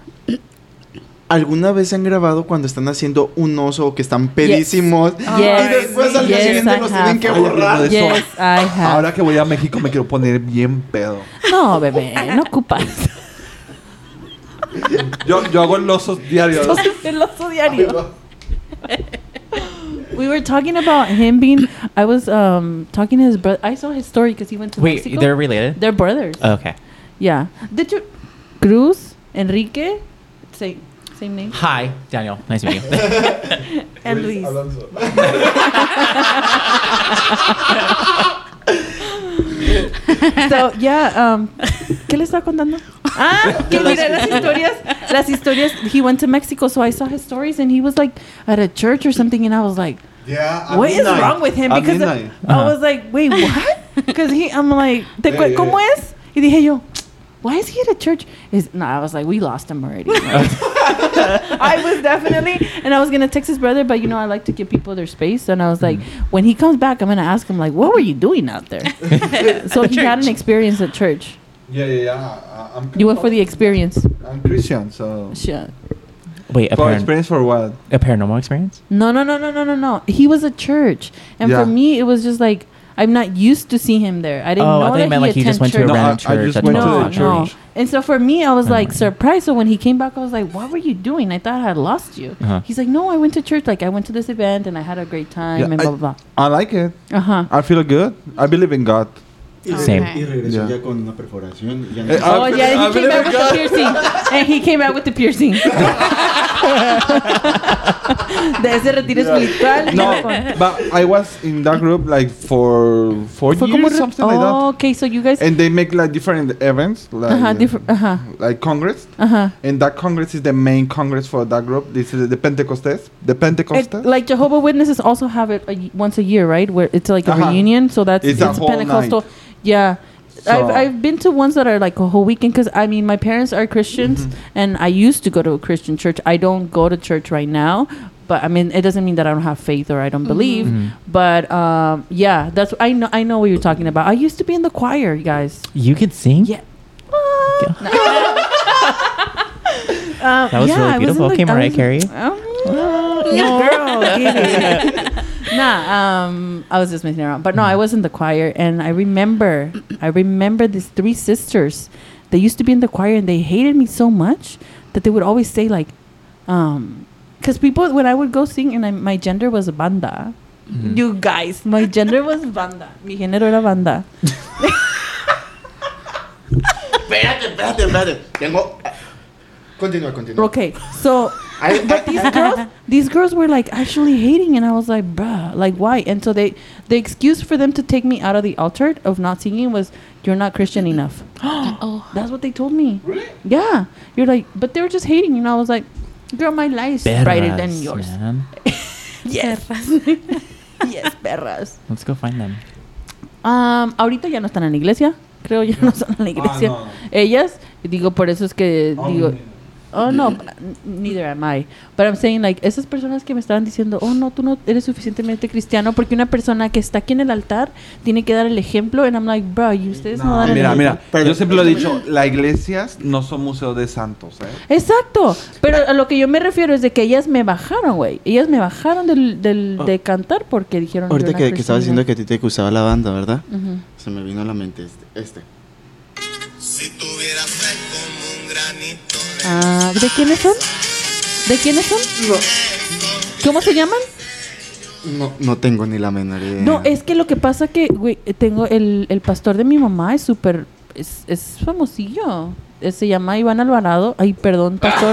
[SPEAKER 3] ¿Alguna vez han grabado cuando están haciendo un oso o que están pedísimos?
[SPEAKER 2] Yes.
[SPEAKER 3] Y después al día
[SPEAKER 2] Yes,
[SPEAKER 3] siguiente
[SPEAKER 2] I
[SPEAKER 3] los
[SPEAKER 2] have.
[SPEAKER 3] tienen que
[SPEAKER 1] Ay,
[SPEAKER 3] borrar.
[SPEAKER 1] hablando de
[SPEAKER 2] Yes, I have.
[SPEAKER 1] Ahora que voy a México me quiero poner bien pedo.
[SPEAKER 2] No, bebé, no ocupas.
[SPEAKER 1] Yo, yo hago el oso diario.
[SPEAKER 2] El oso diario. We were talking about him being. I was um talking to his brother. I saw his story because he went to
[SPEAKER 5] Wait,
[SPEAKER 2] Mexico.
[SPEAKER 5] they're related?
[SPEAKER 2] They're brothers.
[SPEAKER 5] okay.
[SPEAKER 2] yeah. Did you? Cruz, Enrique, same same name,
[SPEAKER 5] Hi, Daniel. Nice to meet you.
[SPEAKER 2] and Luis. So, yeah, um, ¿qué le estaba contando? Ah, que mira las historias, las historias. He went to Mexico, so I saw his stories, and he was like at a church or something, and I was like,
[SPEAKER 7] Yeah. at
[SPEAKER 2] What is
[SPEAKER 7] midnight. Uh-huh.
[SPEAKER 2] wrong with him?
[SPEAKER 1] At
[SPEAKER 2] Because
[SPEAKER 1] midnight.
[SPEAKER 2] I was like, wait, what? Because he, I'm like, ¿te
[SPEAKER 7] Yeah,
[SPEAKER 2] cu-
[SPEAKER 7] yeah,
[SPEAKER 2] ¿cómo
[SPEAKER 7] yeah.
[SPEAKER 2] es? Y dije yo, why is he at a church? Is no, I was like, we lost him already. I was definitely, and I was gonna text his brother, but you know, I like to give people their space, and I was like,
[SPEAKER 7] Mm-hmm.
[SPEAKER 2] when he comes back, I'm gonna ask him like, what were you doing out there? so he had an experience at church.
[SPEAKER 1] Yeah, yeah, yeah. I'm,
[SPEAKER 2] You went for the experience.
[SPEAKER 1] I'm Christian, so.
[SPEAKER 2] Shit.
[SPEAKER 5] Wait, a,
[SPEAKER 1] For
[SPEAKER 5] paran-
[SPEAKER 1] experience for what?
[SPEAKER 5] a paranormal experience?
[SPEAKER 2] No, no, no, no, no, no, no. He was at church, and
[SPEAKER 1] Yeah.
[SPEAKER 2] for me, it was just like I'm not used to see him there. I didn't
[SPEAKER 5] Oh,
[SPEAKER 2] know
[SPEAKER 5] I thought
[SPEAKER 2] that
[SPEAKER 5] you meant
[SPEAKER 2] he
[SPEAKER 5] like you just
[SPEAKER 2] attend
[SPEAKER 5] went to a
[SPEAKER 1] No,
[SPEAKER 2] church.
[SPEAKER 1] I- I
[SPEAKER 5] random church.
[SPEAKER 1] just
[SPEAKER 5] that's
[SPEAKER 1] went
[SPEAKER 5] not
[SPEAKER 1] to
[SPEAKER 5] a
[SPEAKER 1] the
[SPEAKER 2] no,
[SPEAKER 5] church.
[SPEAKER 2] no.
[SPEAKER 1] church.
[SPEAKER 2] And so for me, I was like
[SPEAKER 5] mind.
[SPEAKER 2] surprised. So when he came back, I was like, "What were you doing? I thought I had lost you."
[SPEAKER 5] Uh-huh.
[SPEAKER 2] He's like, "No, I went to church. Like I went to this event and I had a great time
[SPEAKER 1] Yeah,
[SPEAKER 2] and blah blah
[SPEAKER 1] I like it.
[SPEAKER 2] blah." Uh huh.
[SPEAKER 1] I feel good. I believe in God.
[SPEAKER 7] Y re-
[SPEAKER 6] Same.
[SPEAKER 7] Y regresó
[SPEAKER 1] Yeah.
[SPEAKER 7] ya con una perforación. y ya
[SPEAKER 1] Eh,
[SPEAKER 3] ah,
[SPEAKER 2] Oh
[SPEAKER 1] I-
[SPEAKER 2] yeah,
[SPEAKER 1] I
[SPEAKER 2] he came
[SPEAKER 1] believe
[SPEAKER 2] out
[SPEAKER 1] in
[SPEAKER 2] with the piercing, and he came out with the piercing. De ese retiro espiritual.
[SPEAKER 1] No, but I was in that group like for four
[SPEAKER 2] Fue como
[SPEAKER 1] years,
[SPEAKER 2] re-
[SPEAKER 1] something like
[SPEAKER 2] oh,
[SPEAKER 1] that.
[SPEAKER 2] okay, so you guys.
[SPEAKER 1] And they make like different events, like
[SPEAKER 2] Ajá, different. uh-huh. Ajá,
[SPEAKER 1] like Congress.
[SPEAKER 2] ajá.
[SPEAKER 1] And that Congress is the main Congress for that group. This is the Pentecostes. The
[SPEAKER 2] It,
[SPEAKER 1] Pentecostes.
[SPEAKER 2] like Jehovah Witnesses also have it a y once a year, right? Where it's like a
[SPEAKER 1] Ajá.
[SPEAKER 2] reunion, so that's
[SPEAKER 1] Uh-huh. It's
[SPEAKER 2] it's,
[SPEAKER 1] a whole
[SPEAKER 2] Pentecostal.
[SPEAKER 1] night.
[SPEAKER 2] Yeah,
[SPEAKER 1] So-
[SPEAKER 2] I've I've been to ones that are like a whole weekend because I mean my parents are Christians
[SPEAKER 1] Mm-hmm.
[SPEAKER 2] and I used to go to a Christian church. I don't go to church right now, but I mean it doesn't mean that I don't have faith or I don't believe.
[SPEAKER 1] Mm-hmm.
[SPEAKER 5] Mhm.
[SPEAKER 2] But um, yeah, that's I know I know what you're talking about. I used to be in the choir, you guys.
[SPEAKER 5] You could sing?
[SPEAKER 2] Yeah. Ah, no. Um,
[SPEAKER 5] That was
[SPEAKER 2] yeah,
[SPEAKER 5] really
[SPEAKER 2] I in
[SPEAKER 5] beautiful.
[SPEAKER 2] the- I
[SPEAKER 5] Okay, Mariah
[SPEAKER 2] was-
[SPEAKER 5] Carey.
[SPEAKER 2] um, Oh, girl, give it. nah, um, I was just messing around. But no, I was in the choir, and I remember, I remember these three sisters. They used to be in the choir, and they hated me so much that they would always say like, um, because people when I would go sing, and I, my gender was banda. You guys, my gender was banda. Mi género era banda.
[SPEAKER 3] Espérate, espérate, espérate. Tengo. ah, Continúa, continúa.
[SPEAKER 2] Okay, so
[SPEAKER 3] Ay,
[SPEAKER 2] but these girls these girls were like actually hating and i was like bruh like why and so they the excuse for them to take me out of the altar of not singing was you're not christian enough
[SPEAKER 6] Oh.
[SPEAKER 2] that's what they told me really yeah you're like but they were just hating you know i was like girl my life's brighter than
[SPEAKER 5] Perras,
[SPEAKER 2] yours
[SPEAKER 5] man.
[SPEAKER 2] yes yes perras
[SPEAKER 5] Let's go find them.
[SPEAKER 2] um ahorita ya no están en la iglesia creo ya Ah, no están en la iglesia ellas digo por eso es que digo Oh no, but, n- neither am I. But I'm saying like esas personas que me estaban diciendo, "Oh no, tú no eres suficientemente cristiano porque una persona que está aquí en el altar tiene que dar el ejemplo." And I'm like, "Bro, y ustedes no, dan el
[SPEAKER 1] mira,
[SPEAKER 2] ejemplo."
[SPEAKER 1] mira. yo siempre lo he dicho, las iglesias no son museos de santos, ¿eh?
[SPEAKER 2] Exacto. Pero a lo que yo me refiero es de que ellas me bajaron, güey. Ellas me bajaron del, del- de cantar porque dijeron
[SPEAKER 3] Oh. Ahorita
[SPEAKER 2] "You're
[SPEAKER 3] que,
[SPEAKER 2] not
[SPEAKER 3] que estabas diciendo
[SPEAKER 2] Christian
[SPEAKER 3] que a ti te gustaba la banda, ¿verdad?
[SPEAKER 2] enough."
[SPEAKER 3] Se me vino a la mente este. este.
[SPEAKER 8] Si tuviera fe como un granito
[SPEAKER 2] Ujú. Ah, ¿de quiénes son? ¿De quiénes son? ¿Cómo se llaman?
[SPEAKER 3] No, no tengo ni la menor idea.
[SPEAKER 2] No, es que lo que pasa que, güey, tengo el, el pastor de mi mamá es súper, es, es famosillo. Eh, Se llama Iván Alvarado. Ay, perdón, pastor.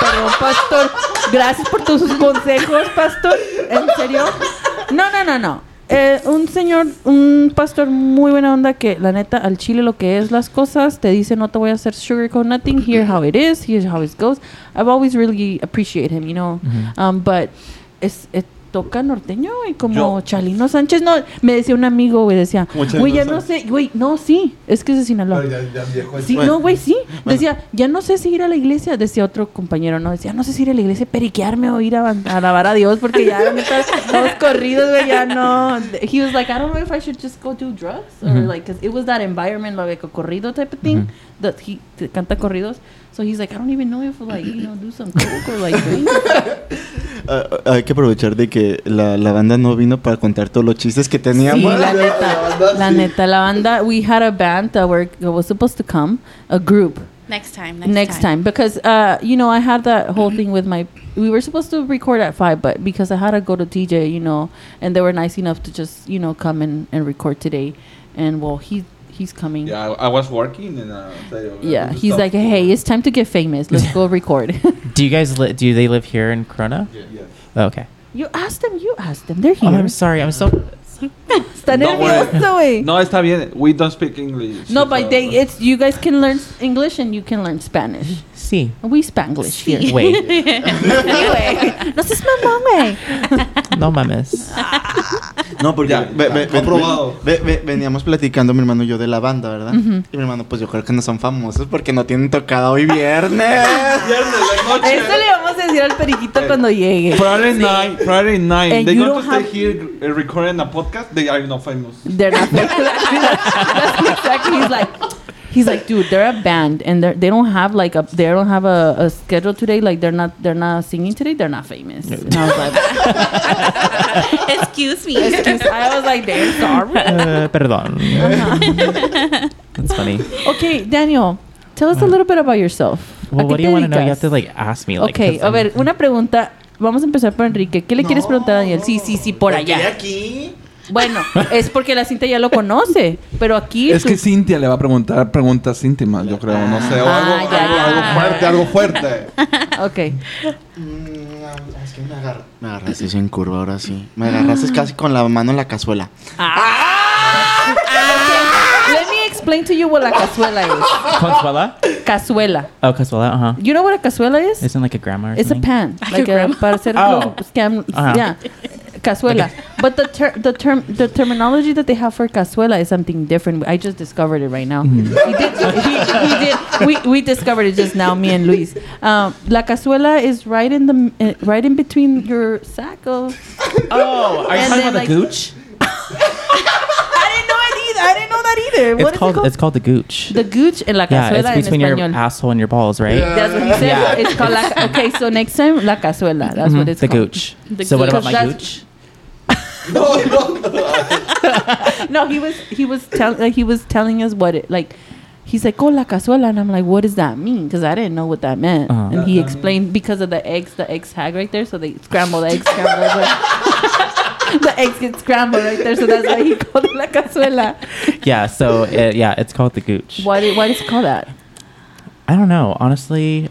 [SPEAKER 2] perdón, pastor. Gracias por tus consejos, pastor. ¿En serio? No, no, no, no. Eh, un señor, un pastor muy buena onda que la neta al chile lo que es las cosas te dice no te voy a hacer sugarcoat nothing here how it is here's how it goes I've always really appreciate him you know um, but es, eh, toca norteño y como
[SPEAKER 1] Yo-
[SPEAKER 2] Chalino Sánchez no me decía un amigo güey decía
[SPEAKER 1] Como Chalino
[SPEAKER 2] güey ya no
[SPEAKER 1] Sánchez. pues,
[SPEAKER 2] sé güey no sí es que es de Sinaloa
[SPEAKER 7] Pero ya- ya viejo el-
[SPEAKER 2] Sí,
[SPEAKER 3] Bueno.
[SPEAKER 2] no, güey, sí. Decía, ya no sé si ir a la iglesia, decía otro compañero, ¿no? Decía, no sé si ir a la iglesia, periquearme o ir a, ban- a alabar a Dios, porque ya la neta, todos corridos, güey, ya no. He was like, I don't know if I should just go do drugs, or
[SPEAKER 5] Ujú.
[SPEAKER 2] like, 'cause it was that environment, like a corrido type of thing, that he t- canta corridos. So he's like, I don't even know if, like, you know, do some coke or like drink.
[SPEAKER 3] Ah, ah, hay que aprovechar de que la, la banda no vino para contar todos los chistes que teníamos.
[SPEAKER 2] Sí,
[SPEAKER 7] La
[SPEAKER 2] la neta,
[SPEAKER 7] banda,
[SPEAKER 2] la
[SPEAKER 7] sí.
[SPEAKER 2] neta, la banda, we had a band that, were, that was supposed to come, a group.
[SPEAKER 6] Next time. Next,
[SPEAKER 2] next, time. because uh, you know I had that whole thing with my. We were supposed to record at five, but because I had to go to TJ, you know, and they were nice enough to just you know come and, and record today, and well he he's coming. Yeah.
[SPEAKER 1] Yeah, I, I was working and uh, they-
[SPEAKER 2] he's like, hey, it's time to get famous. Let's go record.
[SPEAKER 5] Do you guys li- do they live here in Corona? Oh,
[SPEAKER 7] Yeah.
[SPEAKER 1] Yeah.
[SPEAKER 5] Okay.
[SPEAKER 2] you asked them. You asked them. They're
[SPEAKER 5] Oh,
[SPEAKER 2] here.
[SPEAKER 5] I'm sorry. I'm so
[SPEAKER 2] Está
[SPEAKER 1] Don't worry.
[SPEAKER 2] nervioso, güey.
[SPEAKER 1] No, está bien. We don't speak English.
[SPEAKER 2] No,
[SPEAKER 1] so-
[SPEAKER 2] but they, it's you guys can learn s- English and you can learn Spanish.
[SPEAKER 5] see.
[SPEAKER 2] We Spanglish here.
[SPEAKER 5] Wait.
[SPEAKER 2] Sí, güey. no seas mamón, güey.
[SPEAKER 5] No mames.
[SPEAKER 7] No, porque
[SPEAKER 1] Ya,
[SPEAKER 3] Ve- ve- ve-
[SPEAKER 7] Aprobado.
[SPEAKER 3] ve- ve- veníamos platicando mi hermano y yo de la banda, ¿verdad? Y mi hermano, pues yo creo que no son famosos porque no tienen tocada hoy viernes.
[SPEAKER 2] Eso le vamos a decir al periquito cuando llegue.
[SPEAKER 1] Friday night, Friday night.
[SPEAKER 2] And
[SPEAKER 1] They
[SPEAKER 2] you
[SPEAKER 1] going to
[SPEAKER 2] don't
[SPEAKER 1] stay
[SPEAKER 2] have-
[SPEAKER 1] here uh, recording a podcast. They are not famous.
[SPEAKER 2] They're not. That's exactly. He's like, he's like, dude, they're a band, and they're, they don't have like a they don't have a, a schedule today. Like they're not they're not singing today. They're not famous. And I was like,
[SPEAKER 6] Excuse me.
[SPEAKER 2] excuse- I was like, they're sorry.
[SPEAKER 5] Eh, perdón.
[SPEAKER 2] Uh-huh.
[SPEAKER 5] That's funny.
[SPEAKER 2] Okay, Daniel, tell us a little bit about yourself. ¿A
[SPEAKER 5] Well,
[SPEAKER 2] qué
[SPEAKER 5] what
[SPEAKER 2] te
[SPEAKER 5] do you want to know? You
[SPEAKER 2] dedicas?
[SPEAKER 5] have to like ask me. Like,
[SPEAKER 2] okay,
[SPEAKER 5] 'cause
[SPEAKER 2] a
[SPEAKER 5] I'm-
[SPEAKER 2] ver, una pregunta. Vamos a empezar por Enrique. ¿Qué le quieres preguntar a Daniel? Sí, sí, sí, por allá.
[SPEAKER 3] aquí?
[SPEAKER 2] Bueno, es porque la cinta ya lo conoce, pero aquí
[SPEAKER 1] Es
[SPEAKER 2] tú-
[SPEAKER 1] que Cintia le va a preguntar preguntas íntimas, yo creo. No sé, o
[SPEAKER 2] Ah,
[SPEAKER 1] algo,
[SPEAKER 2] ya,
[SPEAKER 1] algo,
[SPEAKER 2] ya.
[SPEAKER 1] algo fuerte, algo fuerte.
[SPEAKER 2] Ok.
[SPEAKER 3] mm, es que me agarra- Me agarraste en curva ahora sí. Me
[SPEAKER 2] Ah.
[SPEAKER 3] agarraste casi con la mano en la cazuela.
[SPEAKER 2] Okay, Let me explain to you what la cazuela is.
[SPEAKER 5] Consuela?
[SPEAKER 2] Cazuela.
[SPEAKER 5] Oh, Consuela, uh huh.
[SPEAKER 2] You know what a cazuela is?
[SPEAKER 5] Isn't like a grammar.
[SPEAKER 2] It's a pan, like a, para hacer
[SPEAKER 5] Oh.
[SPEAKER 2] los scam,
[SPEAKER 5] Ah.
[SPEAKER 2] yeah, cazuela. But the ter the term the terminology that they have for cazuela is something different. I just discovered it right now. He did, he, he did, we, we discovered it just now, me and Luis. Um, la cazuela is right in the uh, right in between your sack of.
[SPEAKER 5] Oh, are you
[SPEAKER 2] And
[SPEAKER 5] talking
[SPEAKER 2] then,
[SPEAKER 5] about the
[SPEAKER 2] like-
[SPEAKER 5] gooch?
[SPEAKER 2] I didn't know it either. I didn't know that either. What
[SPEAKER 5] It's
[SPEAKER 2] is
[SPEAKER 5] called,
[SPEAKER 2] it called?
[SPEAKER 5] It's called the gooch.
[SPEAKER 2] the gooch and la
[SPEAKER 5] yeah,
[SPEAKER 2] cazuela
[SPEAKER 5] it's between
[SPEAKER 2] in
[SPEAKER 5] your
[SPEAKER 2] español.
[SPEAKER 5] asshole and your balls, right?
[SPEAKER 2] That's what he said.
[SPEAKER 5] Yeah.
[SPEAKER 2] It's called la. Okay, so next time la cazuela. That's what
[SPEAKER 5] Mhm,
[SPEAKER 2] it's
[SPEAKER 5] the
[SPEAKER 2] called.
[SPEAKER 5] gooch.
[SPEAKER 6] The
[SPEAKER 5] so what about
[SPEAKER 2] gooch.
[SPEAKER 5] my
[SPEAKER 2] That's-
[SPEAKER 5] gooch?
[SPEAKER 2] No, he was he was telling like, he was telling us what it like. He's like, "Oh, la cazuela," and I'm like, "What does that mean?" Because I didn't know what that meant.
[SPEAKER 5] Uh-huh.
[SPEAKER 2] And he explained because of the eggs, the eggs hag right there, so they scramble the eggs. Scramble, the, the eggs get scrambled right there, so that's why he called it la cazuela.
[SPEAKER 5] Yeah. So it, yeah, it's called the gooch.
[SPEAKER 2] Why did why does it call that?
[SPEAKER 5] I don't know. Honestly,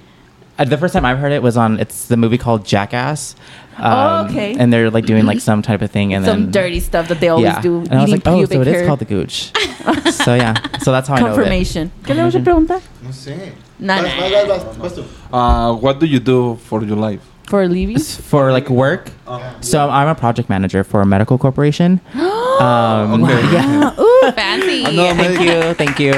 [SPEAKER 5] uh, the first time I've heard it was on it's the movie called Jackass. Um,
[SPEAKER 2] Oh, okay.
[SPEAKER 5] And they're like doing like some type of thing and
[SPEAKER 2] Some
[SPEAKER 5] then
[SPEAKER 2] dirty stuff that they always
[SPEAKER 5] yeah.
[SPEAKER 2] do.
[SPEAKER 5] And I was
[SPEAKER 2] eating
[SPEAKER 5] like, oh, so
[SPEAKER 2] pubic
[SPEAKER 5] it is
[SPEAKER 2] hair.
[SPEAKER 5] called the gooch. so yeah, so that's how I know of it. Mm-hmm.
[SPEAKER 2] confirmation. ¿Qué le vas a preguntar?
[SPEAKER 7] No sé.
[SPEAKER 2] Nah,
[SPEAKER 7] Vas-
[SPEAKER 2] nah.
[SPEAKER 7] vas- vas- vas- vas tú.
[SPEAKER 1] Ah, what do you do for your life?
[SPEAKER 2] For Libby?
[SPEAKER 5] It's For like work, so I'm a project manager for a medical corporation. um,
[SPEAKER 2] Yeah. Ooh.
[SPEAKER 6] Fancy.
[SPEAKER 5] no, thank you, thank you.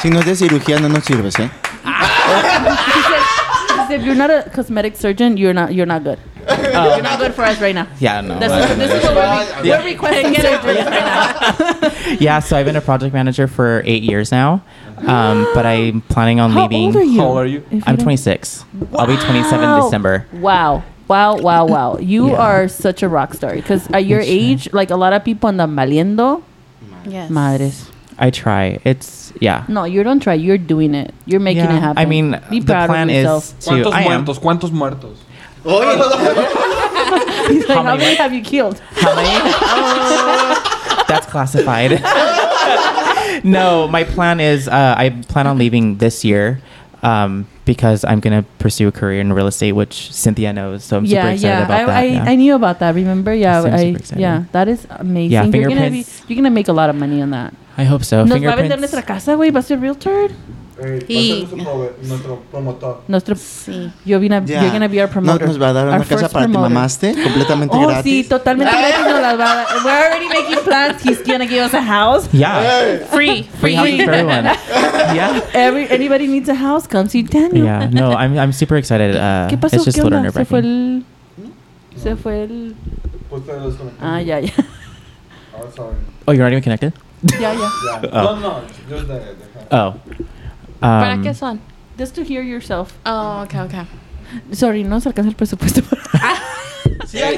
[SPEAKER 3] Si no es de cirugía, no nos sirves, ¿eh?
[SPEAKER 2] He said, he said, if you're not a cosmetic surgeon, you're not you're not good. You're not good for us right now.
[SPEAKER 5] Yeah, no.
[SPEAKER 2] That's
[SPEAKER 5] like-
[SPEAKER 2] what, this is what we're, re- we're requesting surgery right now.
[SPEAKER 5] yeah, so I've been a project manager for eight years now, um, but I'm planning on
[SPEAKER 2] How
[SPEAKER 5] leaving.
[SPEAKER 2] old are you?
[SPEAKER 1] How old are you?
[SPEAKER 2] If you
[SPEAKER 5] I'm
[SPEAKER 2] don't-
[SPEAKER 5] 26. I'll be 27
[SPEAKER 2] Wow.
[SPEAKER 5] December.
[SPEAKER 2] Wow. Wow, wow, wow. You
[SPEAKER 5] Yeah.
[SPEAKER 2] are such a rock star. Because at your age, like a lot of people andan valiendo.
[SPEAKER 6] Yes.
[SPEAKER 2] Madres.
[SPEAKER 5] I try. It's yeah.
[SPEAKER 2] No, you don't try. You're doing it. You're making
[SPEAKER 5] Yeah,
[SPEAKER 2] it happen.
[SPEAKER 5] I mean,
[SPEAKER 2] be
[SPEAKER 5] the
[SPEAKER 2] proud
[SPEAKER 5] plan
[SPEAKER 2] of
[SPEAKER 5] is
[SPEAKER 2] yourself.
[SPEAKER 5] to.
[SPEAKER 1] ¿Cuántos
[SPEAKER 5] I am.
[SPEAKER 1] muertos? ¿Cuántos muertos?
[SPEAKER 2] He's like, how
[SPEAKER 5] how
[SPEAKER 2] many,
[SPEAKER 5] many-
[SPEAKER 2] have you killed?
[SPEAKER 5] How many? That's classified. no, my plan is uh, I plan on leaving this year um, because I'm going to pursue a career in real estate, which Cynthia knows. So I'm super
[SPEAKER 2] yeah,
[SPEAKER 5] excited
[SPEAKER 2] yeah.
[SPEAKER 5] about
[SPEAKER 2] I,
[SPEAKER 5] that.
[SPEAKER 2] I,
[SPEAKER 5] yeah.
[SPEAKER 2] I knew about that. Remember? Yeah,
[SPEAKER 5] Seems
[SPEAKER 2] I,
[SPEAKER 5] super exciting.
[SPEAKER 2] yeah. That is amazing.
[SPEAKER 5] Yeah,
[SPEAKER 2] you're gonna be,
[SPEAKER 5] fingerprints.
[SPEAKER 2] you're gonna make a lot of money on that.
[SPEAKER 5] I hope so.
[SPEAKER 2] Nos va a vender
[SPEAKER 5] Fingerprints.
[SPEAKER 2] nuestra casa, güey. Va a ser realtor.
[SPEAKER 1] Eh,
[SPEAKER 6] Y-
[SPEAKER 1] nuestro promotor.
[SPEAKER 2] Nuestro.
[SPEAKER 6] Sí.
[SPEAKER 2] You're gonna,
[SPEAKER 3] Ya.
[SPEAKER 2] you're gonna be our
[SPEAKER 3] No-
[SPEAKER 2] promoter.
[SPEAKER 3] nos va a dar
[SPEAKER 2] Our
[SPEAKER 3] una casa
[SPEAKER 2] first
[SPEAKER 3] para ti,
[SPEAKER 2] promoter.
[SPEAKER 3] mamaste, completamente
[SPEAKER 2] Oh,
[SPEAKER 3] gratis.
[SPEAKER 2] sí, totalmente gratis nos las va a dar. We're already making plans. He's gonna give us a house.
[SPEAKER 5] Yeah.
[SPEAKER 6] Free.
[SPEAKER 5] Free
[SPEAKER 6] Free.
[SPEAKER 5] house for everyone. yeah.
[SPEAKER 2] Every, anybody needs a house, come see Daniel.
[SPEAKER 5] Yeah. No, I'm, I'm super excited. Uh,
[SPEAKER 2] ¿Qué pasó?
[SPEAKER 5] It's just
[SPEAKER 2] ¿Qué
[SPEAKER 5] a little
[SPEAKER 2] onda? Se fue
[SPEAKER 5] nerve-wracking.
[SPEAKER 2] el... Se fue el...
[SPEAKER 1] Pues
[SPEAKER 2] Ah, ya, ya.
[SPEAKER 5] Oh, you're not even connected?
[SPEAKER 2] Ya, ya.
[SPEAKER 1] No, no, just the- the-
[SPEAKER 5] Oh. Um,
[SPEAKER 6] ¿Para qué son?
[SPEAKER 2] Just to hear yourself.
[SPEAKER 6] Oh, okay, okay.
[SPEAKER 2] Sorry, no nos alcanza el presupuesto.
[SPEAKER 6] Ah,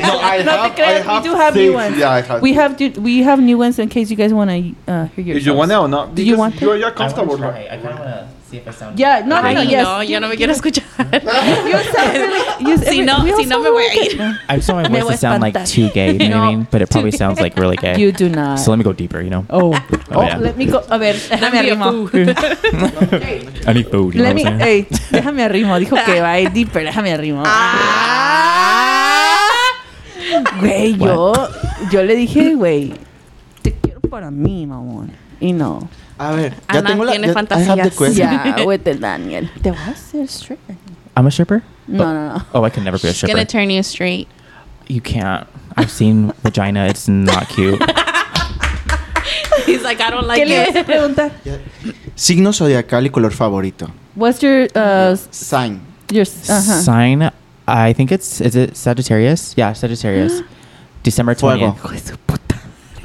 [SPEAKER 7] No, I
[SPEAKER 2] No te
[SPEAKER 7] have-
[SPEAKER 2] creas,
[SPEAKER 7] I have
[SPEAKER 2] we do have
[SPEAKER 7] six.
[SPEAKER 2] new ones.
[SPEAKER 7] Yeah, I have-
[SPEAKER 2] we have to, we have new ones in case you guys want to uh, hear yourself.
[SPEAKER 1] If you want it or not,
[SPEAKER 2] Do you
[SPEAKER 1] because
[SPEAKER 2] want it?
[SPEAKER 1] you're, you're comfortable. right?
[SPEAKER 5] I kind of want to see if I sound.
[SPEAKER 2] Yeah, no, no,
[SPEAKER 6] Ay,
[SPEAKER 2] no,
[SPEAKER 6] no,
[SPEAKER 2] yes.
[SPEAKER 6] yo no me quiero escuchar.
[SPEAKER 2] You sound really- you-
[SPEAKER 6] Si
[SPEAKER 2] every-
[SPEAKER 6] no-
[SPEAKER 2] we
[SPEAKER 6] si
[SPEAKER 2] all
[SPEAKER 6] no me
[SPEAKER 2] sound
[SPEAKER 6] voy a
[SPEAKER 2] like
[SPEAKER 6] ir.
[SPEAKER 2] it.
[SPEAKER 5] I just don't want my
[SPEAKER 2] Me voy
[SPEAKER 5] voice
[SPEAKER 2] a
[SPEAKER 5] to sound like
[SPEAKER 2] espantar.
[SPEAKER 5] too gay, you know what
[SPEAKER 6] No.
[SPEAKER 5] I mean? But it probably sounds like really gay.
[SPEAKER 2] You do not.
[SPEAKER 5] so let me go deeper, you know?
[SPEAKER 2] Oh, oh,
[SPEAKER 5] Eh, yeah.
[SPEAKER 2] let me go. A ver, déjame
[SPEAKER 6] be a
[SPEAKER 2] arrimo.
[SPEAKER 5] I need food, you
[SPEAKER 2] Let
[SPEAKER 5] know
[SPEAKER 2] me,
[SPEAKER 5] what I'm saying?
[SPEAKER 2] ey, déjame arrimo. Dijo que va a ir deeper, déjame arrimo. Ah.
[SPEAKER 6] Ah.
[SPEAKER 2] Güey, yo, yo le dije, güey, te quiero para mí, mamón. Y no.
[SPEAKER 3] A ver, ya
[SPEAKER 6] Ana
[SPEAKER 3] tengo la...
[SPEAKER 6] tiene
[SPEAKER 3] ya- I have the
[SPEAKER 6] fantasías.
[SPEAKER 3] question.
[SPEAKER 2] Ya, vete, Daniel. Te vas a hacer stripper.
[SPEAKER 5] I'm a stripper?
[SPEAKER 2] No, no, no.
[SPEAKER 5] Oh, I can never be a stripper.
[SPEAKER 6] Gonna turn you straight.
[SPEAKER 5] you can't. I've seen vagina. It's not cute.
[SPEAKER 6] He's like, I don't like
[SPEAKER 2] ¿Qué le vas
[SPEAKER 6] it.
[SPEAKER 2] a preguntar?
[SPEAKER 3] Signo zodiacal y color favorito.
[SPEAKER 2] What's your uh,
[SPEAKER 3] Sign.
[SPEAKER 2] your ajá.
[SPEAKER 5] Sign. I think it's is it Sagittarius? Yeah, Sagittarius. December
[SPEAKER 3] Fuego.
[SPEAKER 5] twentieth.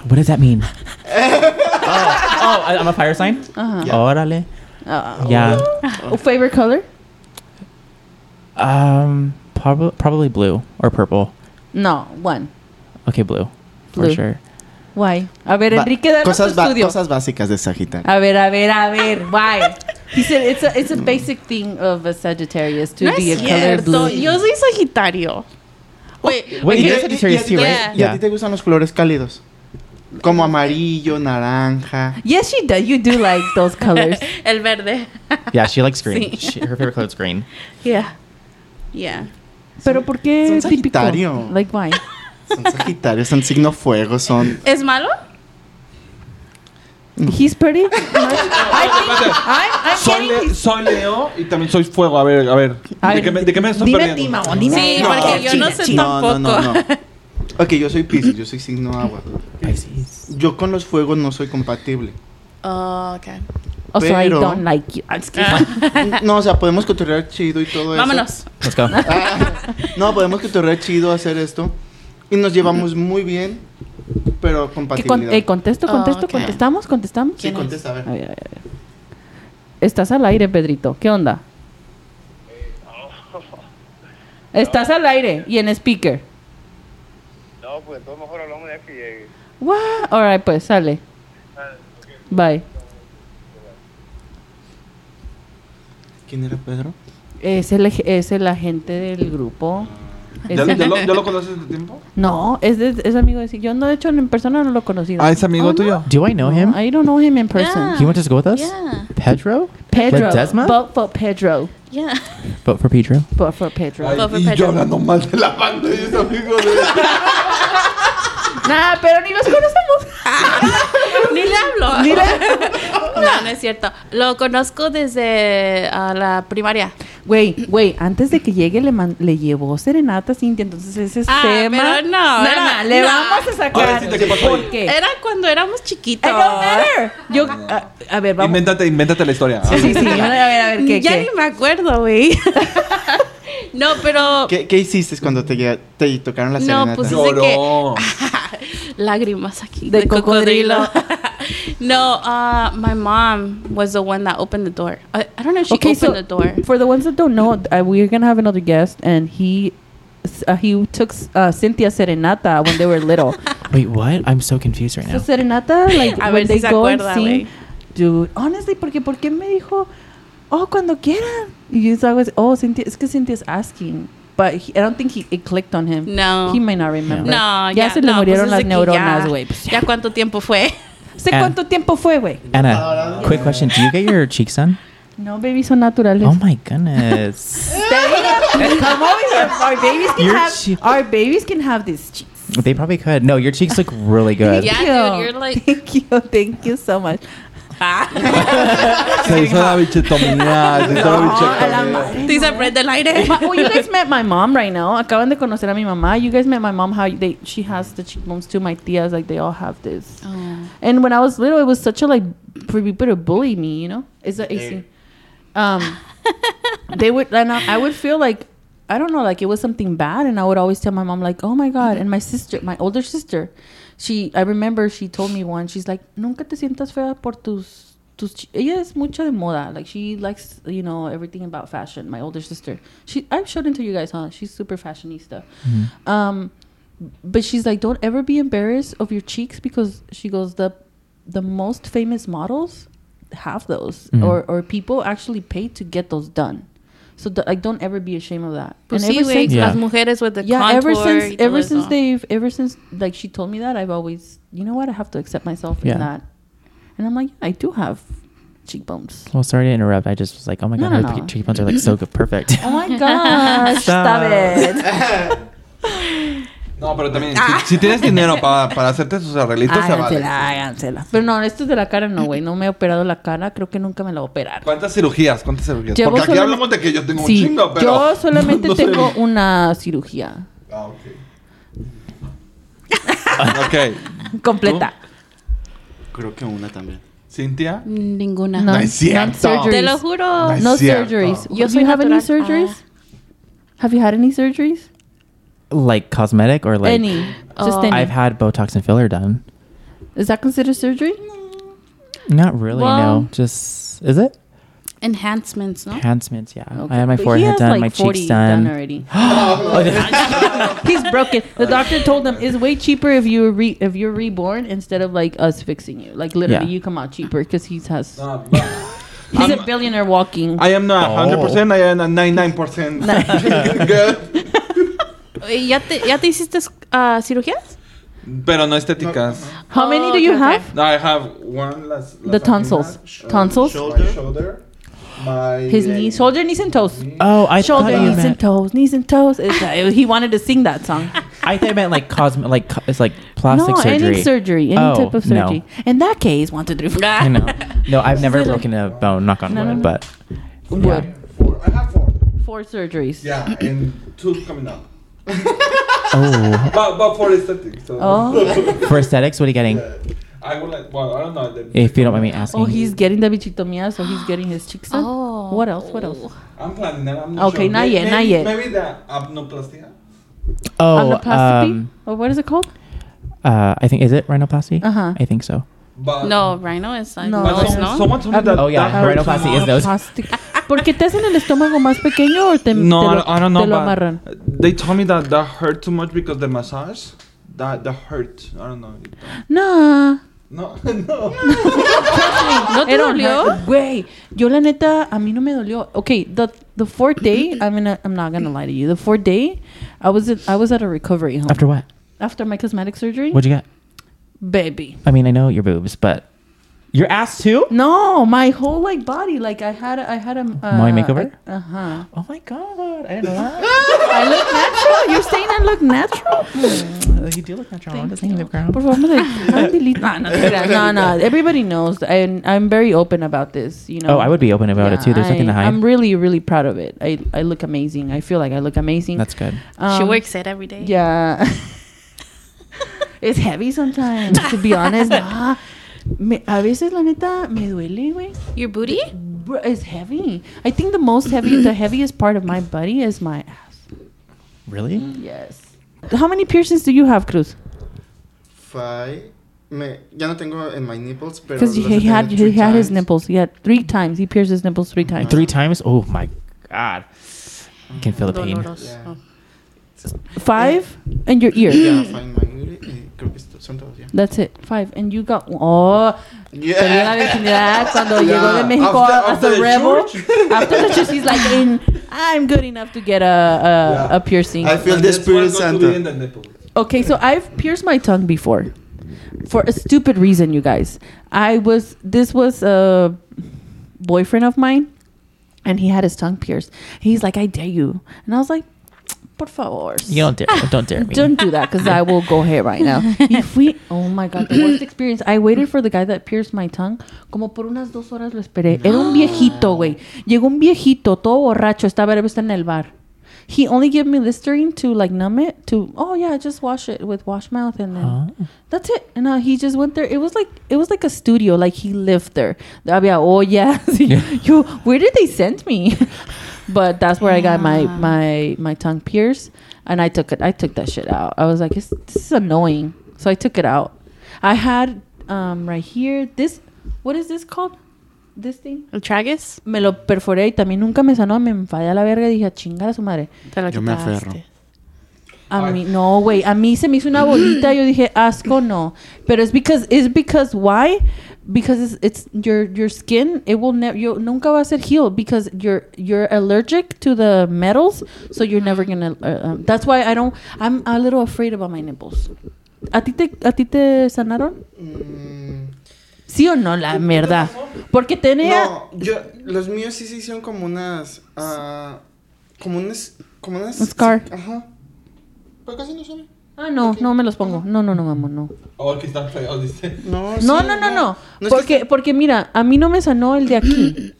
[SPEAKER 5] What does that mean?
[SPEAKER 6] Ah.
[SPEAKER 5] oh, I- I'm a fire sign.
[SPEAKER 2] Ajá.
[SPEAKER 3] Yeah.
[SPEAKER 5] Orale.
[SPEAKER 2] Ah.
[SPEAKER 5] Yeah.
[SPEAKER 2] favorite color?
[SPEAKER 5] Um. Probably probably blue or purple.
[SPEAKER 2] No, one.
[SPEAKER 5] Okay, blue. For
[SPEAKER 2] Blue.
[SPEAKER 5] sure.
[SPEAKER 2] Why? A ver,
[SPEAKER 3] Ba-
[SPEAKER 2] Enrique, danos
[SPEAKER 3] cosas,
[SPEAKER 2] tu
[SPEAKER 3] ba-
[SPEAKER 2] estudio.
[SPEAKER 3] cosas básicas de Sagitario.
[SPEAKER 2] A ver, a ver, a ver. Why? He said it's a, it's a basic thing of a Sagittarius to
[SPEAKER 6] No
[SPEAKER 2] be a
[SPEAKER 6] es
[SPEAKER 2] color blue.
[SPEAKER 6] cierto. Yo soy Sagitario. Wait,
[SPEAKER 5] Wait,
[SPEAKER 3] Y-
[SPEAKER 5] you're
[SPEAKER 3] y-
[SPEAKER 5] Sagittarius
[SPEAKER 3] y a
[SPEAKER 5] too,
[SPEAKER 3] ti-
[SPEAKER 6] right?
[SPEAKER 3] ¿Y a ti
[SPEAKER 5] Yeah.
[SPEAKER 3] te gustan los colores cálidos? Como amarillo, naranja.
[SPEAKER 2] Yes, she does. You do like those colors.
[SPEAKER 6] el verde.
[SPEAKER 5] Yeah, she likes green.
[SPEAKER 6] Sí.
[SPEAKER 5] She, her favorite color is green.
[SPEAKER 6] Yeah. Yeah.
[SPEAKER 2] Pero ¿por qué
[SPEAKER 3] Son
[SPEAKER 2] típico?
[SPEAKER 3] Sagitario.
[SPEAKER 2] Like why?
[SPEAKER 3] Son Sagitarios, son signo fuego, son.
[SPEAKER 6] ¿Es malo?
[SPEAKER 2] He's pretty. I think I'm, I'm
[SPEAKER 1] Soy,
[SPEAKER 2] getting
[SPEAKER 1] le- soy Leo y también soy fuego. A ver, a ver.
[SPEAKER 2] Ah, A
[SPEAKER 1] ¿De,
[SPEAKER 2] ver,
[SPEAKER 1] qué me, de qué me estoy
[SPEAKER 2] dime a
[SPEAKER 1] perdiendo?
[SPEAKER 2] ti, mamón, dime a
[SPEAKER 6] Sí,
[SPEAKER 2] ti.
[SPEAKER 6] porque yo no sé tampoco.
[SPEAKER 3] No, no, no, no. Ok, yo soy Pisces, yo soy signo agua.
[SPEAKER 5] Pisces.
[SPEAKER 3] Yo con los fuegos no soy compatible.
[SPEAKER 6] Oh, okay.
[SPEAKER 2] Also, I
[SPEAKER 3] Pero-
[SPEAKER 2] don't like you. I'm just kidding.
[SPEAKER 3] No, o sea, podemos cotorrear chido y todo eso.
[SPEAKER 6] Vámonos.
[SPEAKER 5] Let's go.
[SPEAKER 3] Ah, no, podemos cotorrear chido, hacer esto. Y nos llevamos muy bien, pero
[SPEAKER 2] ¿Qué con-
[SPEAKER 3] compatibilidad.
[SPEAKER 2] eh, contesto,
[SPEAKER 6] Oh,
[SPEAKER 2] contesto,
[SPEAKER 6] ok.
[SPEAKER 2] contestamos, contestamos.
[SPEAKER 3] sí, contesta, a ver.
[SPEAKER 2] A ver, a ver, a ver. Estás al aire, Pedrito. ¿Qué onda? Estás al aire y en speaker.
[SPEAKER 9] No, pues entonces mejor hablamos eh. ya que llegue.
[SPEAKER 2] What? All right, pues sale.
[SPEAKER 9] Ah,
[SPEAKER 2] Bye.
[SPEAKER 3] ¿Quién era Pedro?
[SPEAKER 2] Es el, es el agente del grupo.
[SPEAKER 9] Ah.
[SPEAKER 2] Es
[SPEAKER 1] ¿Ya,
[SPEAKER 2] el-
[SPEAKER 1] ya lo, ya lo conoces de tiempo?
[SPEAKER 2] no, es, de- es amigo de... sí. Yo, no, de hecho, en persona no lo he conocido.
[SPEAKER 1] Ah, es amigo
[SPEAKER 2] Oh, no.
[SPEAKER 1] tuyo.
[SPEAKER 5] Do I know him?
[SPEAKER 2] No, I don't know him in person.
[SPEAKER 6] Yeah.
[SPEAKER 3] Ah.
[SPEAKER 5] He went to school with us.
[SPEAKER 6] Yeah.
[SPEAKER 5] Pedro.
[SPEAKER 2] Pedro.
[SPEAKER 5] Ledesma?
[SPEAKER 2] Vote for Pedro.
[SPEAKER 6] Yeah.
[SPEAKER 5] Vote for Pedro.
[SPEAKER 2] Vote for Pedro.
[SPEAKER 1] Ay,
[SPEAKER 6] Fue
[SPEAKER 1] y
[SPEAKER 6] Pedro.
[SPEAKER 1] yo hablando mal de la banda y es amigo de.
[SPEAKER 2] Nah, pero ni los conocemos.
[SPEAKER 6] Ni le hablo. no, no es cierto. Lo conozco desde ah, la primaria.
[SPEAKER 2] Güey, güey, antes de que llegue le, man- le llevó serenata a Cintia, entonces ese es
[SPEAKER 6] Ah,
[SPEAKER 2] tema.
[SPEAKER 6] pero no,
[SPEAKER 2] Nah,
[SPEAKER 6] era-
[SPEAKER 2] nah, le
[SPEAKER 6] no.
[SPEAKER 2] vamos a
[SPEAKER 1] Ahora
[SPEAKER 2] sacar.
[SPEAKER 1] sí te quemas, güey.
[SPEAKER 2] ¿Por qué?
[SPEAKER 6] Era cuando éramos
[SPEAKER 2] It
[SPEAKER 6] chiquitos.
[SPEAKER 2] don't matter. Yo, a, a ver, vamos.
[SPEAKER 1] Invéntate, invéntate la historia.
[SPEAKER 2] Sí, sí, a ver, a ver, ¿qué,
[SPEAKER 6] ya
[SPEAKER 2] qué?
[SPEAKER 6] ni me acuerdo, güey. no, pero
[SPEAKER 3] ¿Qué, qué hiciste cuando te, llega- te tocaron las
[SPEAKER 6] No,
[SPEAKER 3] serenatas?
[SPEAKER 6] pues-
[SPEAKER 1] Ah, Lloró.
[SPEAKER 6] lágrimas aquí
[SPEAKER 2] De
[SPEAKER 6] no, uh, my mom was the one that opened the door. Uh, I, I don't know if she
[SPEAKER 2] Okay,
[SPEAKER 6] opened
[SPEAKER 2] so
[SPEAKER 6] the door.
[SPEAKER 2] for the ones that don't know, uh, we're gonna have another guest, and he s- uh, he took uh, Cynthia serenata when they were little.
[SPEAKER 5] Wait, what? I'm so confused right
[SPEAKER 2] So
[SPEAKER 5] now.
[SPEAKER 2] Pues, serenata, like
[SPEAKER 6] A
[SPEAKER 2] when
[SPEAKER 6] ver si
[SPEAKER 2] they
[SPEAKER 6] se
[SPEAKER 2] go and
[SPEAKER 6] acuerda,
[SPEAKER 2] sing,
[SPEAKER 6] güey.
[SPEAKER 2] dude. Honestly, porque porque me dijo, oh cuando quieran. Y yo estaba, oh Cynthia, es que Cynthia's asking, but he, I don't think he it clicked on him.
[SPEAKER 6] No.
[SPEAKER 2] he might not remember.
[SPEAKER 6] No,
[SPEAKER 2] ya se le
[SPEAKER 6] no,
[SPEAKER 2] murieron
[SPEAKER 6] pues
[SPEAKER 2] las
[SPEAKER 6] es de que
[SPEAKER 2] neuronas,
[SPEAKER 6] ya-
[SPEAKER 2] güey. Pues ya.
[SPEAKER 6] ¿Ya cuánto tiempo fue?
[SPEAKER 2] ¿Sé
[SPEAKER 5] Ah.
[SPEAKER 2] cuánto tiempo fue, güey?
[SPEAKER 5] Anna, quick question. Do you get your cheeks done?
[SPEAKER 2] No, baby, son naturales.
[SPEAKER 5] Oh my goodness.
[SPEAKER 2] Come over here. Our babies can
[SPEAKER 5] Your
[SPEAKER 2] have
[SPEAKER 5] cheek-
[SPEAKER 2] our babies can have these cheeks.
[SPEAKER 5] they probably could. No, your cheeks look really good.
[SPEAKER 6] Yeah,
[SPEAKER 2] Thank
[SPEAKER 6] dude,
[SPEAKER 2] you.
[SPEAKER 6] you're like-
[SPEAKER 2] thank you, thank you so much.
[SPEAKER 1] Se hizo la bichetomía. Se hizo la
[SPEAKER 2] a la
[SPEAKER 1] bichetomía.
[SPEAKER 2] madre.
[SPEAKER 6] Te hice prender el aire.
[SPEAKER 2] Ma- well, you guys met my mom right now. Acaban de conocer a mi mamá. You guys met my mom. How they she has the cheekbones too. My tias like they all have this.
[SPEAKER 6] Oh.
[SPEAKER 2] And when I was little, it was such a like for people to bully me. You know, it's a AC. Um, they would and I, I would feel like I don't know, like it was something bad, and I would always tell my mom like, "Oh my god!" And my sister, my older sister, she I remember she told me once, she's like, "Nunca te sientas fea por tus tus." chi-" Ella es mucho de moda, like she likes you know everything about fashion. My older sister, she I've showed it to you guys, huh? She's super fashionista. Um, but she's like, don't ever be embarrassed of your cheeks because she goes the the most famous models have those or or people actually pay to get those done. So th- like, don't ever be ashamed of that.
[SPEAKER 6] Pues
[SPEAKER 2] and
[SPEAKER 6] sí,
[SPEAKER 2] ever
[SPEAKER 6] güey,
[SPEAKER 2] since,
[SPEAKER 5] Yeah.
[SPEAKER 6] las mujeres with the
[SPEAKER 2] yeah,
[SPEAKER 6] contour
[SPEAKER 2] ever
[SPEAKER 6] y
[SPEAKER 2] since
[SPEAKER 6] todo
[SPEAKER 2] ever
[SPEAKER 6] eso.
[SPEAKER 2] since they've ever since like she told me that I've always you know what I have to accept myself
[SPEAKER 5] Yeah.
[SPEAKER 2] in that, and I'm like I do have cheekbones.
[SPEAKER 5] Well, sorry to interrupt. I just was like, oh my
[SPEAKER 2] No,
[SPEAKER 5] god,
[SPEAKER 2] no,
[SPEAKER 5] her
[SPEAKER 2] no.
[SPEAKER 5] pe- cheekbones are like so good, perfect.
[SPEAKER 2] Oh my gosh! Stop
[SPEAKER 5] Stop.
[SPEAKER 2] it.
[SPEAKER 1] No, pero también. Si, si tienes dinero para, para hacerte sus
[SPEAKER 2] Ah,
[SPEAKER 1] arreglitos, se vale.
[SPEAKER 2] Hágansela, hágansela. Pero no, esto es de la cara, no, güey. No me he operado la cara. Creo que nunca me la voy a operar.
[SPEAKER 1] ¿Cuántas cirugías? ¿Cuántas cirugías?
[SPEAKER 2] Llevo
[SPEAKER 1] Porque aquí
[SPEAKER 2] solamente-
[SPEAKER 1] hablamos de que yo tengo
[SPEAKER 2] Sí,
[SPEAKER 1] un chingo, pero.
[SPEAKER 2] yo solamente
[SPEAKER 1] no sé.
[SPEAKER 2] tengo una cirugía.
[SPEAKER 1] Ah, ok. ok.
[SPEAKER 2] completa.
[SPEAKER 3] Creo que una también.
[SPEAKER 1] ¿Cintia?
[SPEAKER 6] Ninguna.
[SPEAKER 1] No es cierto.
[SPEAKER 2] non-surgeries.
[SPEAKER 6] Te lo juro.
[SPEAKER 1] es
[SPEAKER 2] No
[SPEAKER 1] cierto.
[SPEAKER 2] surgeries.
[SPEAKER 6] Yo
[SPEAKER 2] Do
[SPEAKER 6] soy
[SPEAKER 2] you have any
[SPEAKER 6] natural.
[SPEAKER 2] surgeries? Ah. Have you had any surgeries?
[SPEAKER 5] Like cosmetic or like
[SPEAKER 2] any. Just
[SPEAKER 6] Oh.
[SPEAKER 2] any.
[SPEAKER 5] I've had Botox and filler done.
[SPEAKER 2] Is that considered surgery?
[SPEAKER 5] Not really.
[SPEAKER 6] Well-
[SPEAKER 5] no. Just is it
[SPEAKER 6] Enhancements, ¿no?
[SPEAKER 5] enhancements? Yeah.
[SPEAKER 2] Okay.
[SPEAKER 5] I had my
[SPEAKER 2] But he
[SPEAKER 5] forehead
[SPEAKER 2] has,
[SPEAKER 5] done,
[SPEAKER 2] like,
[SPEAKER 5] my
[SPEAKER 2] 40
[SPEAKER 5] cheeks done.
[SPEAKER 2] already. He's broken. The doctor told him it's way cheaper if you re- if you're reborn instead of like us fixing you. Like literally,
[SPEAKER 5] Yeah.
[SPEAKER 2] you come out cheaper because he's has. He's a billionaire walking.
[SPEAKER 1] I am not
[SPEAKER 5] Oh.
[SPEAKER 1] 100%, I am a 99%. Good.
[SPEAKER 6] Eh, ¿Ya te, ya te hiciste ah, cirugías?
[SPEAKER 1] Pero no estéticas.
[SPEAKER 2] How
[SPEAKER 1] Oh,
[SPEAKER 2] many do you
[SPEAKER 6] Okay, okay.
[SPEAKER 2] have?
[SPEAKER 1] I have one las,
[SPEAKER 2] The
[SPEAKER 1] las
[SPEAKER 2] tonsils.
[SPEAKER 1] anginas,
[SPEAKER 2] Tonsils?
[SPEAKER 1] My shoulder. My
[SPEAKER 2] His knees, shoulder, knees, and toes.
[SPEAKER 5] Oh, I thought
[SPEAKER 2] Shoulder,
[SPEAKER 5] you
[SPEAKER 2] knees, and
[SPEAKER 5] meant.
[SPEAKER 2] toes. Knees and toes. It's, uh, he wanted to sing that song.
[SPEAKER 5] I thought you meant like cosme like co- it's like plastic
[SPEAKER 2] no,
[SPEAKER 5] surgery.
[SPEAKER 2] any surgery, any
[SPEAKER 5] Oh,
[SPEAKER 2] type of
[SPEAKER 5] no.
[SPEAKER 2] surgery. In that case, one, two, three, four.
[SPEAKER 5] I know. No, I've never broken a bone. Knock on
[SPEAKER 2] No, no,
[SPEAKER 5] wood,
[SPEAKER 2] no.
[SPEAKER 5] but
[SPEAKER 2] Wood.
[SPEAKER 1] Four. I have four.
[SPEAKER 2] Four surgeries.
[SPEAKER 1] Yeah, and two coming up.
[SPEAKER 5] oh,
[SPEAKER 1] But, but for aesthetics. So.
[SPEAKER 2] Oh.
[SPEAKER 5] for aesthetics, what are you getting?
[SPEAKER 1] I would like, well, I don't know. the-
[SPEAKER 5] If you don't mind me asking.
[SPEAKER 2] Oh, he's getting the bichitomia, so he's getting his cheeks done.
[SPEAKER 6] Oh.
[SPEAKER 2] What else? What else?
[SPEAKER 1] I'm planning that. I'm not
[SPEAKER 2] Okay,
[SPEAKER 1] sure.
[SPEAKER 2] not
[SPEAKER 1] May-
[SPEAKER 2] yet, not
[SPEAKER 1] maybe-
[SPEAKER 2] yet.
[SPEAKER 1] Maybe the abnoplastia.
[SPEAKER 5] oh,
[SPEAKER 2] Anaplasty?
[SPEAKER 5] um,
[SPEAKER 2] or what is it called?
[SPEAKER 5] uh, I think is it rhinoplasty?
[SPEAKER 2] Uh-huh.
[SPEAKER 5] I think so.
[SPEAKER 1] But,
[SPEAKER 6] No, Rhino es like,
[SPEAKER 2] No.
[SPEAKER 6] no.
[SPEAKER 1] But
[SPEAKER 6] no,
[SPEAKER 1] some- someone told me that.
[SPEAKER 5] Oh, yeah,
[SPEAKER 1] that hurts
[SPEAKER 5] rhinoplasty
[SPEAKER 1] a lot.
[SPEAKER 5] is those.
[SPEAKER 2] Plastic. ¿Por qué te hacen el estómago más pequeño o te,
[SPEAKER 1] No,
[SPEAKER 2] te
[SPEAKER 1] I
[SPEAKER 2] lo,
[SPEAKER 1] don't- I don't know.
[SPEAKER 2] te lo
[SPEAKER 1] but
[SPEAKER 2] amarran?
[SPEAKER 1] They told me that that hurt too much because the massage, that that hurt. I don't know.
[SPEAKER 2] Nah.
[SPEAKER 1] No,
[SPEAKER 3] Oh,
[SPEAKER 1] no.
[SPEAKER 6] ¿No te
[SPEAKER 2] It don't
[SPEAKER 6] dolió?
[SPEAKER 2] hurt. Güey, yo la neta, a mí no me dolió. Okay, the, the fourth day, I'm, gonna, I'm not gonna lie to you. The fourth day, I was at, I was at a recovery home.
[SPEAKER 5] After what?
[SPEAKER 2] After my cosmetic surgery?
[SPEAKER 5] What'd you get?
[SPEAKER 2] Baby.
[SPEAKER 5] I mean, I know your boobs, but your ass too.
[SPEAKER 2] Mm. No, my whole like body, like I had, a, I had a uh,
[SPEAKER 5] My makeover?
[SPEAKER 2] Uh huh.
[SPEAKER 5] Oh my god, I didn't know that.
[SPEAKER 2] I look natural. You're saying I look natural?
[SPEAKER 5] you do look natural. Doesn't he look
[SPEAKER 2] Por favor, like, I'm delete- Nah, no, te creas. no, no. Everybody knows, and I'm very open about this. You know.
[SPEAKER 5] Oh, I would be open about it
[SPEAKER 2] Yeah,
[SPEAKER 5] too. There's nothing to
[SPEAKER 2] I-
[SPEAKER 5] hide.
[SPEAKER 2] I'm really, really proud of it. I, I look amazing. I feel like I look amazing.
[SPEAKER 5] That's good.
[SPEAKER 6] She
[SPEAKER 2] Um,
[SPEAKER 6] works it every day.
[SPEAKER 2] Yeah. it's heavy sometimes. To be honest, nah. Me, a veces la neta me duele, güey.
[SPEAKER 6] Your booty?
[SPEAKER 2] Bro, It's heavy. I think the most heavy, the heaviest part of my body is my ass. Mm.
[SPEAKER 5] Really?
[SPEAKER 2] Yes. How many piercings do you have, Cruz?
[SPEAKER 3] Five. Me, ya no tengo en my nipples, pero.
[SPEAKER 2] Because Pues, he,
[SPEAKER 3] los he
[SPEAKER 2] he had
[SPEAKER 3] tenido
[SPEAKER 2] he had his
[SPEAKER 3] three times.
[SPEAKER 2] nipples. He had three times. He pierced his nipples three times.
[SPEAKER 5] Three times? Oh my god. I can feel the pain.
[SPEAKER 6] Doloroso.
[SPEAKER 3] Yeah.
[SPEAKER 2] Five and your ear.
[SPEAKER 3] Yeah, five in my ear, eh, creo que esto- son todos, ya.
[SPEAKER 2] That's it. Five and you got oh.
[SPEAKER 3] Yeah.
[SPEAKER 2] Perdió la virginidad cuando
[SPEAKER 3] Yeah.
[SPEAKER 2] llegó de México
[SPEAKER 1] After-
[SPEAKER 2] as
[SPEAKER 1] after
[SPEAKER 2] a
[SPEAKER 1] the
[SPEAKER 2] rebel.
[SPEAKER 1] church.
[SPEAKER 2] After the church, he's like, in, I'm good enough to get a a,
[SPEAKER 1] Yeah.
[SPEAKER 2] a piercing.
[SPEAKER 3] I feel
[SPEAKER 1] And
[SPEAKER 3] the
[SPEAKER 1] this one
[SPEAKER 3] spirit
[SPEAKER 1] got to be in
[SPEAKER 3] Santa.
[SPEAKER 1] the nipple.
[SPEAKER 2] Okay, so I've pierced my tongue before for a stupid reason, you guys. I was this was a boyfriend of mine and he had his tongue pierced. He's like, "I dare you." And I was like, "Por favor."
[SPEAKER 5] You don't dare. Don't dare me.
[SPEAKER 2] Don't do that because I will go ahead right now. If we, oh my god, the worst experience. I waited for the guy that pierced my tongue. Como por unas dos horas lo esperé. Era un viejito, güey. Llegó un viejito, todo borracho. Estaba estaba en el bar. He only gave me Listerine to like numb it. To oh yeah, just wash it with wash mouth and then
[SPEAKER 5] Oh.
[SPEAKER 2] that's it. And uh, he just went there. It was like it was like a studio. Like he lived there. Había ollas. Yo, where did they send me? but that's where I got my my my tongue pierced, and I took it. I took that shit out. I was like, this, this is annoying. So I took it out. I had um right here this. What is this called? This thing.
[SPEAKER 6] ¿El tragus?
[SPEAKER 2] Me lo perforé y también nunca me sanó. Me enfadé a la verga y dije, "A chingar a su madre.
[SPEAKER 6] Te lo
[SPEAKER 3] Yo me
[SPEAKER 6] quitaste.
[SPEAKER 3] aferro.
[SPEAKER 2] A mí, no, güey. A mí se me hizo una bolita. Yo dije, asco, no. Pero es because, it's because, why? Because it's, it's your, your skin, it will never, you nunca va a ser healed because you're, you're allergic to the metals. So you're never gonna, uh, um, that's why I don't, I'm a little afraid about my nipples. ¿A ti te, a ti te sanaron?
[SPEAKER 3] Mm,
[SPEAKER 2] ¿Sí o no? La mierda. Porque tenía,
[SPEAKER 3] No, yo, los míos sí se hicieron como unas. ah, como unas. Como unas.
[SPEAKER 2] Un scar.
[SPEAKER 3] Ajá. Pero casi no sabe.
[SPEAKER 2] ah, no, no me los pongo. No, no, no, mamón, no.
[SPEAKER 1] Oh, aquí están feos, dice.
[SPEAKER 3] No, sí,
[SPEAKER 2] No, no, no, no.
[SPEAKER 3] No es que
[SPEAKER 2] Porque, porque mira, a mí no me sanó el de aquí.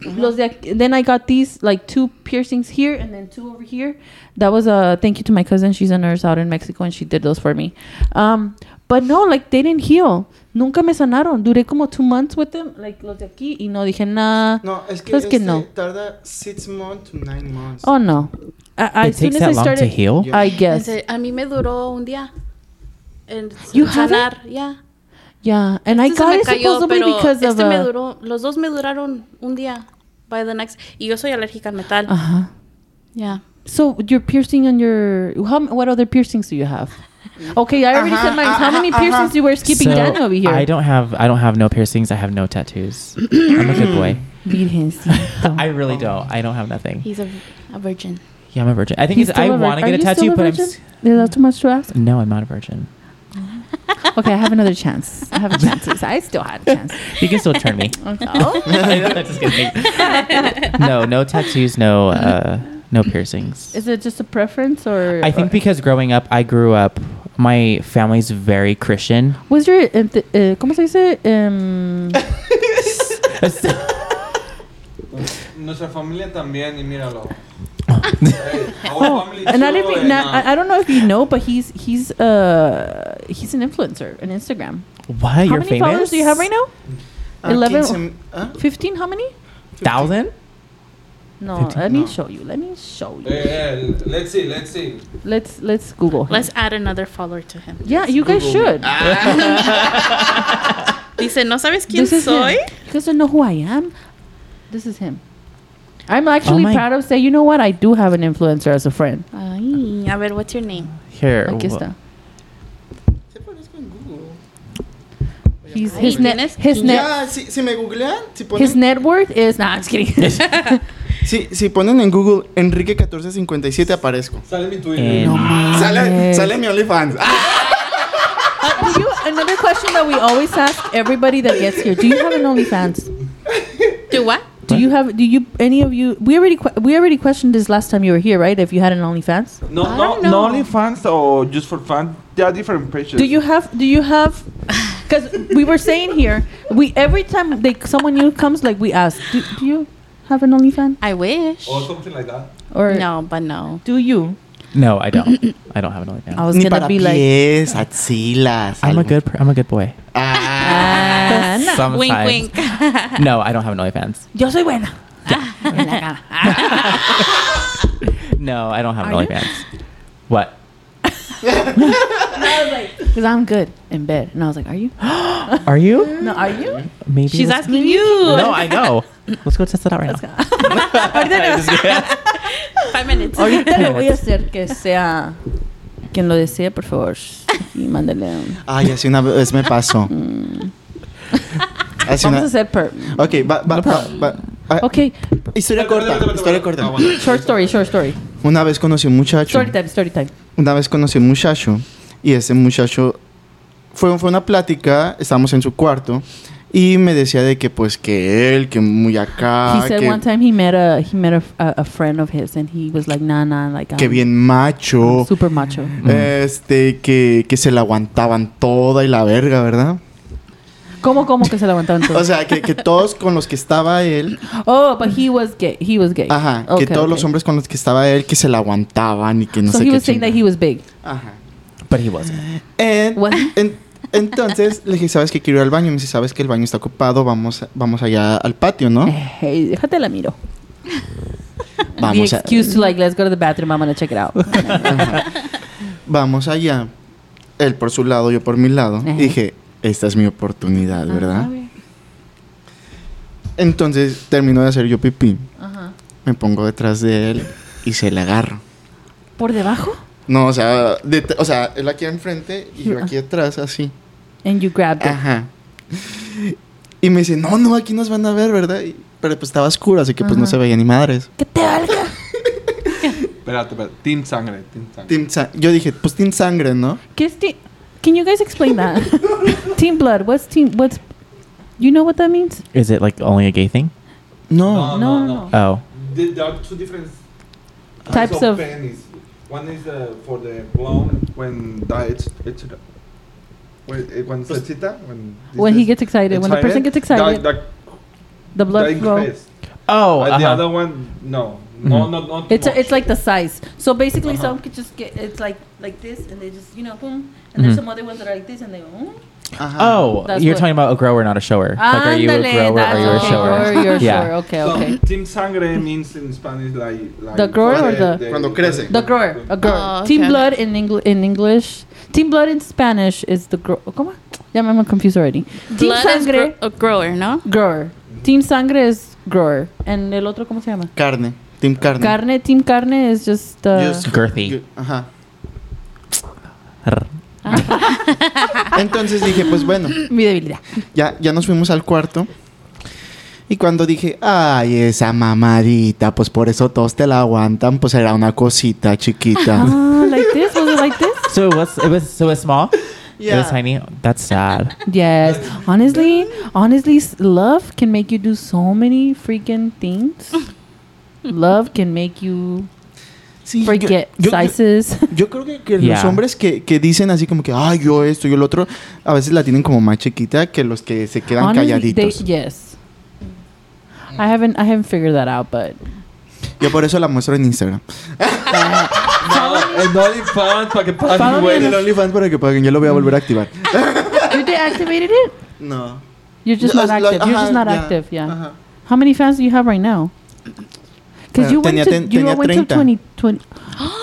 [SPEAKER 2] Los de aquí- then I got these like two piercings here and then two over here. That was a thank you to my cousin. She's a nurse out in Mexico and she did those for me. Um, but no, like they didn't heal. Nunca me sanaron. Duré como two months with them, like los de aquí y no dije nada.
[SPEAKER 3] No, es que,
[SPEAKER 2] es que
[SPEAKER 3] este
[SPEAKER 2] no.
[SPEAKER 3] tarda 6 months to 9 months.
[SPEAKER 2] Oh no. I, I,
[SPEAKER 5] It
[SPEAKER 2] as soon as
[SPEAKER 5] takes that
[SPEAKER 2] I
[SPEAKER 5] long to
[SPEAKER 2] started,
[SPEAKER 5] heal?
[SPEAKER 2] I guess.
[SPEAKER 6] Ese- A mí me duró un día. En
[SPEAKER 2] You have
[SPEAKER 6] sanar, ya.
[SPEAKER 2] Yeah, and I
[SPEAKER 6] Este se
[SPEAKER 2] got
[SPEAKER 6] me
[SPEAKER 2] it
[SPEAKER 6] cayó,
[SPEAKER 2] supposedly
[SPEAKER 6] pero
[SPEAKER 2] because of
[SPEAKER 6] este me
[SPEAKER 2] a-
[SPEAKER 6] duró, los dos me duraron un día. By the next, y yo soy alérgica al metal.
[SPEAKER 2] Uh-huh.
[SPEAKER 6] Ya.
[SPEAKER 2] So your piercing on your how, what other piercings do you have? Okay, I already said mine. How many piercings you were skipping
[SPEAKER 5] So,
[SPEAKER 2] down over here?
[SPEAKER 5] I don't have I don't have no piercings. I have no tattoos. I'm a good boy.
[SPEAKER 2] Virgencito.
[SPEAKER 5] I really don't. I don't have nothing.
[SPEAKER 6] He's a, a virgin.
[SPEAKER 5] Yeah, I'm a virgin. I think
[SPEAKER 2] He's
[SPEAKER 5] it's, I
[SPEAKER 2] still a vir-
[SPEAKER 5] want to
[SPEAKER 2] Are
[SPEAKER 5] get a
[SPEAKER 2] you still
[SPEAKER 5] tattoo, but I'm
[SPEAKER 2] virgin?
[SPEAKER 5] s-
[SPEAKER 2] Is that too much to ask?
[SPEAKER 5] no, I'm not a virgin.
[SPEAKER 2] Okay, I have another chance. I have a chance. I still have a chance.
[SPEAKER 5] You can still turn me.
[SPEAKER 2] Oh,
[SPEAKER 5] Just kidding. no, no tattoos, no uh, no piercings.
[SPEAKER 2] is it just a preference or?
[SPEAKER 5] I think
[SPEAKER 2] or-
[SPEAKER 5] because growing up, I grew up. My family's very Christian.
[SPEAKER 2] was your uh, th- uh, ¿Cómo se dice? Um,
[SPEAKER 1] Nuestra familia también, y míralo.
[SPEAKER 2] oh, and I, didn't,
[SPEAKER 1] eh,
[SPEAKER 2] na- I, I don't know if you know, but he's he's uh he's an influencer on Instagram.
[SPEAKER 5] What?
[SPEAKER 2] How
[SPEAKER 5] You're
[SPEAKER 2] many
[SPEAKER 5] famous?
[SPEAKER 2] followers do you have right now?
[SPEAKER 3] Ah,
[SPEAKER 2] 11
[SPEAKER 3] 15, ah,
[SPEAKER 2] 15 how many
[SPEAKER 5] Thousand?
[SPEAKER 2] no
[SPEAKER 5] 15?
[SPEAKER 2] let me
[SPEAKER 3] No.
[SPEAKER 2] show you let me show you
[SPEAKER 1] Eh, let's see, let's see.
[SPEAKER 2] let's let's google him.
[SPEAKER 6] Let's add another follower to him.
[SPEAKER 2] yeah you guys should
[SPEAKER 3] Ah.
[SPEAKER 6] Dice, ¿no sabes quién
[SPEAKER 2] this is
[SPEAKER 6] soy?
[SPEAKER 2] him you guys don't know who i am this is him i'm actually
[SPEAKER 5] Oh, my-
[SPEAKER 2] proud of say you know what i do have an influencer as a friend
[SPEAKER 6] Ay, a ver, what's your name?
[SPEAKER 5] Here.
[SPEAKER 2] aquí
[SPEAKER 5] wha-
[SPEAKER 2] está
[SPEAKER 3] se parezco en Google.
[SPEAKER 2] He's,
[SPEAKER 6] Ay,
[SPEAKER 2] his net
[SPEAKER 6] tienes
[SPEAKER 2] his net
[SPEAKER 3] Ya, si, si me googlean, si
[SPEAKER 2] his
[SPEAKER 3] ponen,
[SPEAKER 2] net worth is nah i'm just kidding
[SPEAKER 3] si, si ponen en Google Enrique 1457 aparezco.
[SPEAKER 1] Sale mi
[SPEAKER 5] Eh,
[SPEAKER 1] Twitter.
[SPEAKER 3] Sale, sale mi OnlyFans. Ah,
[SPEAKER 2] Uh, do you, another question that we always ask everybody that gets here do you have an onlyfans
[SPEAKER 6] ¿Tú what?
[SPEAKER 2] do you have do you any of you we already que- we already questioned this last time you were here right if you had an onlyfans
[SPEAKER 1] No, no,
[SPEAKER 6] I don't know.
[SPEAKER 1] no only fans or just for fun. There are different pages.
[SPEAKER 2] Do you have? Do you have? Because we were saying here, we every time they someone new comes, like we ask, do, do you have an OnlyFans
[SPEAKER 6] I wish.
[SPEAKER 1] Or Oh, something like that.
[SPEAKER 2] or
[SPEAKER 6] No, but no.
[SPEAKER 2] Do you?
[SPEAKER 5] No, I don't. I don't have an OnlyFans.
[SPEAKER 2] I was
[SPEAKER 3] ni
[SPEAKER 2] gonna
[SPEAKER 3] para
[SPEAKER 2] be like,
[SPEAKER 3] pies, axilas.
[SPEAKER 5] I'm a
[SPEAKER 3] algo.
[SPEAKER 5] good. pr- I'm a good boy.
[SPEAKER 2] ah,
[SPEAKER 3] Ah,
[SPEAKER 2] no.
[SPEAKER 5] Sometimes.
[SPEAKER 6] Wink, wink.
[SPEAKER 5] No, I don't have an OnlyFans.
[SPEAKER 2] yo soy buena. En la cama.
[SPEAKER 5] No, I don't have an
[SPEAKER 2] Are you?
[SPEAKER 5] OnlyFans. What?
[SPEAKER 2] Because I'm good in bed, and I was like, are you?
[SPEAKER 5] Are you?
[SPEAKER 2] No, are you?
[SPEAKER 3] Mm-hmm.
[SPEAKER 5] Maybe.
[SPEAKER 6] She's
[SPEAKER 5] let's-
[SPEAKER 6] asking you.
[SPEAKER 5] No, I know. Let's go test it out right now.
[SPEAKER 6] Five minutes.
[SPEAKER 2] Ahorita le voy a hacer que sea quien lo desee, por favor, y mándale. Un...
[SPEAKER 3] Ay, así una vez me pasó. Así
[SPEAKER 2] Mm. Vamos a
[SPEAKER 3] una...
[SPEAKER 2] hacer per.
[SPEAKER 3] Ok, va, va, va, va. Ah,
[SPEAKER 2] Okay,
[SPEAKER 3] Historia corta, historia
[SPEAKER 1] Ah,
[SPEAKER 3] corta.
[SPEAKER 2] short story, short story,
[SPEAKER 3] Una vez conocí a un muchacho.
[SPEAKER 2] story time, story time.
[SPEAKER 3] Una vez conocí a un muchacho y ese muchacho fue, fue una plática, estábamos en su cuarto y me decía de que pues que él, que muy acá,
[SPEAKER 2] he said one
[SPEAKER 3] Ah, que,
[SPEAKER 2] time he met a he met a, a, a friend of his and he was like nah nah like
[SPEAKER 3] que
[SPEAKER 2] I'm-
[SPEAKER 3] bien
[SPEAKER 2] I'm
[SPEAKER 3] macho,
[SPEAKER 2] super macho
[SPEAKER 3] este, que, que se la aguantaban toda y la verga, ¿verdad?
[SPEAKER 2] ¿Cómo, cómo que se levantaron
[SPEAKER 3] O
[SPEAKER 2] todos?
[SPEAKER 3] sea, que, que todos con los que estaba él,
[SPEAKER 2] oh but he was gay he was gay
[SPEAKER 3] ajá,
[SPEAKER 2] Okay,
[SPEAKER 3] que todos
[SPEAKER 2] okay.
[SPEAKER 3] los hombres con los que estaba él que se la aguantaban y que no
[SPEAKER 2] so
[SPEAKER 3] sé
[SPEAKER 2] he
[SPEAKER 3] qué.
[SPEAKER 2] was saying that he
[SPEAKER 3] chingada.
[SPEAKER 2] was big
[SPEAKER 3] Ajá.
[SPEAKER 5] But he wasn't.
[SPEAKER 3] En-
[SPEAKER 2] What?
[SPEAKER 3] en- entonces le dije, ¿sabes que quiero ir al baño? Y me dice, ¿sabes que el baño está ocupado? Vamos, vamos allá al patio, ¿no?
[SPEAKER 2] hey déjate la miro
[SPEAKER 3] Vamos,
[SPEAKER 2] the
[SPEAKER 3] a- Ah,
[SPEAKER 2] excuse to like let's go to the bathroom I'm gonna check it out
[SPEAKER 3] vamos allá. Él por su lado, yo por mi lado.
[SPEAKER 2] Ajá.
[SPEAKER 3] Dije, esta es mi oportunidad, ¿verdad? Entonces termino de hacer yo pipí.
[SPEAKER 2] Ajá.
[SPEAKER 3] Me pongo detrás de él y se la agarro.
[SPEAKER 2] ¿por debajo?
[SPEAKER 3] No, o sea, det- o sea, él aquí enfrente y yo aquí atrás, así.
[SPEAKER 2] and you grabbed it
[SPEAKER 3] Ajá. Y me dice, no, no, aquí nos van a ver, ¿verdad? Y- pero pues estaba oscuro, así que pues no
[SPEAKER 2] Ajá.
[SPEAKER 3] se veía ni madres.
[SPEAKER 2] que te valga
[SPEAKER 1] Espérate, espérate. Team Sangre, Team Sangre.
[SPEAKER 3] Team Sa- yo dije, pues Team Sangre, ¿no?
[SPEAKER 2] ¿Qué es ti- can you guys explain that team blood what's team what's you know what that means
[SPEAKER 5] Is it like only a gay thing?
[SPEAKER 3] No.
[SPEAKER 2] no no, no.
[SPEAKER 5] Oh.
[SPEAKER 1] There there are two different
[SPEAKER 2] Types of-
[SPEAKER 1] pennies. One is uh, for the blown when that it's it's when it- when se excita, when this
[SPEAKER 2] when he
[SPEAKER 1] is
[SPEAKER 2] gets excited when the person gets
[SPEAKER 1] that-
[SPEAKER 2] excited
[SPEAKER 1] that-
[SPEAKER 2] the blood
[SPEAKER 1] that
[SPEAKER 2] flow
[SPEAKER 1] increase.
[SPEAKER 5] Oh,
[SPEAKER 1] Uh, the
[SPEAKER 5] uh-huh.
[SPEAKER 1] other one, no. No,
[SPEAKER 3] Mm-hmm.
[SPEAKER 1] no, no.
[SPEAKER 2] It's
[SPEAKER 1] no.
[SPEAKER 2] it's like the size. So basically,
[SPEAKER 1] Uh-huh.
[SPEAKER 2] some could just get it's like like this, and they just you know boom. And there's
[SPEAKER 5] Mhm.
[SPEAKER 2] some other ones that are like this, and they go. Mm.
[SPEAKER 5] oh,
[SPEAKER 2] That's
[SPEAKER 5] you're
[SPEAKER 2] what-
[SPEAKER 5] talking about a grower, not a shower. like, are you a
[SPEAKER 2] Ándale,
[SPEAKER 5] grower or
[SPEAKER 2] that's
[SPEAKER 5] you're a
[SPEAKER 2] okay.
[SPEAKER 5] shower?
[SPEAKER 2] Grower, you're a
[SPEAKER 5] yeah.
[SPEAKER 2] shower, Okay,
[SPEAKER 1] So,
[SPEAKER 2] okay.
[SPEAKER 1] Team Sangre means in Spanish like. like
[SPEAKER 2] The grower or the-
[SPEAKER 3] Cuando crece.
[SPEAKER 2] The grower, a grower.
[SPEAKER 6] Oh,
[SPEAKER 2] Team
[SPEAKER 6] okay.
[SPEAKER 2] Blood in Engl- in English. Team Blood in Spanish is the grower. Come on, yeah, I'm confused already. Team
[SPEAKER 6] Blood is
[SPEAKER 2] Sangre,
[SPEAKER 6] gro- a grower, ¿no?
[SPEAKER 2] grower. Team Sangre es grower, and el otro cómo se llama?
[SPEAKER 3] Carne. Team carne.
[SPEAKER 2] Carne. Team Carne is just uh,
[SPEAKER 3] Just-
[SPEAKER 5] Girthy.
[SPEAKER 3] yo- Ajá.
[SPEAKER 5] Arr.
[SPEAKER 3] Entonces dije, pues bueno,
[SPEAKER 2] mi debilidad.
[SPEAKER 3] ya, ya nos fuimos al cuarto. Y cuando dije, ay, esa mamadita, pues por eso todos te la aguantan, pues era una cosita chiquita.
[SPEAKER 2] Ah, like this? Was it like this?
[SPEAKER 5] So it was. It was. So it was small. It was tiny. That's sad.
[SPEAKER 2] Yes. Honestly, honestly, s- love can make you do so many freaking things. love can make you
[SPEAKER 3] Sí, yo-
[SPEAKER 2] forget
[SPEAKER 3] yo- yo-
[SPEAKER 2] sizes.
[SPEAKER 3] Yo creo que, que los
[SPEAKER 5] Yeah.
[SPEAKER 3] hombres que, que dicen así como que, ay, yo esto, yo lo otro, a veces la tienen como más chiquita que los que se quedan
[SPEAKER 2] Honestly, they-
[SPEAKER 3] calladitos.
[SPEAKER 2] yes. I haven't I haven't figured that out, but
[SPEAKER 3] Yo por eso la muestro en Instagram.
[SPEAKER 1] No, en OnlyFans para que paguen,
[SPEAKER 3] En el
[SPEAKER 1] güey.
[SPEAKER 3] OnlyFans para que paguen, yo lo voy a volver a activar.
[SPEAKER 2] you deactivated it.
[SPEAKER 3] No.
[SPEAKER 2] You're just not
[SPEAKER 3] Las- las-
[SPEAKER 2] active. You're just
[SPEAKER 3] ajá,
[SPEAKER 2] not
[SPEAKER 3] ya,
[SPEAKER 2] active. Yeah.
[SPEAKER 3] ajá.
[SPEAKER 2] How many fans do you have right now? Because
[SPEAKER 3] Bueno,
[SPEAKER 2] you went
[SPEAKER 3] tenía
[SPEAKER 2] to
[SPEAKER 3] ten-
[SPEAKER 2] you
[SPEAKER 3] tenía
[SPEAKER 2] went to
[SPEAKER 3] 30.
[SPEAKER 2] 20, 20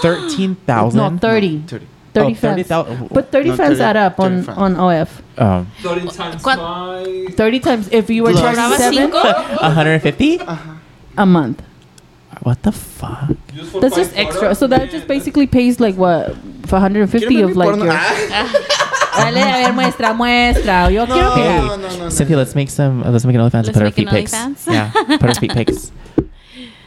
[SPEAKER 5] Thirteen
[SPEAKER 2] no
[SPEAKER 5] thousand. Oh,
[SPEAKER 2] 30, 30,
[SPEAKER 3] Sorry.
[SPEAKER 2] fans.
[SPEAKER 5] 30,000.
[SPEAKER 2] but 30
[SPEAKER 3] No,
[SPEAKER 2] fans
[SPEAKER 3] 30,
[SPEAKER 2] add up
[SPEAKER 3] 30
[SPEAKER 2] on
[SPEAKER 3] fans.
[SPEAKER 2] on OF.
[SPEAKER 5] Um,
[SPEAKER 1] 30 times
[SPEAKER 6] ¿Cuán-
[SPEAKER 1] five.
[SPEAKER 2] 30 times if you were
[SPEAKER 3] Plus-
[SPEAKER 6] ¿Cobraba
[SPEAKER 2] 27
[SPEAKER 6] cinco?
[SPEAKER 5] 150.
[SPEAKER 2] a month.
[SPEAKER 5] What the fuck?
[SPEAKER 1] Just for
[SPEAKER 2] That's
[SPEAKER 1] five
[SPEAKER 2] just extra.
[SPEAKER 1] photos?
[SPEAKER 2] So that
[SPEAKER 1] Yeah, that's-
[SPEAKER 2] just basically pays like what for 150
[SPEAKER 3] ¿Quieren
[SPEAKER 2] of
[SPEAKER 3] ver mi
[SPEAKER 2] like
[SPEAKER 3] porno?
[SPEAKER 2] your.
[SPEAKER 3] Ah,
[SPEAKER 2] Dale, a ver, muestra, muestra. Yo quiero que-
[SPEAKER 5] Hey,
[SPEAKER 3] no, no, no, no,
[SPEAKER 5] Cynthia, let's make some. Let's make an OnlyFans and
[SPEAKER 6] Let's
[SPEAKER 5] put our
[SPEAKER 6] make an
[SPEAKER 5] feet pics.
[SPEAKER 6] OnlyFans.
[SPEAKER 5] Yeah, put our feet pics.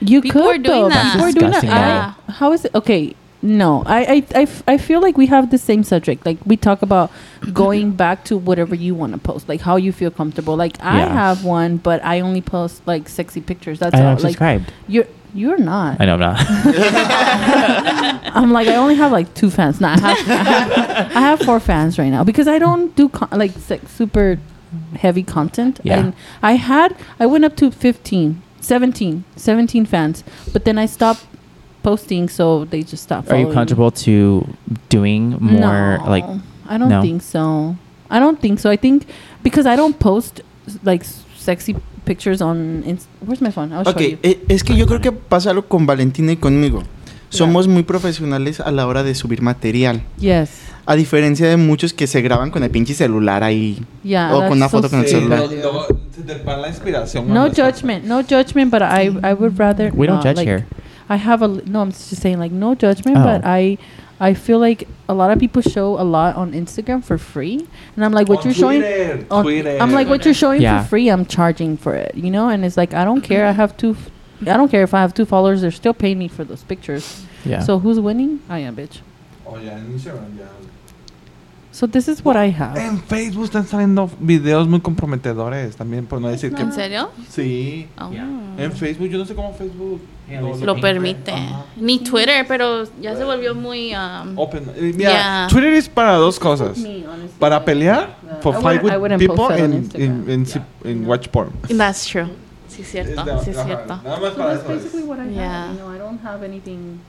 [SPEAKER 2] You
[SPEAKER 6] People
[SPEAKER 2] could
[SPEAKER 6] are doing
[SPEAKER 2] though.
[SPEAKER 6] that.
[SPEAKER 2] People are doing that.
[SPEAKER 5] Disgusting,
[SPEAKER 2] I-
[SPEAKER 6] though.
[SPEAKER 2] how is it? Okay, no. I, I I f- I feel like we have the same subject. Like we talk about going back to whatever you want to post, like how you feel comfortable. Like I
[SPEAKER 5] Yeah.
[SPEAKER 2] have one, but I only post like sexy pictures. That's
[SPEAKER 5] I know,
[SPEAKER 2] all.
[SPEAKER 5] I'm
[SPEAKER 2] Like uh,
[SPEAKER 5] subscribed.
[SPEAKER 2] you're you're not.
[SPEAKER 5] I know I'm not.
[SPEAKER 2] I'm like I only have like two fans. Nah, I have, I have I have four fans right now because I don't do con- like se- super heavy content.
[SPEAKER 5] Yeah.
[SPEAKER 2] And I had I went up to 15, 17, 17 fans, but then I stopped posting, so they just stopped.
[SPEAKER 5] Are you
[SPEAKER 2] following me.
[SPEAKER 5] comfortable to doing more
[SPEAKER 2] No,
[SPEAKER 5] like
[SPEAKER 2] I don't
[SPEAKER 5] no?
[SPEAKER 2] think so. I don't think so. I think because I don't post like s- sexy pictures on. Inst- Where's my phone? I'll
[SPEAKER 3] Ok,
[SPEAKER 2] show you.
[SPEAKER 3] eh, es que yo creo que pasa algo con Valentina y conmigo. Somos muy profesionales a la hora de subir material.
[SPEAKER 2] Yes.
[SPEAKER 3] A diferencia de muchos que se graban con el pinche celular ahí.
[SPEAKER 2] Yeah.
[SPEAKER 3] O
[SPEAKER 2] that's
[SPEAKER 3] Oh, con una foto con el
[SPEAKER 1] Sí,
[SPEAKER 3] celular.
[SPEAKER 1] luego- luego se te va la inspiración.
[SPEAKER 2] No
[SPEAKER 1] cuando estás-
[SPEAKER 2] judgment, no judgment, but I I would rather
[SPEAKER 5] We don't
[SPEAKER 2] not,
[SPEAKER 5] judge
[SPEAKER 2] like,
[SPEAKER 5] here.
[SPEAKER 2] I have a l- no. I'm just saying like no judgment,
[SPEAKER 5] Oh.
[SPEAKER 2] but I I feel like a lot of people show a lot on Instagram for free, and I'm like what
[SPEAKER 1] On
[SPEAKER 2] you're showing.
[SPEAKER 1] Twitter,
[SPEAKER 2] on-
[SPEAKER 1] Twitter.
[SPEAKER 2] I'm like what you're showing
[SPEAKER 5] Yeah.
[SPEAKER 2] for free. I'm charging for it, you know, and it's like I don't care. I have two. f- I don't care if I have two followers. They're still paying me for those pictures.
[SPEAKER 5] Yeah.
[SPEAKER 2] So who's winning? I am, bitch.
[SPEAKER 1] Oh, ya, en Instagram, ya.
[SPEAKER 2] So this is what I have.
[SPEAKER 1] Ah. En Facebook están saliendo videos muy comprometedores también, por no decir que.
[SPEAKER 6] ¿En serio?
[SPEAKER 1] Sí.
[SPEAKER 6] Oh.
[SPEAKER 1] En Facebook, yo no sé cómo Facebook
[SPEAKER 6] Lo permite.
[SPEAKER 1] Ajá.
[SPEAKER 6] Ni Twitter, pero ya se volvió muy... um,
[SPEAKER 5] Oh.
[SPEAKER 1] Open. eh, Mira,
[SPEAKER 6] Yeah.
[SPEAKER 1] Twitter es para dos cosas. Para pelear, for
[SPEAKER 2] I
[SPEAKER 1] fight
[SPEAKER 2] wouldn't- I
[SPEAKER 1] with
[SPEAKER 2] wouldn't
[SPEAKER 1] people,
[SPEAKER 2] post that on
[SPEAKER 1] and
[SPEAKER 2] Instagram.
[SPEAKER 1] in, in, si- in watch porn.
[SPEAKER 6] That's true. Sí,
[SPEAKER 1] Es
[SPEAKER 6] cierto.
[SPEAKER 1] la-
[SPEAKER 6] Sí,
[SPEAKER 1] ajá,
[SPEAKER 6] cierto.
[SPEAKER 1] Nada más para eso. es.
[SPEAKER 2] what I
[SPEAKER 6] have, Yeah. you know,
[SPEAKER 2] I don't have anything.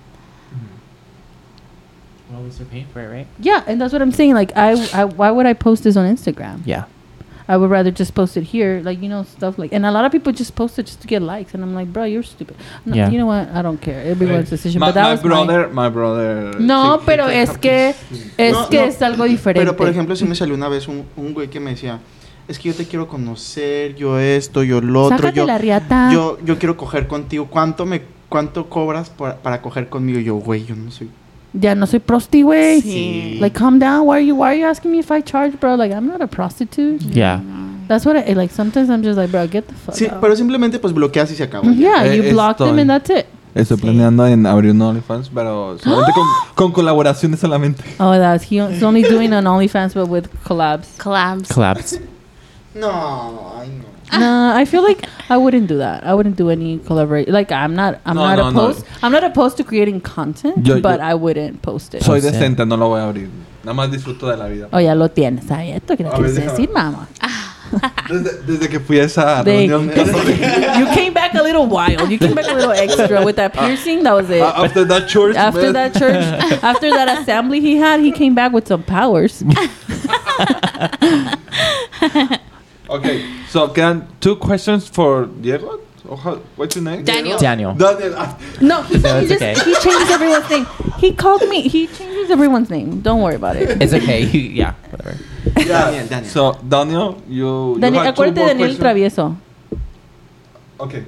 [SPEAKER 5] Well, we're paying for it, right?
[SPEAKER 2] Yeah, and that's what I'm saying. Like, I, I why would I post this on Instagram?
[SPEAKER 5] Yeah.
[SPEAKER 2] I would rather just post it here, like you know stuff like. And a lot of people just post it just to get likes, and I'm like, bro, you're stupid. No,
[SPEAKER 5] Yeah.
[SPEAKER 2] You know what? I don't care. Everyone's decision.
[SPEAKER 1] My,
[SPEAKER 2] but that
[SPEAKER 1] my
[SPEAKER 2] was
[SPEAKER 1] brother, my brother.
[SPEAKER 2] My no,
[SPEAKER 1] sí,
[SPEAKER 2] pero
[SPEAKER 1] sí,
[SPEAKER 2] es
[SPEAKER 1] sí.
[SPEAKER 2] que es
[SPEAKER 3] No,
[SPEAKER 2] que
[SPEAKER 3] no,
[SPEAKER 2] es algo diferente.
[SPEAKER 3] Pero por ejemplo, si me salió una vez un, un güey que me decía, es que yo te quiero conocer, yo esto, yo lo otro,
[SPEAKER 2] sácate
[SPEAKER 3] yo,
[SPEAKER 2] la riata.
[SPEAKER 3] yo, yo quiero coger contigo. ¿Cuánto me, cuánto cobras por- para coger conmigo? Y Yo, güey, yo no soy.
[SPEAKER 2] ya no soy prosti, güey.
[SPEAKER 6] Sí.
[SPEAKER 2] Like, calm down. Why are you Why are you asking me if I charge, bro? Like, I'm not a prostitute.
[SPEAKER 5] Yeah.
[SPEAKER 2] That's what I like. Sometimes I'm just like, bro, get the fuck
[SPEAKER 3] Sí,
[SPEAKER 2] out.
[SPEAKER 3] pero simplemente pues bloqueas y se acabó.
[SPEAKER 2] yeah,
[SPEAKER 1] Eh,
[SPEAKER 2] you block them
[SPEAKER 1] estoy-
[SPEAKER 2] and that's it.
[SPEAKER 1] Estoy planeando en abrir un OnlyFans, pero solamente con, con colaboraciones solamente.
[SPEAKER 2] Oh, that's he, he's only doing on OnlyFans, but with collabs.
[SPEAKER 6] Collabs.
[SPEAKER 5] Collapse.
[SPEAKER 3] No, ay no.
[SPEAKER 2] No, I feel like I wouldn't do that. I wouldn't do any collaboration. Like I'm not. I'm
[SPEAKER 1] No,
[SPEAKER 2] not
[SPEAKER 1] no, no.
[SPEAKER 2] opposed. I'm not opposed to creating content,
[SPEAKER 1] Yo- yo-
[SPEAKER 2] but I wouldn't post it.
[SPEAKER 1] Soy
[SPEAKER 5] O sea.
[SPEAKER 1] decente, no lo voy a abrir. Nada más disfruto de la vida.
[SPEAKER 2] Oh, ya lo tienes. Ay, esto que
[SPEAKER 1] A ver,
[SPEAKER 2] quieres
[SPEAKER 1] déjame
[SPEAKER 2] decir,
[SPEAKER 1] ver.
[SPEAKER 2] mamá.
[SPEAKER 1] Desde, desde que fui a esa
[SPEAKER 2] They-
[SPEAKER 1] reunión.
[SPEAKER 2] you came back a little wild. You came back a little extra with that piercing. That was it.
[SPEAKER 1] Ah, After that church. man.
[SPEAKER 2] After that church, after that assembly he had, he came back with some powers.
[SPEAKER 1] Okay, so can two questions for Diego? Or how, what's your name?
[SPEAKER 6] Daniel.
[SPEAKER 5] Daniel.
[SPEAKER 1] Daniel. ah,
[SPEAKER 2] No, he,
[SPEAKER 5] No,
[SPEAKER 2] he
[SPEAKER 5] it's
[SPEAKER 2] just
[SPEAKER 5] okay.
[SPEAKER 2] he changes everyone's name. He called me. He changes everyone's name. Don't worry about it.
[SPEAKER 5] It's okay. yeah, whatever.
[SPEAKER 1] yeah.
[SPEAKER 7] Daniel, Daniel.
[SPEAKER 1] So Daniel, you.
[SPEAKER 2] Daniel,
[SPEAKER 1] you had two
[SPEAKER 2] acuérdate de
[SPEAKER 1] more
[SPEAKER 3] pues.
[SPEAKER 2] Daniel
[SPEAKER 1] questions?
[SPEAKER 2] Travieso.
[SPEAKER 1] Okay.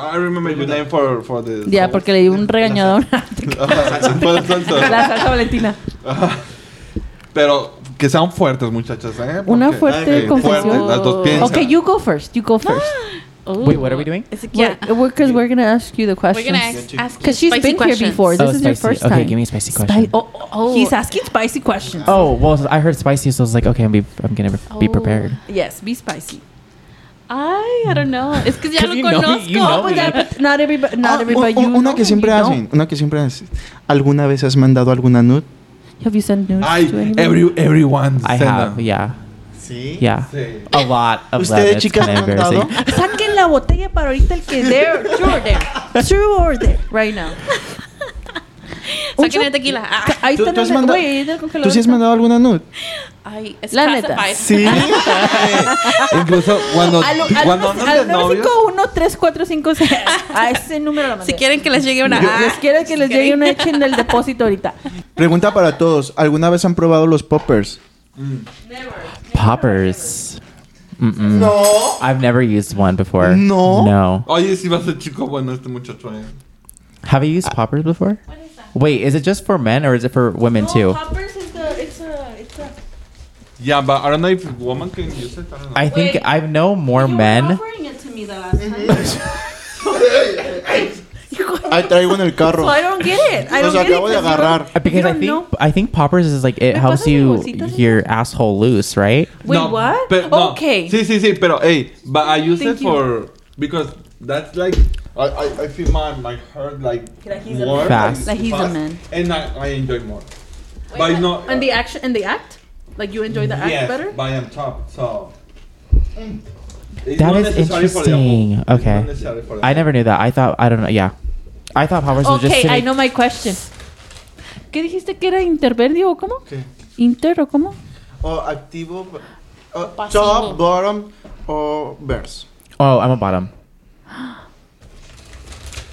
[SPEAKER 1] I remember your name for for the.
[SPEAKER 2] Ya, porque le dio un regañador.
[SPEAKER 1] Ajá, por el
[SPEAKER 2] La
[SPEAKER 1] salsa.
[SPEAKER 2] salsa valentina.
[SPEAKER 1] Ajá. Pero que sean fuertes, muchachas, ¿eh?
[SPEAKER 2] Una
[SPEAKER 1] Porque-
[SPEAKER 2] fuerte
[SPEAKER 1] Ay,
[SPEAKER 2] confesión.
[SPEAKER 1] fuertes, las dos piensan.
[SPEAKER 2] Okay, you go first. You go first.
[SPEAKER 5] Wait, what are we doing?
[SPEAKER 6] It's like,
[SPEAKER 2] Yeah,
[SPEAKER 6] yeah.
[SPEAKER 2] because we're gonna ask you the
[SPEAKER 6] We're
[SPEAKER 2] questions.
[SPEAKER 6] gonna ask, ask
[SPEAKER 2] Because she's
[SPEAKER 6] spicy
[SPEAKER 2] been
[SPEAKER 6] questions.
[SPEAKER 2] here before. This
[SPEAKER 5] Oh,
[SPEAKER 2] is your
[SPEAKER 5] spicy.
[SPEAKER 2] first
[SPEAKER 5] okay,
[SPEAKER 2] time.
[SPEAKER 5] give me a spicy
[SPEAKER 2] Spi-
[SPEAKER 5] question.
[SPEAKER 2] oh, oh, oh. He's asking spicy questions.
[SPEAKER 5] Oh well, I heard spicy, so I was like, okay, I'm be, I'm gonna be
[SPEAKER 6] Oh.
[SPEAKER 5] prepared.
[SPEAKER 2] Yes, be spicy.
[SPEAKER 6] Ay, I don't know. Es que ya
[SPEAKER 5] 'Cause
[SPEAKER 6] lo
[SPEAKER 5] you know-
[SPEAKER 6] conozco.
[SPEAKER 5] you
[SPEAKER 3] Oh,
[SPEAKER 5] know
[SPEAKER 6] pues
[SPEAKER 5] me.
[SPEAKER 6] ya-
[SPEAKER 2] Not everybody. Not
[SPEAKER 3] Ah,
[SPEAKER 2] everybody.
[SPEAKER 3] u- u-
[SPEAKER 2] you
[SPEAKER 3] una
[SPEAKER 2] know
[SPEAKER 3] que
[SPEAKER 2] and
[SPEAKER 3] siempre
[SPEAKER 2] you don't.
[SPEAKER 3] hacen, una que siempre hacen. ¿Alguna vez has mandado alguna nude?
[SPEAKER 2] Have you sent news
[SPEAKER 1] Ay,
[SPEAKER 2] to anyone?
[SPEAKER 1] every, everyone.
[SPEAKER 5] I
[SPEAKER 1] send
[SPEAKER 5] have,
[SPEAKER 1] them.
[SPEAKER 5] yeah,
[SPEAKER 3] Sí.
[SPEAKER 5] yeah,
[SPEAKER 1] Sí.
[SPEAKER 5] a lot of them.
[SPEAKER 3] ¿Ustedes
[SPEAKER 5] It's
[SPEAKER 3] chicas
[SPEAKER 5] kinda
[SPEAKER 3] han mandado?
[SPEAKER 5] embarrassing.
[SPEAKER 2] Saquen la botella para ahorita el que there, you're there, true or there, right now. este Un
[SPEAKER 6] Saquen
[SPEAKER 2] shot.
[SPEAKER 6] el tequila. Ah,
[SPEAKER 2] Ahí
[SPEAKER 3] ¿Tú-
[SPEAKER 2] está
[SPEAKER 3] tú has
[SPEAKER 2] en el-
[SPEAKER 3] mandado-
[SPEAKER 2] güey, ahí está el congelador.
[SPEAKER 3] ¿Tú sí has mandado alguna nude?
[SPEAKER 6] Ay, es
[SPEAKER 2] La neta.
[SPEAKER 6] classified.
[SPEAKER 1] Incluso cuando,
[SPEAKER 2] Al, al,
[SPEAKER 1] cuando andas de novios,
[SPEAKER 2] 345 A ese número la mandé.
[SPEAKER 6] Si quieren que les llegue una.
[SPEAKER 2] Yo-
[SPEAKER 6] ah,
[SPEAKER 2] les quiero que les
[SPEAKER 6] si
[SPEAKER 2] llegue
[SPEAKER 6] quieren.
[SPEAKER 2] una hecha en el depósito ahorita.
[SPEAKER 3] Pregunta para todos. ¿Alguna vez han probado los poppers?
[SPEAKER 5] Poppers. Mm-mm. No, I've never used one before.
[SPEAKER 3] No.
[SPEAKER 5] no.
[SPEAKER 1] Oye, si vas a ser chico bueno este muchacho, ¿eh?
[SPEAKER 5] Have you used poppers before? Wait, is it just for men or is it for women too?
[SPEAKER 1] Yeah, but I don't know if woman can use it. I don't know.
[SPEAKER 5] I think I know more men.
[SPEAKER 3] Ahí traigo en el carro.
[SPEAKER 2] I don't get it. I
[SPEAKER 3] Los
[SPEAKER 2] don't get
[SPEAKER 3] acabo de
[SPEAKER 2] it 'cause you
[SPEAKER 3] agarrar.
[SPEAKER 2] don't-
[SPEAKER 5] Uh,
[SPEAKER 2] you
[SPEAKER 5] Because I
[SPEAKER 2] don't
[SPEAKER 5] think
[SPEAKER 2] know.
[SPEAKER 5] I think poppers is like it
[SPEAKER 2] ¿Me
[SPEAKER 5] helps
[SPEAKER 2] pasas mi
[SPEAKER 5] you
[SPEAKER 2] bolsita, señor?
[SPEAKER 5] your asshole loose, right?
[SPEAKER 2] Wait, what?
[SPEAKER 1] pe- no.
[SPEAKER 2] Okay.
[SPEAKER 1] Sí, sí, sí, pero hey, but I use
[SPEAKER 2] Thank
[SPEAKER 1] it
[SPEAKER 2] you.
[SPEAKER 1] for because that's like I I, I feel my my heart like
[SPEAKER 2] Like he's a
[SPEAKER 1] more
[SPEAKER 2] man.
[SPEAKER 5] Fast.
[SPEAKER 2] Like he's a man.
[SPEAKER 1] and I, I enjoy more. but not
[SPEAKER 2] And the action, and the act, like you enjoy the act
[SPEAKER 1] yes,
[SPEAKER 2] better.
[SPEAKER 1] but I am top so. It's
[SPEAKER 5] That
[SPEAKER 1] not
[SPEAKER 5] is
[SPEAKER 1] necessary for the
[SPEAKER 5] interesting.
[SPEAKER 1] whole. It's
[SPEAKER 5] Okay.
[SPEAKER 1] not necessary for the
[SPEAKER 5] I
[SPEAKER 1] whole.
[SPEAKER 5] never knew that. I thought I don't know. Yeah, I thought poppers was just
[SPEAKER 2] Okay, I
[SPEAKER 5] sitting.
[SPEAKER 2] know my question. ¿Qué dijiste que era interverdio o cómo?
[SPEAKER 3] ¿Qué?
[SPEAKER 2] Inter o cómo?
[SPEAKER 3] O activo. o
[SPEAKER 6] Pasivo.
[SPEAKER 3] top, bottom o verse.
[SPEAKER 5] Oh, I'm a bottom.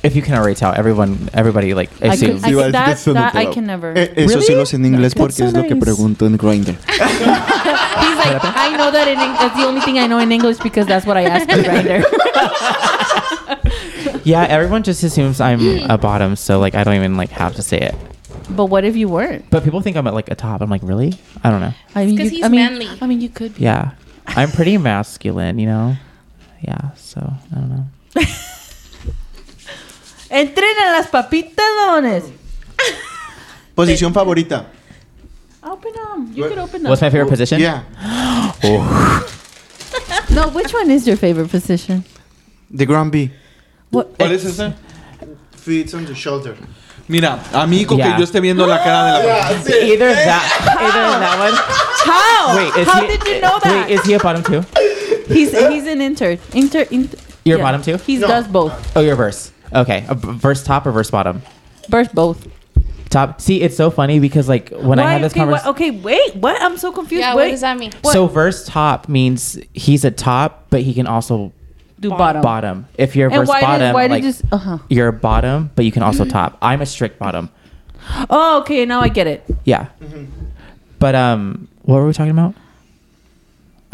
[SPEAKER 5] If you can already tell, everyone, everybody like
[SPEAKER 2] I could-
[SPEAKER 5] assumes.
[SPEAKER 2] I
[SPEAKER 3] iba a
[SPEAKER 2] could-
[SPEAKER 3] decir que
[SPEAKER 2] that-
[SPEAKER 3] eso no
[SPEAKER 2] that I
[SPEAKER 3] puedo.
[SPEAKER 2] can never.
[SPEAKER 3] Eh, eso sí
[SPEAKER 5] Really?
[SPEAKER 3] lo sé en inglés porque
[SPEAKER 5] That's so
[SPEAKER 3] es lo que
[SPEAKER 5] nice.
[SPEAKER 3] pregunto en Grindr.
[SPEAKER 2] He's like, I know that in English. That's the only thing I know in English because that's what I asked you right there.
[SPEAKER 5] yeah, everyone just assumes I'm a bottom, so like I don't even like have to say it.
[SPEAKER 2] But what if you weren't?
[SPEAKER 5] But people think I'm at like a top. I'm like, really? I don't know.
[SPEAKER 2] I mean,
[SPEAKER 6] 'cause
[SPEAKER 2] you,
[SPEAKER 6] he's
[SPEAKER 2] I mean,
[SPEAKER 6] manly.
[SPEAKER 2] I mean, you could. Be.
[SPEAKER 5] Yeah, I'm pretty masculine, you know. Yeah, so I don't know.
[SPEAKER 2] Entren a las papitas, dones.
[SPEAKER 3] Posición favorita.
[SPEAKER 2] Open them. You
[SPEAKER 1] What-
[SPEAKER 2] could open them.
[SPEAKER 5] What's my favorite position?
[SPEAKER 3] Yeah.
[SPEAKER 2] No, which one is your favorite position?
[SPEAKER 3] The ground B.
[SPEAKER 2] What?
[SPEAKER 1] ¿Cuál es ese?
[SPEAKER 3] Feet on the shoulder.
[SPEAKER 1] Mira, amigo
[SPEAKER 5] Yeah.
[SPEAKER 1] que yo esté viendo la cara de la
[SPEAKER 5] Either that, either that
[SPEAKER 2] How?
[SPEAKER 5] one. Wait, is
[SPEAKER 2] How
[SPEAKER 5] he,
[SPEAKER 2] did you know that?
[SPEAKER 5] Wait, is he a bottom too?
[SPEAKER 2] he's he's an inter inter. inter
[SPEAKER 5] You're bottom too?
[SPEAKER 2] He does both.
[SPEAKER 5] Oh, you're verse. Okay, a b- verse top or verse bottom?
[SPEAKER 2] Burst both.
[SPEAKER 5] Top. See, it's so funny because like when I
[SPEAKER 2] Why?
[SPEAKER 5] had this
[SPEAKER 2] okay, why-
[SPEAKER 5] conversation,
[SPEAKER 2] okay, wait. What? I'm so confused.
[SPEAKER 6] Yeah,
[SPEAKER 2] wait.
[SPEAKER 6] what does that mean?
[SPEAKER 2] what-
[SPEAKER 5] so verse top means he's a top, but he can also
[SPEAKER 2] Do bottom.
[SPEAKER 5] bottom. If you're
[SPEAKER 2] And
[SPEAKER 5] verse
[SPEAKER 2] why
[SPEAKER 5] bottom,
[SPEAKER 2] did why
[SPEAKER 5] like,
[SPEAKER 2] did you? s- Uh-huh.
[SPEAKER 5] you're a bottom, but you can also top. I'm a strict bottom.
[SPEAKER 2] Oh, okay. Now I get it.
[SPEAKER 5] Yeah.
[SPEAKER 2] Mm-hmm.
[SPEAKER 5] But um, what were we talking about?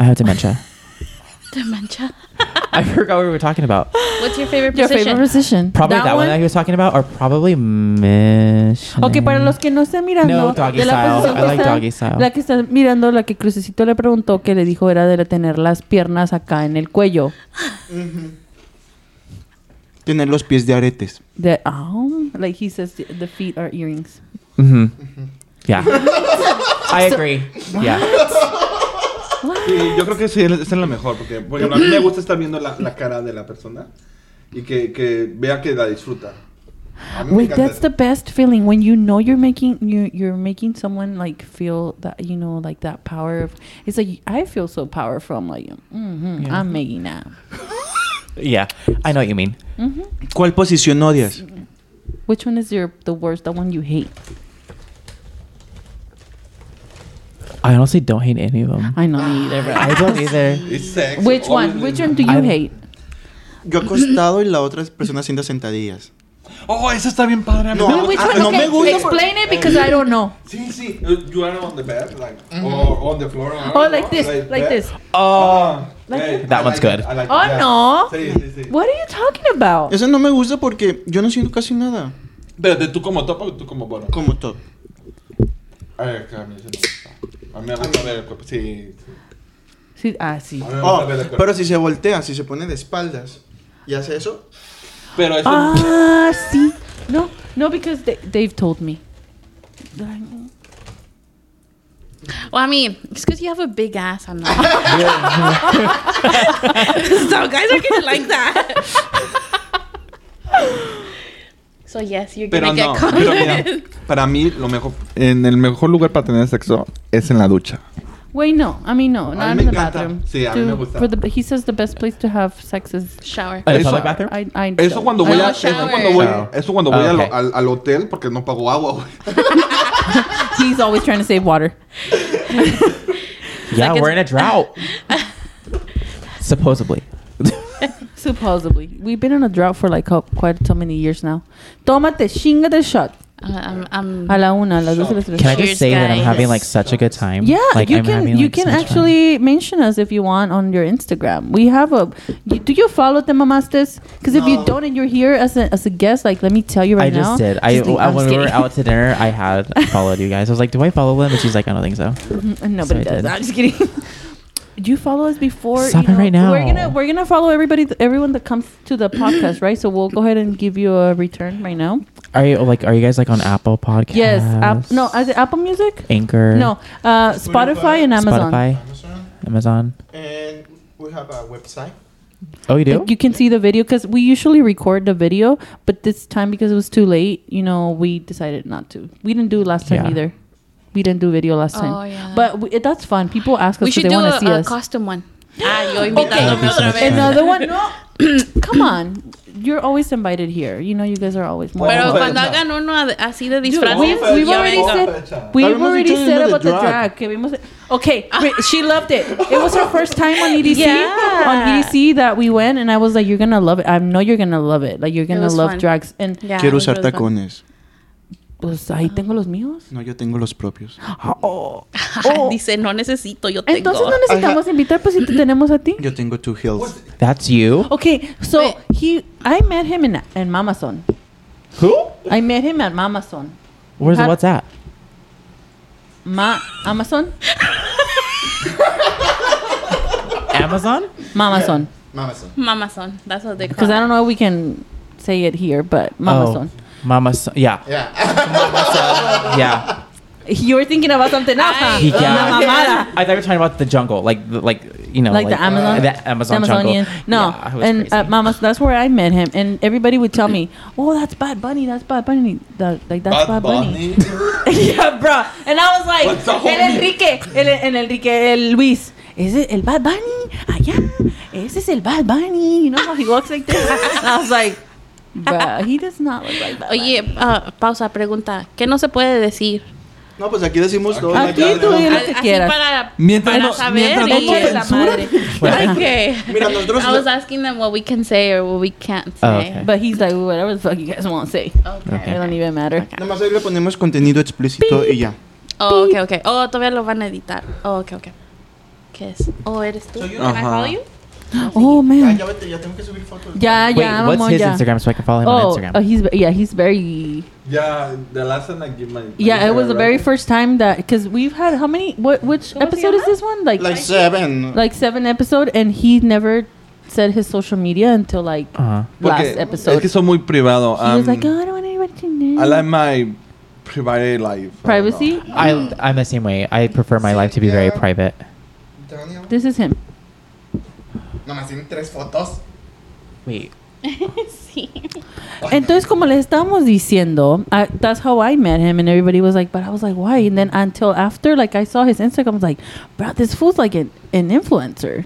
[SPEAKER 5] I have dementia.
[SPEAKER 6] Dementia.
[SPEAKER 5] I forgot what we were talking about.
[SPEAKER 6] What's your favorite
[SPEAKER 2] Your
[SPEAKER 6] position?
[SPEAKER 2] favorite position.
[SPEAKER 5] Probably that, one that he was talking about, or probably mission.
[SPEAKER 2] Ok, para los que no estén mirando,
[SPEAKER 5] No, doggy
[SPEAKER 2] de la
[SPEAKER 5] style.
[SPEAKER 2] posición
[SPEAKER 5] I
[SPEAKER 2] que
[SPEAKER 5] like
[SPEAKER 2] están-
[SPEAKER 5] doggy style.
[SPEAKER 2] la que están mirando, la que Crucecito le preguntó que le dijo era de tener las piernas acá en el cuello.
[SPEAKER 3] Tener los pies de aretes.
[SPEAKER 2] De, oh, like he says, the- the feet are earrings.
[SPEAKER 5] hmm
[SPEAKER 2] Mm-hmm.
[SPEAKER 5] Yeah. I agree. Yeah.
[SPEAKER 1] Sí, yo creo que sí, esa es la mejor, porque por ejemplo, a mí me gusta estar viendo la, la cara de la persona y que, que vea que la disfruta. A mí me
[SPEAKER 2] Wait,
[SPEAKER 1] encanta
[SPEAKER 2] that's the best feeling when you know you're making you you're making someone like feel that you know like that power of it's like I feel so powerful. I'm like, mhm,
[SPEAKER 5] Yeah.
[SPEAKER 2] I'm making that.
[SPEAKER 5] Yeah, I know what you mean.
[SPEAKER 7] ¿Cuál posición odias?
[SPEAKER 2] Which one is your the worst? The one you hate?
[SPEAKER 5] I honestly don't hate any of them.
[SPEAKER 2] I know
[SPEAKER 3] Ah.
[SPEAKER 2] me either. but-
[SPEAKER 5] I don't either.
[SPEAKER 1] It's sex.
[SPEAKER 2] Which one? Which one do you
[SPEAKER 5] I-
[SPEAKER 2] hate?
[SPEAKER 3] Yo acostado y la otra es persona haciendo sentadillas.
[SPEAKER 1] Oh, eso está bien padre. amigo.
[SPEAKER 3] No,
[SPEAKER 2] Which
[SPEAKER 3] ah,
[SPEAKER 2] one?
[SPEAKER 3] no me
[SPEAKER 2] okay,
[SPEAKER 3] gusta. por-
[SPEAKER 2] explain it because I don't know.
[SPEAKER 1] Sí, sí. You are on the bed, like,
[SPEAKER 5] Mm-hmm.
[SPEAKER 1] or on the floor.
[SPEAKER 2] Oh, like this, like this.
[SPEAKER 1] Oh,
[SPEAKER 5] That one's good.
[SPEAKER 2] Oh, no.
[SPEAKER 1] Sí, sí, sí.
[SPEAKER 2] What are you talking about?
[SPEAKER 3] Eso no me gusta porque yo no siento casi nada.
[SPEAKER 1] Pero de tú como top o tú como bono.
[SPEAKER 3] Como top.
[SPEAKER 1] A ver, acá, a mí se me gusta. A mí me gusta ver el cuerpo. Sí, sí.
[SPEAKER 2] Sí, ah, sí.
[SPEAKER 1] A mí me gusta
[SPEAKER 3] Oh,
[SPEAKER 1] ver el cuerpo.
[SPEAKER 3] pero si se voltea, si se pone de espaldas y hace eso.
[SPEAKER 1] Pero eso.
[SPEAKER 2] Ah, sí. No, no, because they, they've told me.
[SPEAKER 6] Well, I mean, it's because you have a big ass. I'm not. Some guys are gonna like that. so yes, you're
[SPEAKER 1] Pero
[SPEAKER 6] gonna
[SPEAKER 1] no,
[SPEAKER 6] get
[SPEAKER 1] pero mira,
[SPEAKER 6] comments.
[SPEAKER 1] para mí lo mejor, en el mejor lugar para tener sexo es en la ducha.
[SPEAKER 2] Wait, no. I mean, no. Not
[SPEAKER 1] me
[SPEAKER 2] in the
[SPEAKER 1] encanta.
[SPEAKER 2] bathroom.
[SPEAKER 1] Sí, a mí
[SPEAKER 2] To-
[SPEAKER 1] me gusta.
[SPEAKER 2] For the, he says the best place to have sex is.
[SPEAKER 6] Shower.
[SPEAKER 5] At a
[SPEAKER 1] Eso-
[SPEAKER 5] public bathroom?
[SPEAKER 2] I, I
[SPEAKER 1] Eso
[SPEAKER 2] don't-
[SPEAKER 1] cuando
[SPEAKER 2] I
[SPEAKER 1] voy,
[SPEAKER 2] don't
[SPEAKER 1] a,
[SPEAKER 2] shower.
[SPEAKER 1] eso cuando voy,
[SPEAKER 5] Shower.
[SPEAKER 1] eso cuando voy a lo-
[SPEAKER 5] Ok.
[SPEAKER 1] al, al hotel porque no pago agua, güey.
[SPEAKER 2] He's always trying to save water.
[SPEAKER 5] Yeah,
[SPEAKER 6] Like
[SPEAKER 5] we're in a
[SPEAKER 6] it's-
[SPEAKER 5] drought. Supposedly.
[SPEAKER 2] Supposedly. We've been in a drought for like how- quite so many years now. Tómate, chinga the shot.
[SPEAKER 6] Uh, I'm,
[SPEAKER 2] A
[SPEAKER 6] I'm,
[SPEAKER 2] la una, a las dos, a las tres.
[SPEAKER 5] Can I just
[SPEAKER 6] Cheers,
[SPEAKER 5] say that I'm
[SPEAKER 6] guys.
[SPEAKER 5] having like such a good time?
[SPEAKER 2] Yeah,
[SPEAKER 5] like,
[SPEAKER 2] you
[SPEAKER 5] I'm
[SPEAKER 2] can
[SPEAKER 5] having,
[SPEAKER 2] you
[SPEAKER 5] like,
[SPEAKER 2] can
[SPEAKER 5] such fun.
[SPEAKER 2] actually mention us if you want on your Instagram. We have a. You, do you follow the Mamastas? Because if you don't and you're here as a, as a guest, like let me tell you
[SPEAKER 5] I
[SPEAKER 2] right
[SPEAKER 5] just
[SPEAKER 2] now.
[SPEAKER 5] did. I,
[SPEAKER 2] just leave-
[SPEAKER 5] I-
[SPEAKER 2] I'm
[SPEAKER 5] when
[SPEAKER 2] just
[SPEAKER 5] we were
[SPEAKER 2] kidding.
[SPEAKER 5] out to dinner, I had followed you guys. I was like, "Do I follow them?" And she's like, "I don't think so."
[SPEAKER 2] Nobody
[SPEAKER 5] So I
[SPEAKER 2] does.
[SPEAKER 5] did.
[SPEAKER 2] I'm just kidding. Do you follow us before?
[SPEAKER 5] Stop
[SPEAKER 2] you
[SPEAKER 5] it right now.
[SPEAKER 2] We're gonna we're gonna follow everybody, everyone that comes to the podcast, right? So we'll go ahead and give you a return right now.
[SPEAKER 5] Are you like, are you guys like on Apple Podcasts?
[SPEAKER 2] Yes. App, no, is it Apple Music?
[SPEAKER 5] Anchor.
[SPEAKER 2] No, uh, Spotify and Amazon.
[SPEAKER 5] Spotify,
[SPEAKER 3] Amazon.
[SPEAKER 5] Amazon.
[SPEAKER 3] And we have a website.
[SPEAKER 5] Oh, you do?
[SPEAKER 2] Like, you can see the video because we usually record the video, but this time because it was too late, you know, we decided not to. We didn't do it last time
[SPEAKER 5] Yeah.
[SPEAKER 2] either. We didn't do video last time.
[SPEAKER 6] Oh, yeah.
[SPEAKER 2] But we, that's fun. People ask us
[SPEAKER 6] we
[SPEAKER 2] if
[SPEAKER 6] should
[SPEAKER 2] they
[SPEAKER 6] do
[SPEAKER 2] want
[SPEAKER 6] a,
[SPEAKER 2] to see
[SPEAKER 6] a
[SPEAKER 2] us.
[SPEAKER 6] custom one. Ah, yo
[SPEAKER 5] That'd
[SPEAKER 6] invitándome
[SPEAKER 5] be so
[SPEAKER 6] otra
[SPEAKER 5] much fun.
[SPEAKER 6] vez.
[SPEAKER 2] Another one. No. Come on. You're always invited here. You know, you guys are always more.
[SPEAKER 6] Pero
[SPEAKER 1] Bueno,
[SPEAKER 6] cuando
[SPEAKER 1] no.
[SPEAKER 6] hagan uno ad- así de disfraces,
[SPEAKER 2] we've- we've
[SPEAKER 6] yo
[SPEAKER 2] already
[SPEAKER 6] vengo.
[SPEAKER 2] said- We've
[SPEAKER 3] Habíamos
[SPEAKER 2] already
[SPEAKER 3] dicho lo
[SPEAKER 2] said
[SPEAKER 3] de
[SPEAKER 2] about the
[SPEAKER 3] drag.
[SPEAKER 2] drag. que vimos- Okay,
[SPEAKER 6] Ah.
[SPEAKER 2] wait, she loved it. It was her first time on EDC.
[SPEAKER 6] Yeah.
[SPEAKER 2] On EDC that we went, and I was like, "You're gonna love it. I know you're gonna love it. Like you're gonna
[SPEAKER 6] was
[SPEAKER 2] love
[SPEAKER 6] fun.
[SPEAKER 2] drags." And
[SPEAKER 6] Yeah,
[SPEAKER 3] Quiero
[SPEAKER 6] it
[SPEAKER 3] usar
[SPEAKER 6] was fun.
[SPEAKER 3] tacones.
[SPEAKER 2] pues ahí tengo los míos.
[SPEAKER 3] No, yo tengo los propios.
[SPEAKER 2] Oh.
[SPEAKER 6] Dice, no necesito, yo tengo.
[SPEAKER 2] Entonces no necesitamos invitar, pues si te tenemos a ti.
[SPEAKER 3] Yo tengo two heels.
[SPEAKER 5] That's
[SPEAKER 2] Oh,
[SPEAKER 5] you.
[SPEAKER 2] Okay, so
[SPEAKER 6] Wait.
[SPEAKER 2] he, I met him in in Mamazon.
[SPEAKER 5] Who?
[SPEAKER 2] I met him at Mamazon.
[SPEAKER 5] Where's
[SPEAKER 2] How-
[SPEAKER 5] what's that?
[SPEAKER 2] Ma Amazon,
[SPEAKER 5] Amazon?
[SPEAKER 2] Mamazon.
[SPEAKER 3] Mamazón.
[SPEAKER 6] Mamazón, that's what they
[SPEAKER 2] Because
[SPEAKER 6] call
[SPEAKER 2] I
[SPEAKER 6] it.
[SPEAKER 2] don't know if we can say it here, but Mamazon.
[SPEAKER 5] Mama Oh, son. Yeah.
[SPEAKER 3] Yeah.
[SPEAKER 5] Mama son. Yeah.
[SPEAKER 2] You were thinking about something else, huh?
[SPEAKER 5] Yeah.
[SPEAKER 2] Una mamada.
[SPEAKER 5] I thought you were talking about the jungle, like, the, like you know,
[SPEAKER 2] Like the Amazon?
[SPEAKER 5] Oh the Amazon
[SPEAKER 2] Amazonian.
[SPEAKER 5] jungle.
[SPEAKER 2] No,
[SPEAKER 5] Yeah, it was
[SPEAKER 2] and
[SPEAKER 5] crazy.
[SPEAKER 2] uh, Mamas, that's where I met him, and everybody would tell me, "Oh, that's Bad Bunny, that's Bad Bunny, that, like that's Bad, Bunny. yeah, bro. And I was
[SPEAKER 1] What's
[SPEAKER 2] like,
[SPEAKER 1] up,
[SPEAKER 2] el
[SPEAKER 1] homie?"
[SPEAKER 2] Enrique, el, el Enrique, el Luis. Is it el Bad Bunny? Allá. Ese es el Bad Bunny. You know how he walks like this? And I was like, bro, he does not look like Bad Bunny.
[SPEAKER 6] Oye, ah, pausa, pregunta. ¿Qué no se puede decir?
[SPEAKER 3] No, pues aquí decimos todo.
[SPEAKER 2] Aquí tú
[SPEAKER 6] A-
[SPEAKER 2] dile lo que
[SPEAKER 6] así
[SPEAKER 2] quieras.
[SPEAKER 6] para,
[SPEAKER 1] Mientras
[SPEAKER 6] para
[SPEAKER 1] no-
[SPEAKER 6] saber.
[SPEAKER 1] mientras no
[SPEAKER 6] y-
[SPEAKER 1] te
[SPEAKER 2] Échale la madre.
[SPEAKER 6] Okay.
[SPEAKER 3] Mira, nosotros-
[SPEAKER 6] I was asking them what we can say or what we can't
[SPEAKER 5] Oh,
[SPEAKER 6] say.
[SPEAKER 5] okay.
[SPEAKER 2] But he's like, whatever the fuck you guys want to say.
[SPEAKER 6] Okay.
[SPEAKER 2] It don't even matter.
[SPEAKER 3] Nada más ahí le ponemos contenido explícito y ya.
[SPEAKER 6] Oh, okay, okay. Oh, todavía lo van a editar. Oh, okay, okay. ¿Qué es? Oh, eres tú. Can I
[SPEAKER 1] Ajá.
[SPEAKER 6] follow you?
[SPEAKER 2] Oh, man.
[SPEAKER 3] ya vete, ya tengo que subir fotos.
[SPEAKER 2] Ya,
[SPEAKER 5] Wait,
[SPEAKER 2] ya,
[SPEAKER 5] what's
[SPEAKER 2] vamos
[SPEAKER 5] his
[SPEAKER 2] ya.
[SPEAKER 5] Instagram so I can follow him
[SPEAKER 2] Oh,
[SPEAKER 5] on Instagram?
[SPEAKER 2] oh, he's yeah, he's very
[SPEAKER 1] Yeah, the last time I give my.
[SPEAKER 2] yeah. It was the very
[SPEAKER 1] first.
[SPEAKER 2] first time that because we've had how many? What which
[SPEAKER 6] ¿Cómo se
[SPEAKER 2] episode is
[SPEAKER 6] llama?
[SPEAKER 2] this one? Like
[SPEAKER 3] Like seven.
[SPEAKER 2] like seven episode, and he never said his social media until like
[SPEAKER 5] Uh-huh.
[SPEAKER 2] last episode.
[SPEAKER 1] Es que soy muy privado.
[SPEAKER 2] he was
[SPEAKER 1] um,
[SPEAKER 2] like, oh, I don't want anybody to
[SPEAKER 1] I
[SPEAKER 2] know.
[SPEAKER 1] like my private life.
[SPEAKER 2] Privacy.
[SPEAKER 5] I, I'm the same way. I prefer my life to be very private.
[SPEAKER 2] This is him.
[SPEAKER 3] Nada más tienen tres fotos.
[SPEAKER 5] Wait,
[SPEAKER 10] sí.
[SPEAKER 2] Entonces, como les estábamos diciendo, I, that's how I met him, and everybody was like, "But I was like, why?" And then until after, like, I saw his Instagram, I was like, "Bro, this fool's like an, an influencer.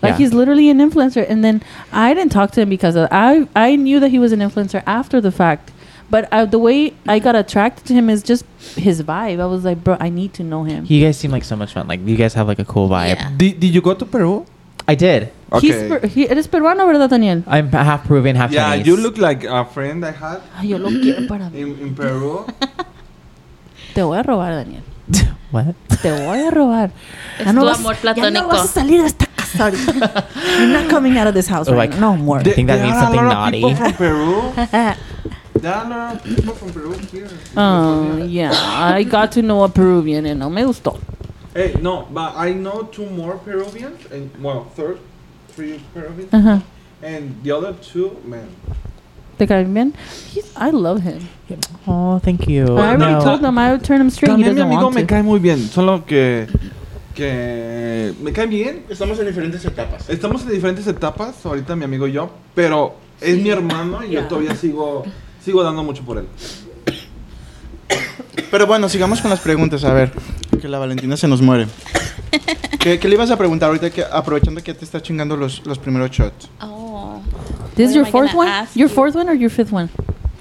[SPEAKER 2] Like,
[SPEAKER 5] Yeah.
[SPEAKER 2] he's literally an influencer." And then I didn't talk to him because of, I I knew that he was an influencer after the fact, but uh the way I got attracted to him is just his vibe. I was like, "Bro, I need to know him."
[SPEAKER 5] You guys seem like so much fun. Like you guys have like a cool vibe.
[SPEAKER 10] Yeah.
[SPEAKER 1] Did, did you go to Peru?
[SPEAKER 5] I did.
[SPEAKER 2] He's per, he, eres peruano, verdad, Daniel?
[SPEAKER 5] I'm half Peruvian, half
[SPEAKER 1] Yeah,
[SPEAKER 5] Chinese.
[SPEAKER 1] you look like a friend I had
[SPEAKER 2] Ay, yo lo quiero para mí.
[SPEAKER 1] in, in Peru.
[SPEAKER 2] Te voy a robar, Daniel.
[SPEAKER 5] what?
[SPEAKER 2] Te voy a robar.
[SPEAKER 6] Es
[SPEAKER 2] Ya no
[SPEAKER 6] tu
[SPEAKER 2] vas-
[SPEAKER 6] amor
[SPEAKER 2] Ya no
[SPEAKER 6] platónico.
[SPEAKER 2] vas a salir de esta casa ahorita. You're not coming out of this house
[SPEAKER 5] Oh,
[SPEAKER 2] right
[SPEAKER 5] like-
[SPEAKER 2] now. No more.
[SPEAKER 5] I think that means something naughty.
[SPEAKER 1] People from Peru. There are a lot of people from Peru here.
[SPEAKER 2] Oh, yeah. I got to know a Peruvian and no me gustó.
[SPEAKER 1] Hey, no, but I know two more Peruvians, and well, third, three Peruvians,
[SPEAKER 2] Ajá.
[SPEAKER 1] and the other two, man.
[SPEAKER 2] ¿Te caen bien? He's, I love him.
[SPEAKER 5] Oh, thank you.
[SPEAKER 2] I already
[SPEAKER 5] No.
[SPEAKER 2] told him I would turn him straight. He
[SPEAKER 1] También mi
[SPEAKER 2] doesn't
[SPEAKER 1] amigo
[SPEAKER 2] want
[SPEAKER 1] me
[SPEAKER 2] to.
[SPEAKER 1] cae muy bien, solo que que me cae bien.
[SPEAKER 3] Estamos en diferentes etapas.
[SPEAKER 1] Estamos en diferentes etapas ahorita mi amigo y yo, pero es mi hermano y yo todavía sigo sigo dando mucho por él.
[SPEAKER 3] Pero bueno, sigamos con las preguntas, a ver. Que la Valentina se nos muere. ¿Qué, qué le ibas a preguntar ahorita que, aprovechando que ya te está chingando los, los primeros shots?
[SPEAKER 10] Oh,
[SPEAKER 2] This
[SPEAKER 10] What
[SPEAKER 2] is your
[SPEAKER 10] am I gonna
[SPEAKER 2] fourth one?
[SPEAKER 10] ask
[SPEAKER 2] Your
[SPEAKER 10] you?
[SPEAKER 2] fourth one or your fifth one?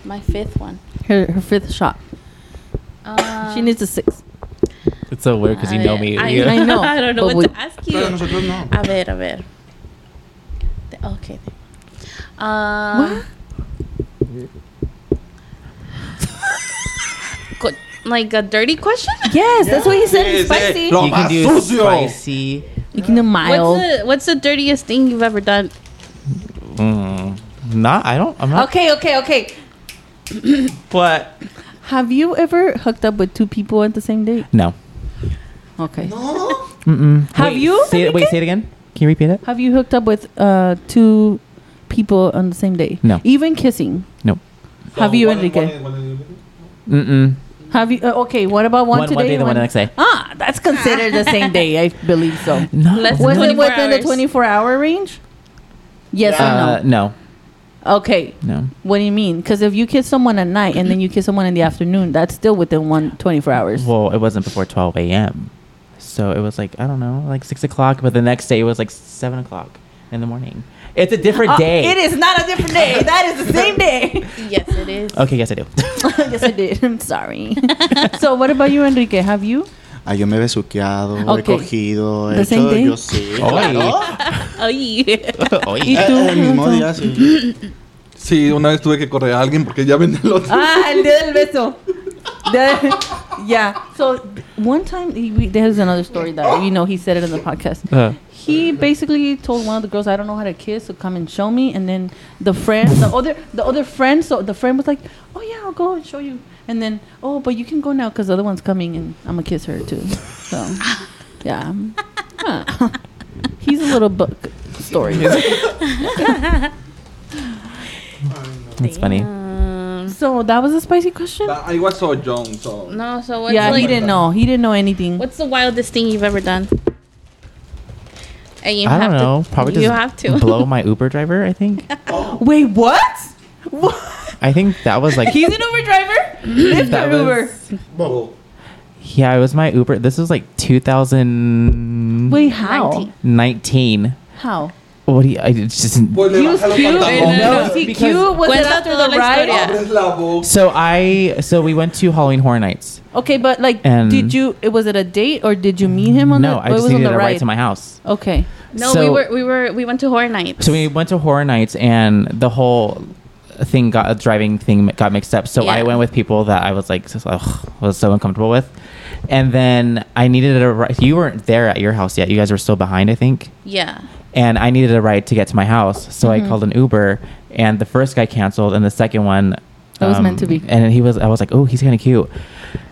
[SPEAKER 10] my fifth one.
[SPEAKER 2] Her, her fifth shot. She
[SPEAKER 6] Ah.
[SPEAKER 2] needs a sixth.
[SPEAKER 5] It's so weird because you
[SPEAKER 10] I-
[SPEAKER 5] know me.
[SPEAKER 10] I-
[SPEAKER 5] Yeah.
[SPEAKER 2] I know,
[SPEAKER 6] I don't know
[SPEAKER 2] but
[SPEAKER 6] what
[SPEAKER 2] we-
[SPEAKER 6] to ask you.
[SPEAKER 3] Pero nosotros no.
[SPEAKER 6] A ver, a ver. Te- Okay.
[SPEAKER 2] uh,
[SPEAKER 6] Um, co- like a dirty question?
[SPEAKER 2] Yes, that's what he said. He's spicy.
[SPEAKER 1] Lo
[SPEAKER 5] you can
[SPEAKER 1] más
[SPEAKER 5] do
[SPEAKER 1] sucio.
[SPEAKER 5] spicy.
[SPEAKER 2] You can do
[SPEAKER 6] What's
[SPEAKER 2] mild.
[SPEAKER 6] the, what's the dirtiest thing you've ever done?
[SPEAKER 5] Mm. Not. I don't. I'm not.
[SPEAKER 2] Okay, okay, okay.
[SPEAKER 5] What?
[SPEAKER 2] Have you ever hooked up with two people at the same date?
[SPEAKER 5] No.
[SPEAKER 2] Okay.
[SPEAKER 5] Mm-mm.
[SPEAKER 2] Have
[SPEAKER 5] Wait,
[SPEAKER 2] you,
[SPEAKER 5] Say it, wait.
[SPEAKER 2] Enrique?
[SPEAKER 5] Say it again. Can you repeat it?
[SPEAKER 2] Have you hooked up with uh, two people on the same day?
[SPEAKER 5] No.
[SPEAKER 2] Even kissing?
[SPEAKER 5] No.
[SPEAKER 2] Have you,
[SPEAKER 1] One-
[SPEAKER 2] Enrique?
[SPEAKER 1] one- one- one-
[SPEAKER 5] Mm-mm.
[SPEAKER 2] Have you? Uh, okay, what about one,
[SPEAKER 5] One-
[SPEAKER 2] today?
[SPEAKER 5] one day,
[SPEAKER 2] and
[SPEAKER 5] then one the next day.
[SPEAKER 2] Ah, that's considered the same day, I believe so.
[SPEAKER 5] No.
[SPEAKER 6] Let's-
[SPEAKER 2] Was it
[SPEAKER 6] 24
[SPEAKER 2] within the
[SPEAKER 6] hours.
[SPEAKER 2] 24 hour range? Yes
[SPEAKER 5] uh,
[SPEAKER 2] or
[SPEAKER 5] no.
[SPEAKER 2] no? Okay,
[SPEAKER 5] No.
[SPEAKER 2] what do you mean? Because if you kiss someone at night and then you kiss someone in the afternoon, that's still within one 24 hours.
[SPEAKER 5] Well, it wasn't before 12 a.m. So it was like, I don't know, like 6 o'clock, but the next day it was like 7 o'clock in the morning. It's a different
[SPEAKER 2] Ah,
[SPEAKER 5] day.
[SPEAKER 2] It is not a different day. That is the same day.
[SPEAKER 6] Yes, it is.
[SPEAKER 5] Okay, yes, I do.
[SPEAKER 2] yes, I did. I'm sorry. so, what about you, Enrique? Have you?
[SPEAKER 3] Ah, yo me he besuqueado,
[SPEAKER 2] Ok.
[SPEAKER 3] he cogido,
[SPEAKER 2] The
[SPEAKER 3] he
[SPEAKER 2] same
[SPEAKER 3] hecho,
[SPEAKER 2] day?
[SPEAKER 3] yo sí.
[SPEAKER 5] Oy.
[SPEAKER 6] Oh, yeah.
[SPEAKER 5] Oy.
[SPEAKER 2] ¿Y
[SPEAKER 3] Eh,
[SPEAKER 2] tú?
[SPEAKER 3] eh, el mismo día, sí.
[SPEAKER 1] Sí, una vez tuve que correr a alguien porque ya vendí el otro.
[SPEAKER 2] Ah, el día del beso. The- yeah. So one time, he, we, there's another story that you know he said it in the podcast.
[SPEAKER 5] Uh,
[SPEAKER 2] He basically told one of the girls, "I don't know how to kiss, so come and show me." And then the friend, the other, the other friend, so the friend was like, "Oh yeah, I'll go and show you." And then, "Oh, but you can go now because the other one's coming, and I'm gonna kiss her too." So, yeah. Huh. He's a little book story.
[SPEAKER 5] that's funny.
[SPEAKER 6] Um,
[SPEAKER 2] so that was a spicy question.
[SPEAKER 1] But I was so young, so.
[SPEAKER 6] no, so what's
[SPEAKER 2] Yeah,
[SPEAKER 6] like,
[SPEAKER 2] he didn't know. He didn't know anything.
[SPEAKER 6] What's the wildest thing you've ever done? And you
[SPEAKER 5] I don't
[SPEAKER 6] have to,
[SPEAKER 5] know. Probably
[SPEAKER 6] you
[SPEAKER 5] just
[SPEAKER 6] have to.
[SPEAKER 5] blow my Uber driver, I think.
[SPEAKER 2] Wait, what? What?
[SPEAKER 5] I think that was like.
[SPEAKER 2] He's an Uber driver. Lyft
[SPEAKER 5] That
[SPEAKER 2] or
[SPEAKER 5] was-
[SPEAKER 2] Uber.
[SPEAKER 5] Yeah, it was my Uber. This was like 2019.
[SPEAKER 2] Wait, how?
[SPEAKER 6] 19.
[SPEAKER 2] How?
[SPEAKER 5] What do you. I, it's just.
[SPEAKER 1] Pues le
[SPEAKER 2] He was
[SPEAKER 1] baja los
[SPEAKER 2] cute.
[SPEAKER 1] pantalones.
[SPEAKER 6] No,
[SPEAKER 2] Was he
[SPEAKER 5] because-
[SPEAKER 2] cute? Was it
[SPEAKER 6] Cuenta
[SPEAKER 2] after
[SPEAKER 6] toda
[SPEAKER 2] the
[SPEAKER 6] la
[SPEAKER 2] ride?
[SPEAKER 6] historia.
[SPEAKER 1] Abres la boca.
[SPEAKER 5] So I. So we went to Halloween Horror Nights.
[SPEAKER 2] Okay, but like,
[SPEAKER 5] And-
[SPEAKER 2] did you? It was it a date or did you meet him on
[SPEAKER 5] no,
[SPEAKER 2] the?
[SPEAKER 5] I
[SPEAKER 2] it
[SPEAKER 5] just
[SPEAKER 2] was on
[SPEAKER 5] needed
[SPEAKER 2] the
[SPEAKER 5] a ride to my house.
[SPEAKER 2] Okay.
[SPEAKER 6] No, we
[SPEAKER 5] So-
[SPEAKER 6] were we were we went to horror night.
[SPEAKER 5] So we went to horror nights, and the whole thing got a driving thing got mixed up. So I
[SPEAKER 6] Yeah.
[SPEAKER 5] went with people that I was like, just, ugh, was so uncomfortable with. And then I needed a ride. You weren't there at your house yet. You guys were still behind, I think.
[SPEAKER 6] yeah.
[SPEAKER 5] And I needed a ride to get to my house, so
[SPEAKER 2] Mm-hmm.
[SPEAKER 5] I called an Uber. And the first guy canceled, and the second one. um,
[SPEAKER 2] That was meant to be. Mm.
[SPEAKER 5] And he was. I was like, oh, he's kind of cute.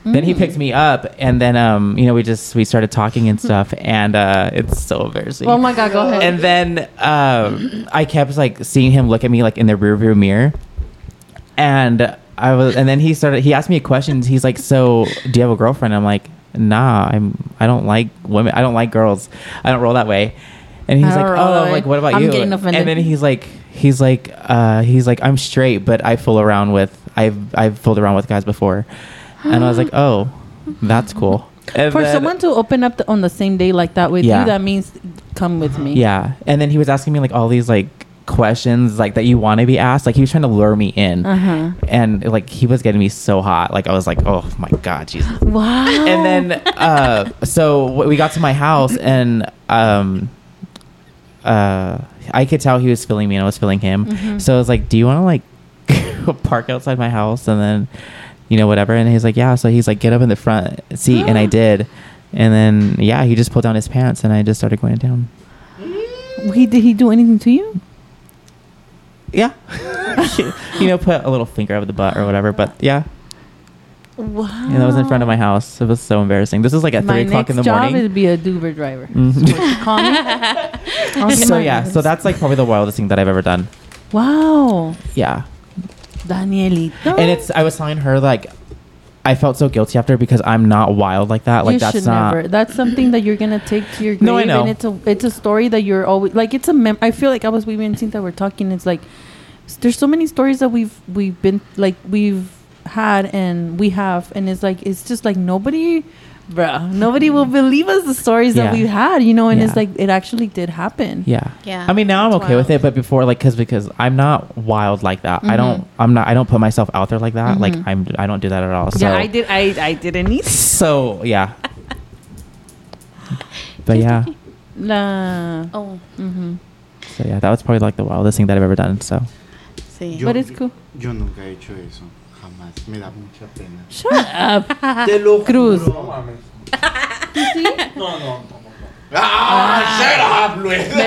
[SPEAKER 5] Then he picked me up, and then um, you know, we just we started talking and stuff, and uh, it's so embarrassing
[SPEAKER 2] Oh my god, go ahead.
[SPEAKER 5] and then um, I kept like seeing him look at me like in the rearview mirror, and I was, and then he started. He asked me a question. He's like, "So, do you have a girlfriend?" I'm like, "Nah, I'm. I don't like women. I don't like girls. I don't roll that way."
[SPEAKER 2] I
[SPEAKER 5] And he's
[SPEAKER 2] don't
[SPEAKER 5] like,
[SPEAKER 2] roll that
[SPEAKER 5] "Oh,
[SPEAKER 2] way.
[SPEAKER 5] like what about
[SPEAKER 2] I'm
[SPEAKER 5] you?"
[SPEAKER 2] getting offended.
[SPEAKER 5] And then he's like, He's like, uh, he's like, I'm straight, but I fool around with, I've, I've fooled around with guys before, and I was like, oh, that's cool. And
[SPEAKER 2] For
[SPEAKER 5] then-
[SPEAKER 2] someone to open up the, on the same day like that with
[SPEAKER 5] Yeah.
[SPEAKER 2] you, that means come with me.
[SPEAKER 5] Yeah. And then he was asking me like all these like questions like that you want to be asked. Like he was trying to lure me in.
[SPEAKER 2] Uh-huh.
[SPEAKER 5] And like he was getting me so hot. Like I was like, oh my God, Jesus.
[SPEAKER 2] Wow.
[SPEAKER 5] And then uh so w- we got to my house and um uh I could tell he was feeling me and I was feeling him.
[SPEAKER 2] Mhm.
[SPEAKER 5] So I was like, Do you wanna like park outside my house and then you know, whatever and he's like, Yeah, so he's like, get up in the front seat and I did. And then yeah, he just pulled down his pants and I just started going down.
[SPEAKER 2] He did he do anything to you?
[SPEAKER 5] Yeah. you know, put a little finger up the butt or whatever. But yeah,
[SPEAKER 2] Wow.
[SPEAKER 5] and that was in front of my house. It was so embarrassing. This was like at
[SPEAKER 2] My
[SPEAKER 5] three
[SPEAKER 2] next
[SPEAKER 5] o'clock in the
[SPEAKER 2] job
[SPEAKER 5] morning.
[SPEAKER 2] is be a Uber driver.
[SPEAKER 5] Mhm.
[SPEAKER 2] So you call me? I'll get
[SPEAKER 5] so
[SPEAKER 2] my
[SPEAKER 5] yeah,
[SPEAKER 2] Ubers.
[SPEAKER 5] so that's like probably the wildest thing that I've ever done.
[SPEAKER 2] wow,
[SPEAKER 5] Yeah,
[SPEAKER 2] Danielito.
[SPEAKER 5] and it's I was telling her like I felt so guilty after because I'm not wild like that. Like
[SPEAKER 2] you
[SPEAKER 5] that's
[SPEAKER 2] should
[SPEAKER 5] not.
[SPEAKER 2] never. That's something that you're gonna take to your grave.
[SPEAKER 5] No, I know.
[SPEAKER 2] And it's a it's a story that you're always like it's a mem. I feel like I was we and Cinta were talking. It's like s- there's so many stories that we've we've been like we've had and we have, and it's like it's just like nobody. Bruh, nobody will believe us the stories that
[SPEAKER 5] Mm. Yeah.
[SPEAKER 2] we've had, you know, and it's
[SPEAKER 5] Yeah.
[SPEAKER 2] like it actually did happen.
[SPEAKER 5] Yeah.
[SPEAKER 6] Yeah,
[SPEAKER 5] I mean, now I'm
[SPEAKER 6] that's
[SPEAKER 5] okay with it,
[SPEAKER 6] wild.
[SPEAKER 5] but before, like, cause because I'm not wild like that. I don't.
[SPEAKER 2] Mm-hmm.
[SPEAKER 5] I'm not. I don't put myself out there like that. Like I'm. I don't do that at all. So
[SPEAKER 2] Yeah, I did. I I didn't need
[SPEAKER 5] So yeah. But yeah,
[SPEAKER 2] la.
[SPEAKER 6] Oh,
[SPEAKER 5] so yeah, that was probably like the wildest thing that I've ever done. So
[SPEAKER 6] sí.
[SPEAKER 2] But it's cool.
[SPEAKER 3] Yo nunca he hecho eso. Jamás. Me da mucha pena.
[SPEAKER 2] Shut up,
[SPEAKER 3] Te lo
[SPEAKER 2] Cruz.
[SPEAKER 1] No, no, no.
[SPEAKER 2] Me lo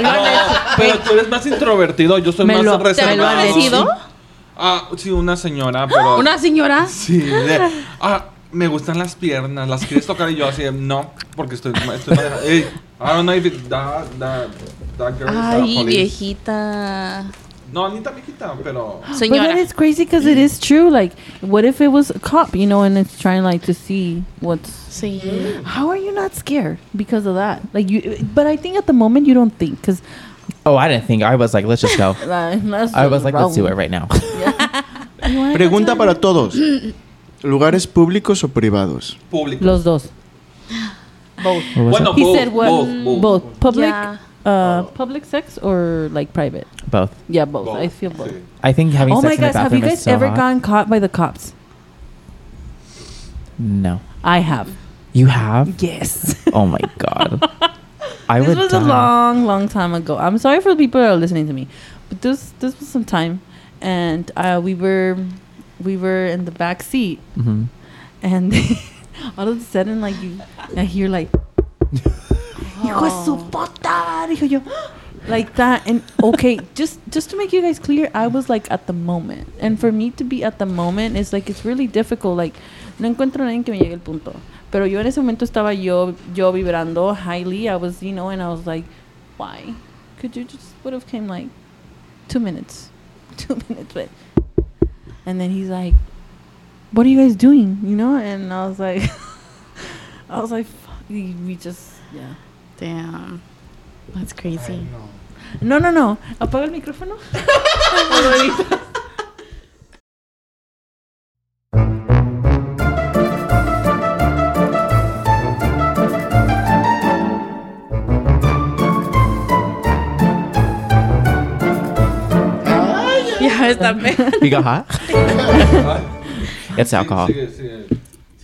[SPEAKER 2] han hecho.
[SPEAKER 1] Pero tú eres más introvertido, yo soy
[SPEAKER 2] Me
[SPEAKER 1] más
[SPEAKER 2] lo- te
[SPEAKER 1] reservado.
[SPEAKER 6] ¿Te lo han decidido?
[SPEAKER 1] Ah, sí, una señora, pero...
[SPEAKER 6] ¿Una señora?
[SPEAKER 1] Sí, de, ah, me gustan las piernas, las quieres tocar y yo así, no, porque estoy... estoy Ey, I don't know if it, that, that, that girl is a
[SPEAKER 6] Ay,
[SPEAKER 1] police.
[SPEAKER 6] viejita.
[SPEAKER 1] No, Anita viejita, pero...
[SPEAKER 2] But
[SPEAKER 6] Señora.
[SPEAKER 2] that is crazy because it is true. Like, what if it was a cop, you know, and it's trying like to see what's.
[SPEAKER 6] Sí.
[SPEAKER 2] How are you not scared because of that? Like you, but I think at the moment you don't think because
[SPEAKER 5] Oh, I didn't think. I was like, let's just go. I was like, let's do it right now.
[SPEAKER 3] Pregunta para todos. ¿Lugares públicos o privados?
[SPEAKER 1] Público.
[SPEAKER 2] Los dos. Both.
[SPEAKER 1] Bueno,
[SPEAKER 2] He
[SPEAKER 1] both,
[SPEAKER 2] said what?
[SPEAKER 1] both, both.
[SPEAKER 2] Public,
[SPEAKER 6] Yeah.
[SPEAKER 2] uh, public sex or like private?
[SPEAKER 5] Both.
[SPEAKER 2] Yeah, both.
[SPEAKER 1] Both,
[SPEAKER 2] I feel both.
[SPEAKER 1] sí.
[SPEAKER 5] I think having
[SPEAKER 2] Oh
[SPEAKER 5] sex
[SPEAKER 2] my
[SPEAKER 5] in the
[SPEAKER 2] gosh, have you
[SPEAKER 5] bathroom
[SPEAKER 2] guys
[SPEAKER 5] is so
[SPEAKER 2] ever
[SPEAKER 5] hot.
[SPEAKER 2] gotten caught by the cops?
[SPEAKER 5] No,
[SPEAKER 2] I have.
[SPEAKER 5] you have.
[SPEAKER 2] Yes.
[SPEAKER 5] Oh my god. I
[SPEAKER 2] this
[SPEAKER 5] would.
[SPEAKER 2] was
[SPEAKER 5] die.
[SPEAKER 2] a long, long time ago. I'm sorry for the people that are listening to me, but this this was some time, and uh, we were we were in the back seat,
[SPEAKER 5] Mhm.
[SPEAKER 2] and all of a sudden, like you, I hear like, hijo de su puta, dijo yo, like that, and okay, just just to make you guys clear, I was like at the moment, and for me to be at the moment is like it's really difficult, like. No encuentro a nadie que me llegue el punto. Pero yo en ese momento estaba yo, yo vibrando highly. I was, you know, and I was like, why? Could you just would have came like two minutes, two minutes, but. And then he's like, what are you guys doing? You know, and I was like, I was like, fuck, we we just, yeah.
[SPEAKER 6] Damn. That's crazy.
[SPEAKER 2] No, no, no. Apaga el micrófono.
[SPEAKER 6] Ya está pe-
[SPEAKER 5] You got hot. it's alcohol.
[SPEAKER 1] Sigue, sigue.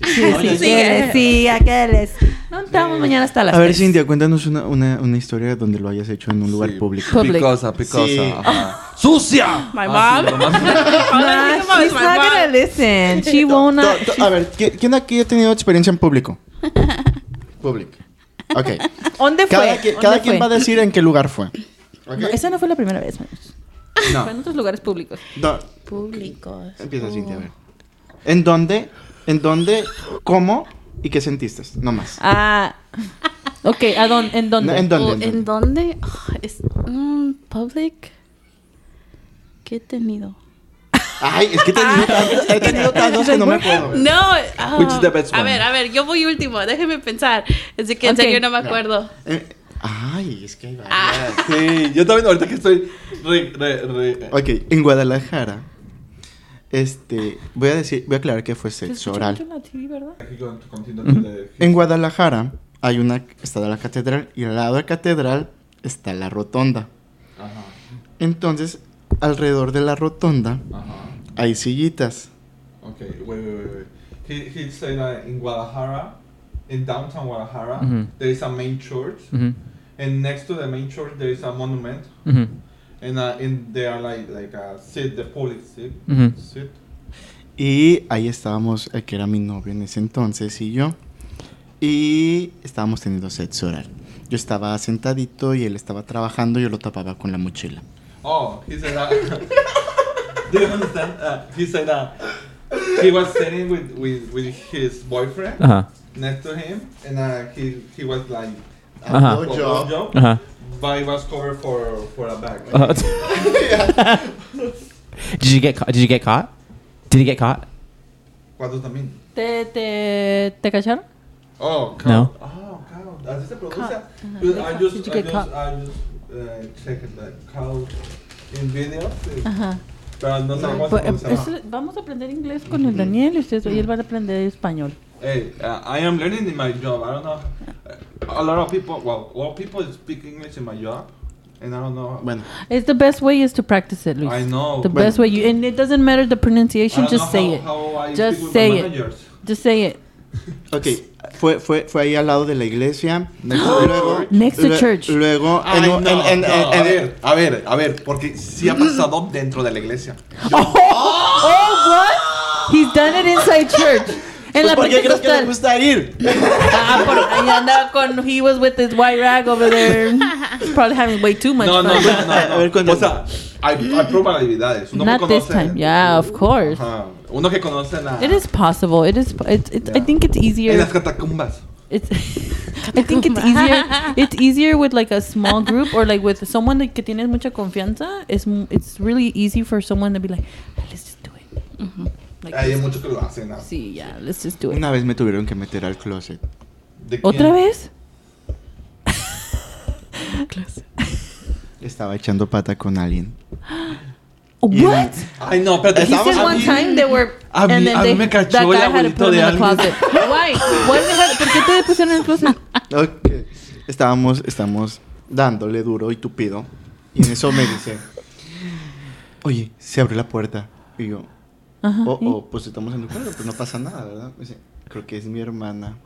[SPEAKER 2] Sí, que le- sí, a que les. No estamos mañana hasta las
[SPEAKER 3] A ver,
[SPEAKER 2] tres.
[SPEAKER 3] Cintia, cuéntanos una, una, una historia donde lo hayas hecho en un lugar
[SPEAKER 1] Sí.
[SPEAKER 3] público.
[SPEAKER 2] Public.
[SPEAKER 1] Picosa, picosa.
[SPEAKER 3] Sí.
[SPEAKER 1] ajá. ¡Sucia!
[SPEAKER 6] My
[SPEAKER 1] Ah, sí,
[SPEAKER 6] mom.
[SPEAKER 1] lo más-
[SPEAKER 2] Nah,
[SPEAKER 6] Ahora sí,
[SPEAKER 2] she's
[SPEAKER 6] como
[SPEAKER 2] not gonna
[SPEAKER 6] es
[SPEAKER 2] listen. She won't.
[SPEAKER 3] To- to- a ver, ¿qui- ¿quién aquí ha tenido experiencia en público? público. Ok.
[SPEAKER 2] ¿Dónde fue?
[SPEAKER 3] Cada, quien-
[SPEAKER 2] ¿Dónde
[SPEAKER 3] cada
[SPEAKER 2] fue?
[SPEAKER 3] quien va a decir en qué lugar fue.
[SPEAKER 2] No, esa no fue la primera vez.
[SPEAKER 3] No.
[SPEAKER 2] Fue en otros lugares públicos.
[SPEAKER 3] No,
[SPEAKER 6] Públicos.
[SPEAKER 3] empieza Cintia, a ver. ¿En dónde? ¿En dónde? ¿Cómo? ¿Y qué sentiste? No más.
[SPEAKER 2] Ah. Ok, ¿a dónde? ¿En dónde?
[SPEAKER 3] No, ¿En dónde?
[SPEAKER 6] Oh,
[SPEAKER 3] en dónde?
[SPEAKER 6] ¿En dónde? Ah, es, mm, public. ¿Qué he tenido? Ah.
[SPEAKER 3] Ay, es que he tenido tantos, he tenido tantos que no me acuerdo.
[SPEAKER 6] No, ah,
[SPEAKER 1] Which is the best
[SPEAKER 6] a
[SPEAKER 1] one?
[SPEAKER 6] ver, a ver, yo voy último, déjeme pensar. Es de que en
[SPEAKER 2] Ok.
[SPEAKER 6] serio no me acuerdo.
[SPEAKER 3] Eh, Ay, es que hay varias.
[SPEAKER 2] Ah.
[SPEAKER 1] Sí, yo también ahorita que estoy... re- re- re- eh,
[SPEAKER 3] Ok, en Guadalajara. Este, voy a decir, voy a aclarar que fue sexo oral. En Guadalajara hay una, está la catedral y al lado de la catedral está la rotonda. Entonces, alrededor de la rotonda
[SPEAKER 1] Ajá.
[SPEAKER 3] hay sillitas.
[SPEAKER 1] Okay, wait, wait, wait, wait. He he said that in Guadalajara, in downtown Guadalajara,
[SPEAKER 5] Mhm.
[SPEAKER 1] there is a main church,
[SPEAKER 5] Mhm.
[SPEAKER 1] and next to the main church there is a monument,
[SPEAKER 5] Mhm.
[SPEAKER 1] and uh, in they are like like a seat, the public seat,
[SPEAKER 5] Mhm.
[SPEAKER 1] seat.
[SPEAKER 3] Y ahí estábamos, el que era mi novio en ese entonces y yo. Y estábamos teniendo sexo oral. Yo estaba sentadito y él estaba trabajando, yo lo tapaba con la mochila.
[SPEAKER 1] Oh, he said that. Do you understand? Uh, he said that he was sitting with with, with his boyfriend
[SPEAKER 5] Uh-huh.
[SPEAKER 1] next to him, and uh, he he was like.
[SPEAKER 3] Uh-huh.
[SPEAKER 5] Ajá.
[SPEAKER 1] for
[SPEAKER 3] Blowjob.
[SPEAKER 1] blowjob,
[SPEAKER 5] Ajá.
[SPEAKER 1] But it was covered for for a bag.
[SPEAKER 5] Uh, Uh-huh. did you get? Ca- did you get caught? Did he get caught?
[SPEAKER 1] What does that mean?
[SPEAKER 2] ¿Te, te, te cacharon?
[SPEAKER 1] Oh, cow.
[SPEAKER 5] No.
[SPEAKER 1] Oh, cow. Así se
[SPEAKER 2] Cow.
[SPEAKER 1] pronuncia.
[SPEAKER 2] Ajá.
[SPEAKER 1] Because I just,
[SPEAKER 2] Uh-huh. Did you
[SPEAKER 1] I
[SPEAKER 2] get
[SPEAKER 1] just,
[SPEAKER 2] cow?
[SPEAKER 1] I just uh, checked like cow in video. sí.
[SPEAKER 2] Ajá.
[SPEAKER 1] Pero no sabemos
[SPEAKER 2] Pues,
[SPEAKER 1] cómo se llama.
[SPEAKER 2] eso- vamos a aprender inglés con el Daniel y, ustedes, y él va a aprender español.
[SPEAKER 1] Hey, uh, I am learning in my job. I don't know. Uh, a lot of people, well, all people speak English in my job. And I don't know.
[SPEAKER 3] Bueno,
[SPEAKER 2] It's the best way is to practice it, Luis.
[SPEAKER 1] I know.
[SPEAKER 2] The
[SPEAKER 1] Bueno.
[SPEAKER 2] best way you and it doesn't matter the
[SPEAKER 1] I
[SPEAKER 2] pronunciation,
[SPEAKER 1] don't
[SPEAKER 2] just
[SPEAKER 1] know
[SPEAKER 2] say
[SPEAKER 1] how,
[SPEAKER 2] it.
[SPEAKER 1] How I
[SPEAKER 2] Just
[SPEAKER 1] speak
[SPEAKER 2] say
[SPEAKER 1] with my
[SPEAKER 2] it.
[SPEAKER 1] managers.
[SPEAKER 2] Just say it.
[SPEAKER 3] ok, fue, fue, fue ahí al lado de la iglesia. Luego,
[SPEAKER 2] Next to
[SPEAKER 3] lue-
[SPEAKER 2] church.
[SPEAKER 3] Luego,
[SPEAKER 1] Ay,
[SPEAKER 3] en
[SPEAKER 1] no,
[SPEAKER 3] un-
[SPEAKER 1] no,
[SPEAKER 3] en- en- en-
[SPEAKER 1] a
[SPEAKER 3] en-
[SPEAKER 1] ver, a ver, a ver, porque sí ha pasado dentro de la iglesia.
[SPEAKER 2] Oh, what? He's done it inside church. En la
[SPEAKER 3] ¿Por qué crees que me
[SPEAKER 2] pentecostal.
[SPEAKER 3] gusta ir?
[SPEAKER 2] Ah, por ahí andaba con. He was with his white rag over there. Probably having way too much
[SPEAKER 1] No, no,
[SPEAKER 2] fun.
[SPEAKER 1] no, no,
[SPEAKER 3] A ver,
[SPEAKER 1] no. O sea, hay, hay probabilidades. Uno
[SPEAKER 2] Not
[SPEAKER 1] que
[SPEAKER 2] this
[SPEAKER 1] conoce.
[SPEAKER 2] time. Yeah, of course.
[SPEAKER 1] Ajá. Uno que conoce la.
[SPEAKER 2] It is possible. It is. It's. it's I
[SPEAKER 1] Yeah.
[SPEAKER 2] think it's
[SPEAKER 1] En
[SPEAKER 2] easier.
[SPEAKER 1] las catacumbas.
[SPEAKER 2] It's. I think it's easier. It's easier with like a small group or like with someone that que tienes mucha confianza. It's m- it's really easy for someone to be like, "Ah, let's just do it. Like,
[SPEAKER 1] Hay
[SPEAKER 2] let's-
[SPEAKER 1] muchos que lo hacen. ¿no?
[SPEAKER 2] sí, yeah, let's just do it.
[SPEAKER 3] Una vez me tuvieron que meter al closet.
[SPEAKER 1] ¿De quién?
[SPEAKER 2] ¿Otra vez?
[SPEAKER 3] Estaba echando pata con alguien.
[SPEAKER 2] What?
[SPEAKER 1] Ay, no, espérate.
[SPEAKER 2] He
[SPEAKER 1] estábamos
[SPEAKER 2] said one
[SPEAKER 1] aquí.
[SPEAKER 2] time they were.
[SPEAKER 1] A mí-
[SPEAKER 2] and then
[SPEAKER 1] a mí
[SPEAKER 2] they,
[SPEAKER 1] me cachó
[SPEAKER 2] that
[SPEAKER 1] el
[SPEAKER 2] guy had to
[SPEAKER 1] abuelito
[SPEAKER 2] put him
[SPEAKER 1] de
[SPEAKER 2] in the
[SPEAKER 1] alguien.
[SPEAKER 2] closet. Why? Why they had- ¿Por qué te pusieron en el closet?
[SPEAKER 3] Ok. Estábamos, estamos dándole duro y tupido. Y en eso me dice, oye, se abrió la puerta. Y yo,
[SPEAKER 2] Ajá.
[SPEAKER 3] oh, oh, pues estamos en el cuadro, pues no pasa nada, ¿verdad? Me dice, creo que es mi hermana.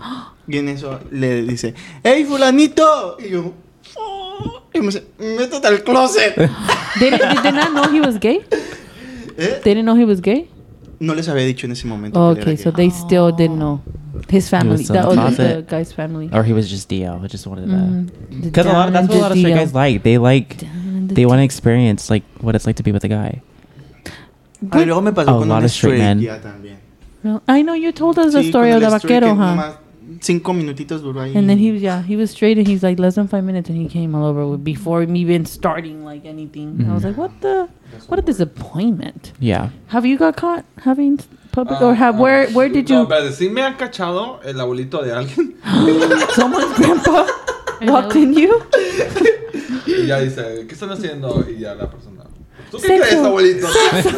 [SPEAKER 3] Y en eso le dice, ¡Ey, fulanito! Y yo, "Oh". y me dice, métete al closet.
[SPEAKER 2] They didn't- did they not know he was gay?
[SPEAKER 3] ¿Eh?
[SPEAKER 2] They didn't know he was gay?
[SPEAKER 3] No les había dicho en ese momento. que él
[SPEAKER 2] Okay,
[SPEAKER 3] era
[SPEAKER 2] so they
[SPEAKER 3] gay.
[SPEAKER 2] still didn't know. His family.
[SPEAKER 5] still in
[SPEAKER 2] That
[SPEAKER 5] the
[SPEAKER 2] was the
[SPEAKER 5] closet.
[SPEAKER 2] guy's family.
[SPEAKER 5] Or he was just DL. I just wanted
[SPEAKER 2] Mhm.
[SPEAKER 5] that.
[SPEAKER 2] The
[SPEAKER 5] Because a lot, that's what a lot of straight
[SPEAKER 2] down
[SPEAKER 5] guys like. They like,
[SPEAKER 2] and the
[SPEAKER 5] they want to experience like what it's like to be with a guy.
[SPEAKER 3] Ah, y luego me pasó
[SPEAKER 5] A
[SPEAKER 3] con
[SPEAKER 5] lot
[SPEAKER 3] una
[SPEAKER 5] of straight
[SPEAKER 3] straight
[SPEAKER 5] men.
[SPEAKER 3] ya también.
[SPEAKER 2] No, I know you told us the
[SPEAKER 3] Sí,
[SPEAKER 2] story
[SPEAKER 3] con
[SPEAKER 2] of the
[SPEAKER 3] el straight
[SPEAKER 2] vaquero,
[SPEAKER 3] que
[SPEAKER 2] huh?
[SPEAKER 3] nomás Cinco minutitos duró ahí.
[SPEAKER 2] And then he was yeah, he was straight and he's like less than five minutes and he came all over with, before me even starting like anything. I
[SPEAKER 5] Mm-hmm.
[SPEAKER 2] was like, What the what a disappointment.
[SPEAKER 5] Yeah.
[SPEAKER 2] Have you got caught having public
[SPEAKER 1] Ah,
[SPEAKER 2] or have
[SPEAKER 1] ah.
[SPEAKER 2] where where did
[SPEAKER 1] No,
[SPEAKER 2] you
[SPEAKER 1] espérate, sí me han cachado el abuelito de alguien.
[SPEAKER 2] someone's grandpa walked in you?
[SPEAKER 1] Y ya dice, ¿qué están haciendo? Y ya la persona. ¿Tú qué
[SPEAKER 2] Sexo.
[SPEAKER 1] crees, abuelito?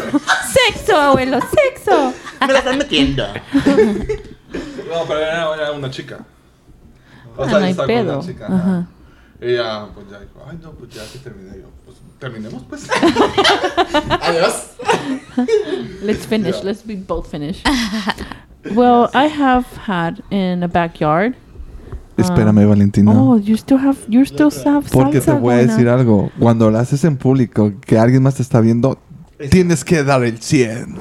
[SPEAKER 2] Sexo, abuelo, sexo.
[SPEAKER 3] Me la están metiendo.
[SPEAKER 1] No, pero era, era una chica. O
[SPEAKER 2] Ah,
[SPEAKER 1] sea,
[SPEAKER 2] no hay
[SPEAKER 1] estaba con
[SPEAKER 2] pedo.
[SPEAKER 1] una chica.
[SPEAKER 2] Ajá.
[SPEAKER 1] Ajá. Y ya, pues ya dijo, ay, no, pues ya que terminé yo. Pues terminemos, pues.
[SPEAKER 2] Ah.
[SPEAKER 1] Adiós.
[SPEAKER 3] Oh.
[SPEAKER 2] Let's finish.
[SPEAKER 1] Yeah.
[SPEAKER 2] Let's be both finished. well, I have had in a backyard.
[SPEAKER 1] Espérame, Valentina.
[SPEAKER 2] Oh, you still have you still have
[SPEAKER 1] Porque te
[SPEAKER 2] salsa
[SPEAKER 1] voy a
[SPEAKER 2] going
[SPEAKER 1] decir
[SPEAKER 2] on.
[SPEAKER 1] algo. Cuando lo haces en público, que alguien más te está viendo, tienes que dar el 100.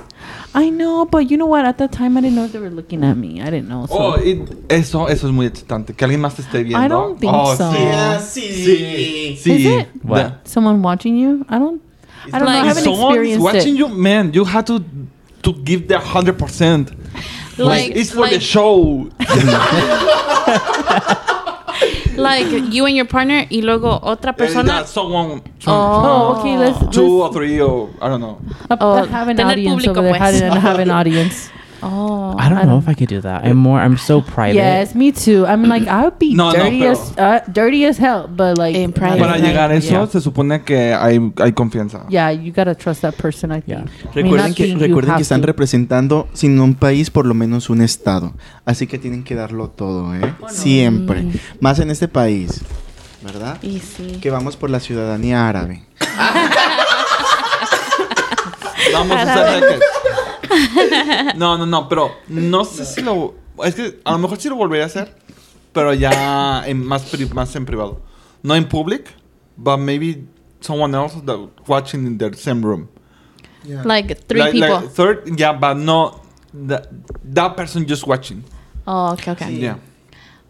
[SPEAKER 2] I know, but you know what? At that time, I didn't know they were looking at me. I didn't know. So.
[SPEAKER 1] Oh, y eso, eso es muy excitante. Que alguien más te esté viendo.
[SPEAKER 2] I don't think
[SPEAKER 1] oh,
[SPEAKER 2] so.
[SPEAKER 1] Sí,
[SPEAKER 3] ah,
[SPEAKER 2] Yeah,
[SPEAKER 1] sí. sí.
[SPEAKER 2] Is it?
[SPEAKER 5] What?
[SPEAKER 1] Da-
[SPEAKER 2] Someone watching you? I don't. I don't know. I
[SPEAKER 1] If
[SPEAKER 2] haven't
[SPEAKER 1] someone's
[SPEAKER 2] experienced
[SPEAKER 1] watching
[SPEAKER 2] it.
[SPEAKER 1] you, man, you have to to give their hundred percent.
[SPEAKER 6] Like,
[SPEAKER 1] It's for the
[SPEAKER 6] like-
[SPEAKER 1] show.
[SPEAKER 6] like you and your partner y luego otra persona.
[SPEAKER 1] Persona, someone,
[SPEAKER 2] Oh, okay. Let's,
[SPEAKER 1] two
[SPEAKER 2] let's
[SPEAKER 1] or three or I don't know.
[SPEAKER 2] uh, have an
[SPEAKER 6] Oh, Tener
[SPEAKER 2] audience
[SPEAKER 6] público,
[SPEAKER 2] over there. I
[SPEAKER 6] pues.
[SPEAKER 2] didn't have an audience. Oh,
[SPEAKER 5] I don't know if I could do that. I'm more. I'm so private.
[SPEAKER 2] Yes, me too. I'm like, I would be
[SPEAKER 1] No, no,
[SPEAKER 2] dirty,
[SPEAKER 1] pero-
[SPEAKER 2] as, uh, dirty as hell, but like in
[SPEAKER 1] Para llegar a eso, se supone que hay, hay confianza.
[SPEAKER 2] Yeah, you gotta trust that person, I think. I mean,
[SPEAKER 3] Recuerden
[SPEAKER 2] not
[SPEAKER 3] que,
[SPEAKER 2] think you
[SPEAKER 3] recuerden
[SPEAKER 2] have
[SPEAKER 3] que están
[SPEAKER 2] to.
[SPEAKER 3] representando, si no un país, por lo menos un estado. Así que tienen que darlo todo, ¿eh? Siempre. Más en este país, ¿verdad?
[SPEAKER 6] Y sí.
[SPEAKER 3] Que vamos por la ciudadanía árabe.
[SPEAKER 1] Vamos a usar brackets. No, no, no, pero no sé si lo. Es que a lo mejor sí lo volvería a hacer, pero ya en más, pri- más en privado. No en public, but maybe someone else that watching in their same room.
[SPEAKER 10] Like three
[SPEAKER 1] Like- like
[SPEAKER 10] people.
[SPEAKER 1] third, yeah, but no. That, that person just watching.
[SPEAKER 10] oh, okay, okay.
[SPEAKER 1] Yeah.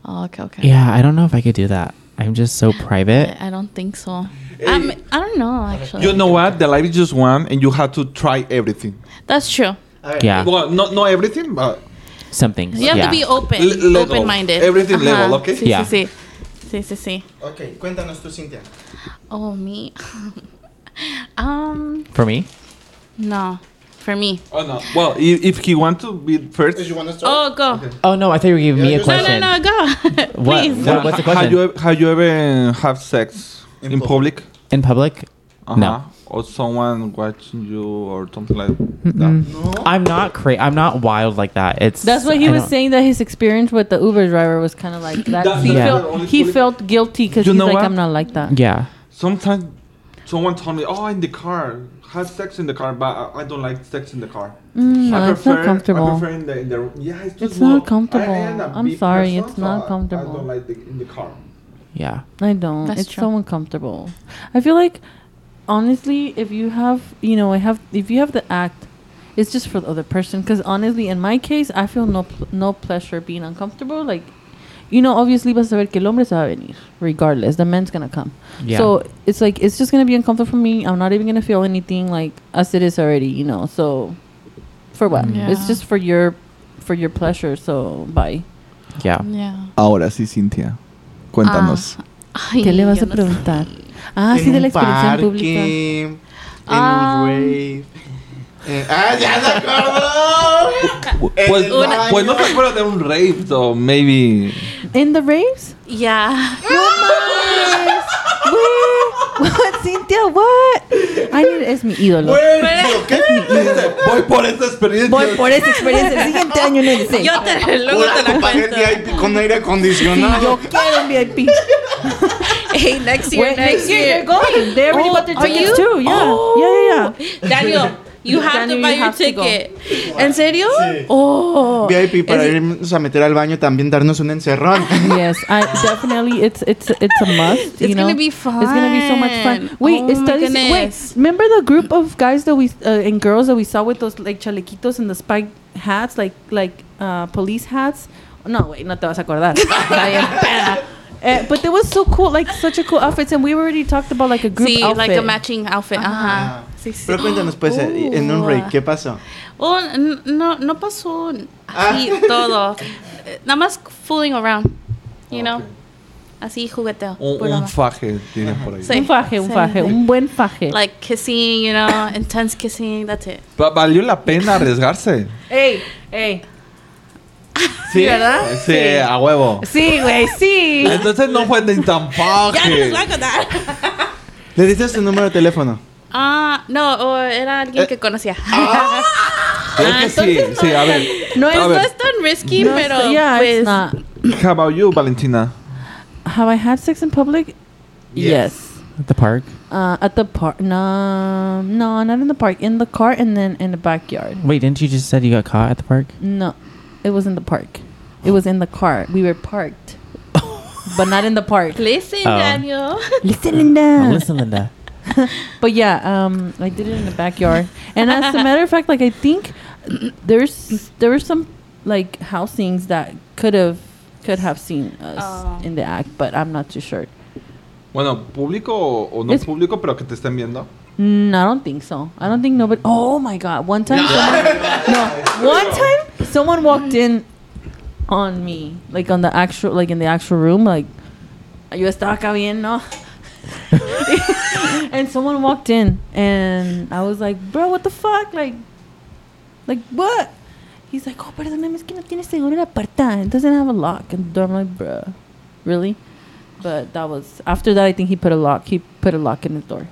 [SPEAKER 10] Oh, okay, okay.
[SPEAKER 5] Yeah, I don't know if I could do that. I'm just so private.
[SPEAKER 10] I I don't think so. I'm, I don't know actually.
[SPEAKER 1] You know what? The life is just one, and you have to try everything.
[SPEAKER 10] That's true.
[SPEAKER 5] Yeah,
[SPEAKER 1] Well, not, not everything, but.
[SPEAKER 5] some things.
[SPEAKER 10] You have
[SPEAKER 5] yeah.
[SPEAKER 10] to be
[SPEAKER 1] Le-
[SPEAKER 10] open,
[SPEAKER 1] level.
[SPEAKER 10] open-minded.
[SPEAKER 1] Everything
[SPEAKER 10] Ajá.
[SPEAKER 1] level, okay?
[SPEAKER 10] Sí,
[SPEAKER 5] Yeah.
[SPEAKER 10] sí, sí, sí, sí, sí.
[SPEAKER 3] Ok, cuéntanos tú, Cintia.
[SPEAKER 10] Oh, me. um,
[SPEAKER 5] For me,
[SPEAKER 10] no, for me.
[SPEAKER 1] Oh no. Well, if, if he want to be first,
[SPEAKER 10] Oh, go.
[SPEAKER 5] Oh no, I thought you were giving me a
[SPEAKER 3] Yeah,
[SPEAKER 10] No, no,
[SPEAKER 5] question.
[SPEAKER 10] no, go.
[SPEAKER 5] What?
[SPEAKER 10] Please.
[SPEAKER 5] What- what's the
[SPEAKER 1] How
[SPEAKER 5] question?
[SPEAKER 1] you ev- have you ever have sex in,
[SPEAKER 3] In
[SPEAKER 1] public?
[SPEAKER 5] In public? No.
[SPEAKER 1] Or someone watching you or something like that.
[SPEAKER 5] I'm not cra- I'm not wild like that. It's
[SPEAKER 2] That's what he
[SPEAKER 5] I
[SPEAKER 2] was
[SPEAKER 5] don't-
[SPEAKER 2] saying that his experience with the Uber driver was kind of like that.
[SPEAKER 1] That's
[SPEAKER 2] he
[SPEAKER 5] the
[SPEAKER 1] only
[SPEAKER 2] felt he
[SPEAKER 1] police-
[SPEAKER 2] felt guilty because
[SPEAKER 1] You
[SPEAKER 2] he's
[SPEAKER 1] know
[SPEAKER 2] like,
[SPEAKER 1] what?
[SPEAKER 2] I'm not like that.
[SPEAKER 5] Yeah.
[SPEAKER 1] Sometimes someone told me, "Oh, in the car, have sex in the car," but I, I don't like sex in the car.
[SPEAKER 2] Mm, no,
[SPEAKER 1] I
[SPEAKER 2] it's not
[SPEAKER 1] I
[SPEAKER 2] comfortable.
[SPEAKER 1] prefer in the, in the yeah. It's, just
[SPEAKER 2] It's not
[SPEAKER 1] I-
[SPEAKER 2] comfortable.
[SPEAKER 1] am a
[SPEAKER 2] I'm
[SPEAKER 1] big
[SPEAKER 2] sorry, it's
[SPEAKER 1] so
[SPEAKER 2] not
[SPEAKER 1] I- I
[SPEAKER 2] comfortable.
[SPEAKER 1] don't like the, in the car.
[SPEAKER 5] Yeah.
[SPEAKER 2] I don't.
[SPEAKER 10] That's
[SPEAKER 2] it's
[SPEAKER 10] true.
[SPEAKER 2] so uncomfortable. I feel like honestly, if you have, you know, I have if you have the act, it's just for the other person cuz honestly in my case, I feel no pl- no pleasure being uncomfortable like you know, obviously vas a saber que el hombre se va a venir regardless. The man's going to come.
[SPEAKER 5] Yeah.
[SPEAKER 2] So, it's like it's just going to be uncomfortable for me. I'm not even going to feel anything like as it is already, you know. So for what? It's
[SPEAKER 10] Yeah.
[SPEAKER 2] just for your for your pleasure. So, bye.
[SPEAKER 5] yeah.
[SPEAKER 10] Yeah.
[SPEAKER 1] Ahora sí, Cintia,
[SPEAKER 10] cuéntanos. Ay,
[SPEAKER 2] ¿Qué le vas
[SPEAKER 10] yo
[SPEAKER 2] a
[SPEAKER 10] no sé.
[SPEAKER 2] preguntar? Ah, sí, de la experiencia en pública.
[SPEAKER 3] En
[SPEAKER 10] Ah.
[SPEAKER 3] un rave. Eh, ¡Ah, ya se acordó! En
[SPEAKER 1] Pues,
[SPEAKER 3] el
[SPEAKER 1] no- pues no
[SPEAKER 3] baño.
[SPEAKER 1] te acuerdas de un rape, so maybe.
[SPEAKER 2] ¿En the raves?
[SPEAKER 10] Yeah.
[SPEAKER 2] What? What, Cynthia? What? I need, es mi ídolo.
[SPEAKER 1] Güey, ¿pero ¿qué? Dice, Voy por esta experiencia.
[SPEAKER 2] Voy por esa experiencia. El siguiente año no sé.
[SPEAKER 10] Yo te, luego
[SPEAKER 3] Pura
[SPEAKER 10] te la
[SPEAKER 3] que pagué el
[SPEAKER 10] cuento.
[SPEAKER 3] VIP con aire
[SPEAKER 2] Sí,
[SPEAKER 3] acondicionado.
[SPEAKER 2] yo quiero un VIP.
[SPEAKER 10] Hey, next year,
[SPEAKER 2] Wait,
[SPEAKER 10] next year.
[SPEAKER 2] they're going. They already
[SPEAKER 10] Oh,
[SPEAKER 2] bought their
[SPEAKER 10] are
[SPEAKER 2] tickets
[SPEAKER 10] you?
[SPEAKER 2] too. Yeah. Yeah, yeah, yeah.
[SPEAKER 10] Daniel, you have
[SPEAKER 2] Daniel,
[SPEAKER 10] to buy
[SPEAKER 2] you
[SPEAKER 10] your
[SPEAKER 2] have to go.
[SPEAKER 10] ticket. ¿En serio? Oh.
[SPEAKER 3] VIP para
[SPEAKER 10] Es-
[SPEAKER 3] irnos a meter al baño también darnos un encerrón.
[SPEAKER 2] Yes, I definitely. It's it's Oh. it's a must.
[SPEAKER 10] It's
[SPEAKER 2] you know?
[SPEAKER 10] gonna be
[SPEAKER 2] It's gonna be so much fun.
[SPEAKER 10] fun.
[SPEAKER 2] Wait,
[SPEAKER 10] Oh my
[SPEAKER 2] studies. Wait,
[SPEAKER 10] goodness.
[SPEAKER 2] remember the group of guys that we uh, and girls that we saw with those like chalequitos and the spike hats, like like uh, police hats. No, wait, no te vas a acordar. Está bien peda. Eh, but it was so cool, like such a cool outfits, and we already talked about like a group
[SPEAKER 10] Sí,
[SPEAKER 2] outfit.
[SPEAKER 10] like a matching outfit.
[SPEAKER 2] Ah.
[SPEAKER 10] Ajá. Sí, sí.
[SPEAKER 3] Pero cuéntanos, pues, eh, en un rave, ¿qué pasó?
[SPEAKER 10] Oh, n- no, no pasó así todo. Eh, Nada más fooling around, you know. Así jugueteo.
[SPEAKER 1] Un,
[SPEAKER 10] puro
[SPEAKER 1] un
[SPEAKER 10] más.
[SPEAKER 1] faje tiene por ahí.
[SPEAKER 10] Sí.
[SPEAKER 2] Un faje, un
[SPEAKER 10] Sí.
[SPEAKER 2] faje, un buen faje.
[SPEAKER 10] Like kissing, you know, intense kissing, that's it.
[SPEAKER 1] Va- Valió la pena arriesgarse.
[SPEAKER 2] Ey, ey.
[SPEAKER 1] Sí,
[SPEAKER 2] ¿verdad?
[SPEAKER 1] Sí, a huevo.
[SPEAKER 2] Sí, güey, sí.
[SPEAKER 1] Entonces no fue ni tan
[SPEAKER 10] Ya no les
[SPEAKER 1] faje.
[SPEAKER 10] voy a contar.
[SPEAKER 3] Le diste su número de teléfono.
[SPEAKER 10] Ah, no, o era alguien que conocía.
[SPEAKER 1] Es que sí, sí, a ver.
[SPEAKER 2] No
[SPEAKER 1] a
[SPEAKER 2] es-
[SPEAKER 10] no
[SPEAKER 1] ver.
[SPEAKER 10] es tan risky,
[SPEAKER 2] No,
[SPEAKER 10] pero
[SPEAKER 2] so- yeah,
[SPEAKER 10] pues
[SPEAKER 2] it's not.
[SPEAKER 1] How about you, Valentina?
[SPEAKER 2] Have I had sex in public? Yes.
[SPEAKER 5] At the park.
[SPEAKER 2] Uh, at the park? No, no, not in the park. In the car and then in the backyard.
[SPEAKER 5] Wait, didn't you just said you got caught at the park?
[SPEAKER 2] No, it was in the park. It was in the car. We were parked, but not in the park.
[SPEAKER 10] listen,
[SPEAKER 5] Oh.
[SPEAKER 10] Daniel.
[SPEAKER 2] Listen,
[SPEAKER 5] Oh,
[SPEAKER 2] Linda.
[SPEAKER 5] listen, Linda.
[SPEAKER 2] But yeah, um, I did it in the backyard. And as a matter of fact, like I think there's there were some like housings that could have could have seen us
[SPEAKER 10] Oh.
[SPEAKER 2] in the act, but I'm not too sure.
[SPEAKER 1] Bueno, público o, o no
[SPEAKER 2] Es-
[SPEAKER 1] público, pero que te estén viendo.
[SPEAKER 2] Mm, I don't think so. I don't think nobody. Oh my god! One time, someone, no. One time, someone walked in on me, like on the actual, like in the actual room, like yo estaba acá bien, no. and someone walked in, and I was like, "Bro, what the fuck? Like, like what?" He's like, oh, perdóname, es que no tiene seguro la puerta. It doesn't have a lock. And I'm like, bruh, really? But that was, after that, I think he put a lock. He put a lock in his door.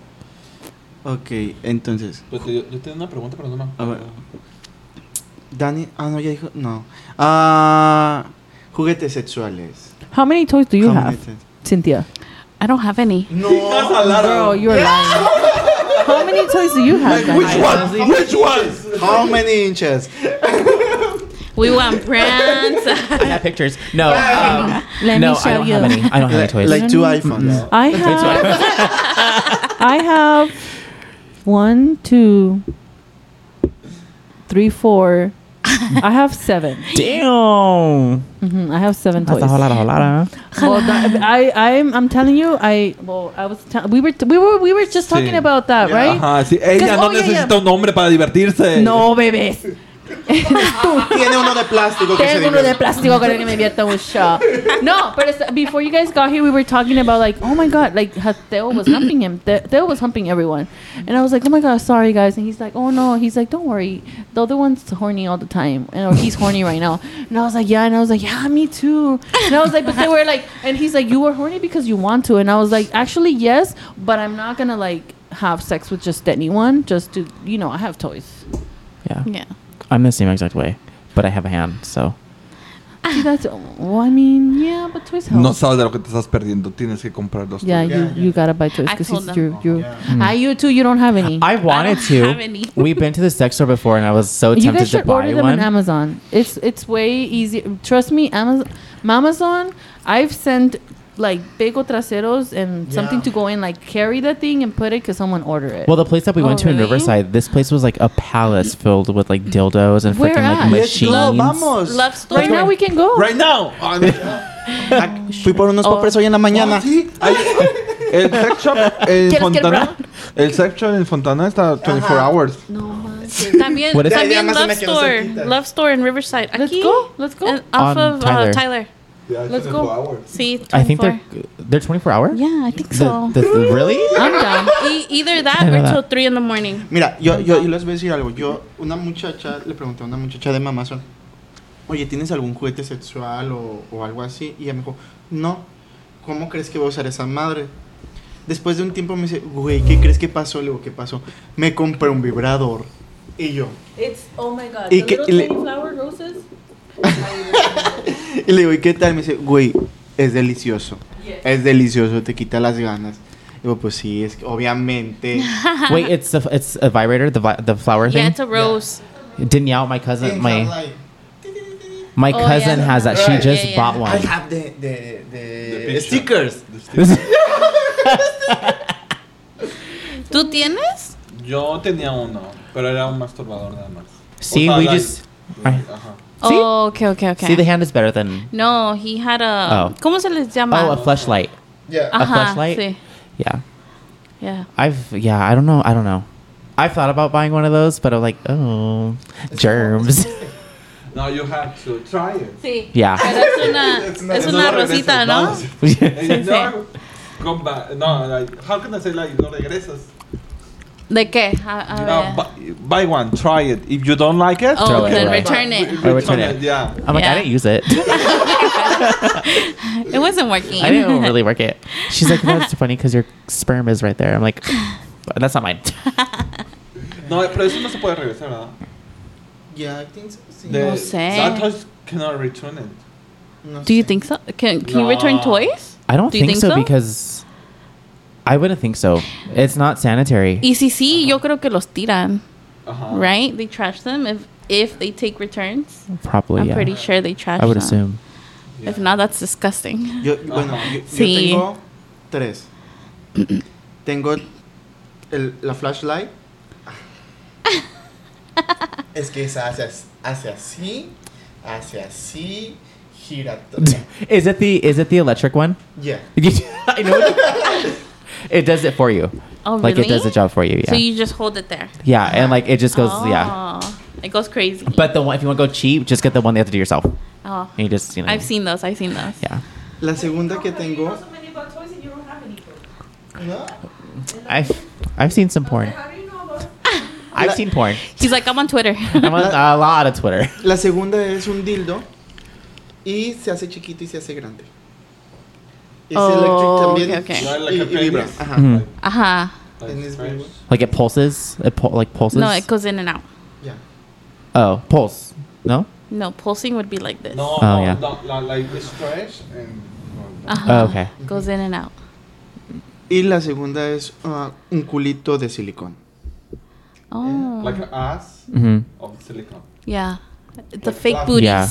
[SPEAKER 3] Ok, entonces.
[SPEAKER 1] Pues yo, yo tengo una pregunta, pero no me
[SPEAKER 3] A ver. Dani. Ah, no, ya dijo. No. Ah. Juguetes sexuales.
[SPEAKER 2] How many toys do you
[SPEAKER 3] How many
[SPEAKER 2] have,
[SPEAKER 3] toys?
[SPEAKER 2] Cynthia?
[SPEAKER 6] I don't have any.
[SPEAKER 3] No.
[SPEAKER 2] Bro, you're lying. How many toys do you have? Dani?
[SPEAKER 3] Which one? Which one? How many inches?
[SPEAKER 6] We want brands.
[SPEAKER 5] I have pictures. No, um,
[SPEAKER 2] Let
[SPEAKER 5] no,
[SPEAKER 2] me
[SPEAKER 5] I
[SPEAKER 2] show
[SPEAKER 5] don't
[SPEAKER 2] you.
[SPEAKER 5] have any. I don't have any
[SPEAKER 3] Like,
[SPEAKER 5] toys.
[SPEAKER 3] like two iPhones.
[SPEAKER 2] I have. I have one, two, three, four. I have 7
[SPEAKER 5] Damn,
[SPEAKER 2] Mm-hmm. I have seven
[SPEAKER 5] that's
[SPEAKER 2] toys.
[SPEAKER 5] a whole lot, a whole lot. huh?
[SPEAKER 2] Well, that- I, I'm, I'm telling you, I, well, I was, tell we were, t- we were, we were just talking
[SPEAKER 1] Sí.
[SPEAKER 2] about that, right?
[SPEAKER 5] Uh-huh.
[SPEAKER 1] Ajá, sí. Ella
[SPEAKER 2] Cause-
[SPEAKER 1] no
[SPEAKER 2] oh, yeah,
[SPEAKER 1] necesita
[SPEAKER 2] yeah.
[SPEAKER 1] un hombre para divertirse.
[SPEAKER 2] No, bebés.
[SPEAKER 3] Tiene uno de plástico que se
[SPEAKER 2] Tengo uno de
[SPEAKER 3] divierte.
[SPEAKER 2] plástico con el que me invierta un shop. No, but it's, before you guys got here, we were talking about like, oh my god, like how Theo was humping him. Theo Theo was humping everyone, and I was like, oh my god, sorry guys. And he's like, oh no, he's like, don't worry, the other one's horny all the time, and or he's horny right now. And I was like, yeah, and I was like, yeah, me too. And I was like, but they were like, and he's like, you were horny because you want to, and I was like, actually yes, but I'm not gonna like have sex with just anyone, just to you know, I have toys.
[SPEAKER 5] Yeah,
[SPEAKER 6] yeah.
[SPEAKER 5] I'm the same exact way, but I have a hand, so
[SPEAKER 2] See, that's well, I mean, yeah, but toys help.
[SPEAKER 1] No sabes de lo que te estás perdiendo. Tienes que comprar los
[SPEAKER 2] Yeah,
[SPEAKER 1] tuyos.
[SPEAKER 2] you, you gotta buy toys
[SPEAKER 6] I
[SPEAKER 2] because
[SPEAKER 6] told
[SPEAKER 2] you
[SPEAKER 6] them. Mm.
[SPEAKER 2] you. you Ah, you too. You don't have any.
[SPEAKER 5] I wanted
[SPEAKER 6] have
[SPEAKER 5] to.
[SPEAKER 6] any.
[SPEAKER 5] We've been to the sex store before, and I was so
[SPEAKER 2] you guys
[SPEAKER 5] tempted to
[SPEAKER 2] should
[SPEAKER 5] buy
[SPEAKER 2] order them on
[SPEAKER 5] one.
[SPEAKER 2] Amazon. It's it's way easy. Trust me, Amazon. Amazon. I've sent like bagel traseros and something to go in. Like carry that thing and put it because someone ordered it.
[SPEAKER 5] Well, the place that we
[SPEAKER 6] Oh,
[SPEAKER 5] went to in
[SPEAKER 6] really?
[SPEAKER 5] Riverside, this place was like a palace filled with like dildos and
[SPEAKER 2] Where
[SPEAKER 5] freaking like
[SPEAKER 2] at?
[SPEAKER 3] Let's
[SPEAKER 5] machines.
[SPEAKER 3] go, vamos.
[SPEAKER 6] Love story.
[SPEAKER 2] right now we can go.
[SPEAKER 1] Right now. Ah,
[SPEAKER 3] Ah, Fui por unos poppers hoy en la mañana.
[SPEAKER 1] sí. Hay- el sex shop en
[SPEAKER 2] que
[SPEAKER 1] Fontana. El sex shop en Fontana está 24 hours.
[SPEAKER 2] No man.
[SPEAKER 6] También,
[SPEAKER 5] What is-
[SPEAKER 6] también
[SPEAKER 3] Ya, ya más se
[SPEAKER 6] Love
[SPEAKER 3] me quedó
[SPEAKER 6] Store.
[SPEAKER 3] cerquita.
[SPEAKER 6] Love Store in Riverside.
[SPEAKER 2] Let's
[SPEAKER 6] Aquí,
[SPEAKER 2] go. Let's go.
[SPEAKER 6] and off
[SPEAKER 5] On
[SPEAKER 6] of
[SPEAKER 5] Tyler.
[SPEAKER 6] Uh, Tyler.
[SPEAKER 2] Let's go.
[SPEAKER 6] Sí,
[SPEAKER 5] I think
[SPEAKER 6] 24.
[SPEAKER 5] they're they're 24 hour.
[SPEAKER 6] Yeah, I think
[SPEAKER 5] The-
[SPEAKER 6] so.
[SPEAKER 5] the- the- really?
[SPEAKER 2] I'm down.
[SPEAKER 6] E- either that
[SPEAKER 5] Tyler,
[SPEAKER 6] or
[SPEAKER 5] that.
[SPEAKER 6] till 3 in the morning.
[SPEAKER 3] Mira, yo, yo, yo les voy a decir algo. Yo, una muchacha, le pregunté a una muchacha de Mamazón, oye, ¿tienes algún juguete sexual o, o algo así? Y ella me dijo, no, ¿cómo crees que voy a usar esa madre? Después de un tiempo me dice, güey, ¿qué crees que pasó? Le digo, ¿qué pasó? Me compré un vibrador. Y yo,
[SPEAKER 2] It's oh my god.
[SPEAKER 3] Y the que- little y le- tiny
[SPEAKER 2] flower roses.
[SPEAKER 3] y le digo, ¿y qué tal? Me dice, güey, es delicioso. Es delicioso, te quita las ganas. Digo, pues sí, es que obviamente.
[SPEAKER 5] Wait, it's a, it's a vibrator, the vi- the flower
[SPEAKER 6] Uh-huh. Yeah,
[SPEAKER 5] thing.
[SPEAKER 6] it's a rose.
[SPEAKER 5] Danielle, my cousin, my my
[SPEAKER 6] Oh,
[SPEAKER 5] cousin
[SPEAKER 6] yeah.
[SPEAKER 5] has that. She
[SPEAKER 3] Right.
[SPEAKER 5] just
[SPEAKER 6] Yeah, yeah.
[SPEAKER 5] bought
[SPEAKER 3] I
[SPEAKER 5] one.
[SPEAKER 3] have the, the, the,
[SPEAKER 1] picture.
[SPEAKER 3] stickers.
[SPEAKER 6] ¿Tú tienes?
[SPEAKER 1] Yo tenía uno, pero era un masturbador nada más.
[SPEAKER 5] See, we just
[SPEAKER 6] Oh, okay, okay, okay.
[SPEAKER 5] see the hand is better than
[SPEAKER 6] no, he had a...
[SPEAKER 5] Oh.
[SPEAKER 6] ¿Cómo se les llama?
[SPEAKER 5] oh a flashlight.
[SPEAKER 3] Yeah.
[SPEAKER 5] a flashlight?
[SPEAKER 6] Sí,
[SPEAKER 5] Yeah,
[SPEAKER 6] yeah.
[SPEAKER 5] I've yeah I don't know I don't know. I thought about buying one of those, but I'm like oh germs.
[SPEAKER 1] No, you have to try it.
[SPEAKER 6] Sí.
[SPEAKER 5] yeah.
[SPEAKER 6] Pero es una, es una rosita, ¿no?
[SPEAKER 1] Eh,
[SPEAKER 6] Sí.
[SPEAKER 1] No, come back. No, like, how can I say like no regresas?
[SPEAKER 6] ¿De qué? A, a
[SPEAKER 1] No,
[SPEAKER 6] ver.
[SPEAKER 1] bu- buy one, try it. If you don't like it,
[SPEAKER 6] Oh,
[SPEAKER 5] throw it
[SPEAKER 6] then
[SPEAKER 5] away.
[SPEAKER 6] return it.
[SPEAKER 5] I return it.
[SPEAKER 1] Yeah.
[SPEAKER 5] I'm like I
[SPEAKER 6] Yeah.
[SPEAKER 5] didn't use it.
[SPEAKER 6] It wasn't working.
[SPEAKER 5] I didn't really work it. She's like that's funny because your sperm is right there. I'm like that's not mine.
[SPEAKER 1] No, pero eso no se puede regresar, ¿verdad?
[SPEAKER 3] Yeah, I think so. sí.
[SPEAKER 1] The-
[SPEAKER 6] No sé.
[SPEAKER 1] That toys cannot return it.
[SPEAKER 3] No
[SPEAKER 6] Do you
[SPEAKER 3] sé.
[SPEAKER 6] think so? Can, can you return
[SPEAKER 1] No.
[SPEAKER 6] toys?
[SPEAKER 5] I don't
[SPEAKER 6] Do you
[SPEAKER 5] think,
[SPEAKER 6] think
[SPEAKER 5] so,
[SPEAKER 6] so?
[SPEAKER 5] because I wouldn't think so. It's not sanitary.
[SPEAKER 6] Y si sí, yo creo que los tiran,
[SPEAKER 1] Ajá.
[SPEAKER 6] right? They trash them if if they take returns.
[SPEAKER 5] Probably,
[SPEAKER 6] I'm
[SPEAKER 5] yeah.
[SPEAKER 6] pretty sure they trash
[SPEAKER 5] I would
[SPEAKER 6] them.
[SPEAKER 5] assume.
[SPEAKER 6] If not, that's disgusting.
[SPEAKER 3] Yo, bueno, yo, yo
[SPEAKER 6] Sí.
[SPEAKER 3] tengo tres. tengo el- la flashlight. es que esa hace, as- hace así, hace así, gira. to-
[SPEAKER 5] Is it the is it the electric one?
[SPEAKER 3] Yeah.
[SPEAKER 5] I know. It, it does it for you.
[SPEAKER 6] Oh,
[SPEAKER 5] Like
[SPEAKER 6] really?
[SPEAKER 5] it does the job for you. Yeah.
[SPEAKER 6] So you just hold it there.
[SPEAKER 5] yeah, and like it just goes. Yeah.
[SPEAKER 6] Oh, It goes crazy.
[SPEAKER 5] But the one if you want to go cheap, just get the one that you have to do yourself. And
[SPEAKER 6] oh,
[SPEAKER 5] you just you know.
[SPEAKER 6] I've seen those. I've seen those.
[SPEAKER 5] Yeah.
[SPEAKER 3] La segunda que tengo.
[SPEAKER 5] I've I've seen some porn. I've seen porn.
[SPEAKER 6] He's like, I'm on Twitter.
[SPEAKER 5] I'm on a lot of Twitter.
[SPEAKER 3] La segunda es un dildo y se hace chiquito y se hace grande. Es
[SPEAKER 6] Oh,
[SPEAKER 3] electric
[SPEAKER 6] ok, ok.
[SPEAKER 1] Ah,
[SPEAKER 3] también
[SPEAKER 6] Right,
[SPEAKER 3] y, y vibra. Ajá.
[SPEAKER 5] Mhm.
[SPEAKER 6] Mm. Ajá.
[SPEAKER 3] And it's vibra.
[SPEAKER 5] Like it pulses. It pul- like pulses.
[SPEAKER 6] No, it goes in and out.
[SPEAKER 5] oh, pulse. No.
[SPEAKER 6] No, pulsing would be like this.
[SPEAKER 5] Oh, no, yeah.
[SPEAKER 1] like the stretch and...
[SPEAKER 6] Ajá.
[SPEAKER 5] Oh, okay.
[SPEAKER 6] Goes in and out.
[SPEAKER 3] Y la segunda es ah, un culito de silicón.
[SPEAKER 6] Oh.
[SPEAKER 1] Like an ass
[SPEAKER 5] Mhm.
[SPEAKER 1] of silicon.
[SPEAKER 6] yeah. The
[SPEAKER 1] Like
[SPEAKER 6] fake
[SPEAKER 1] fluff.
[SPEAKER 6] booties.
[SPEAKER 5] Yeah.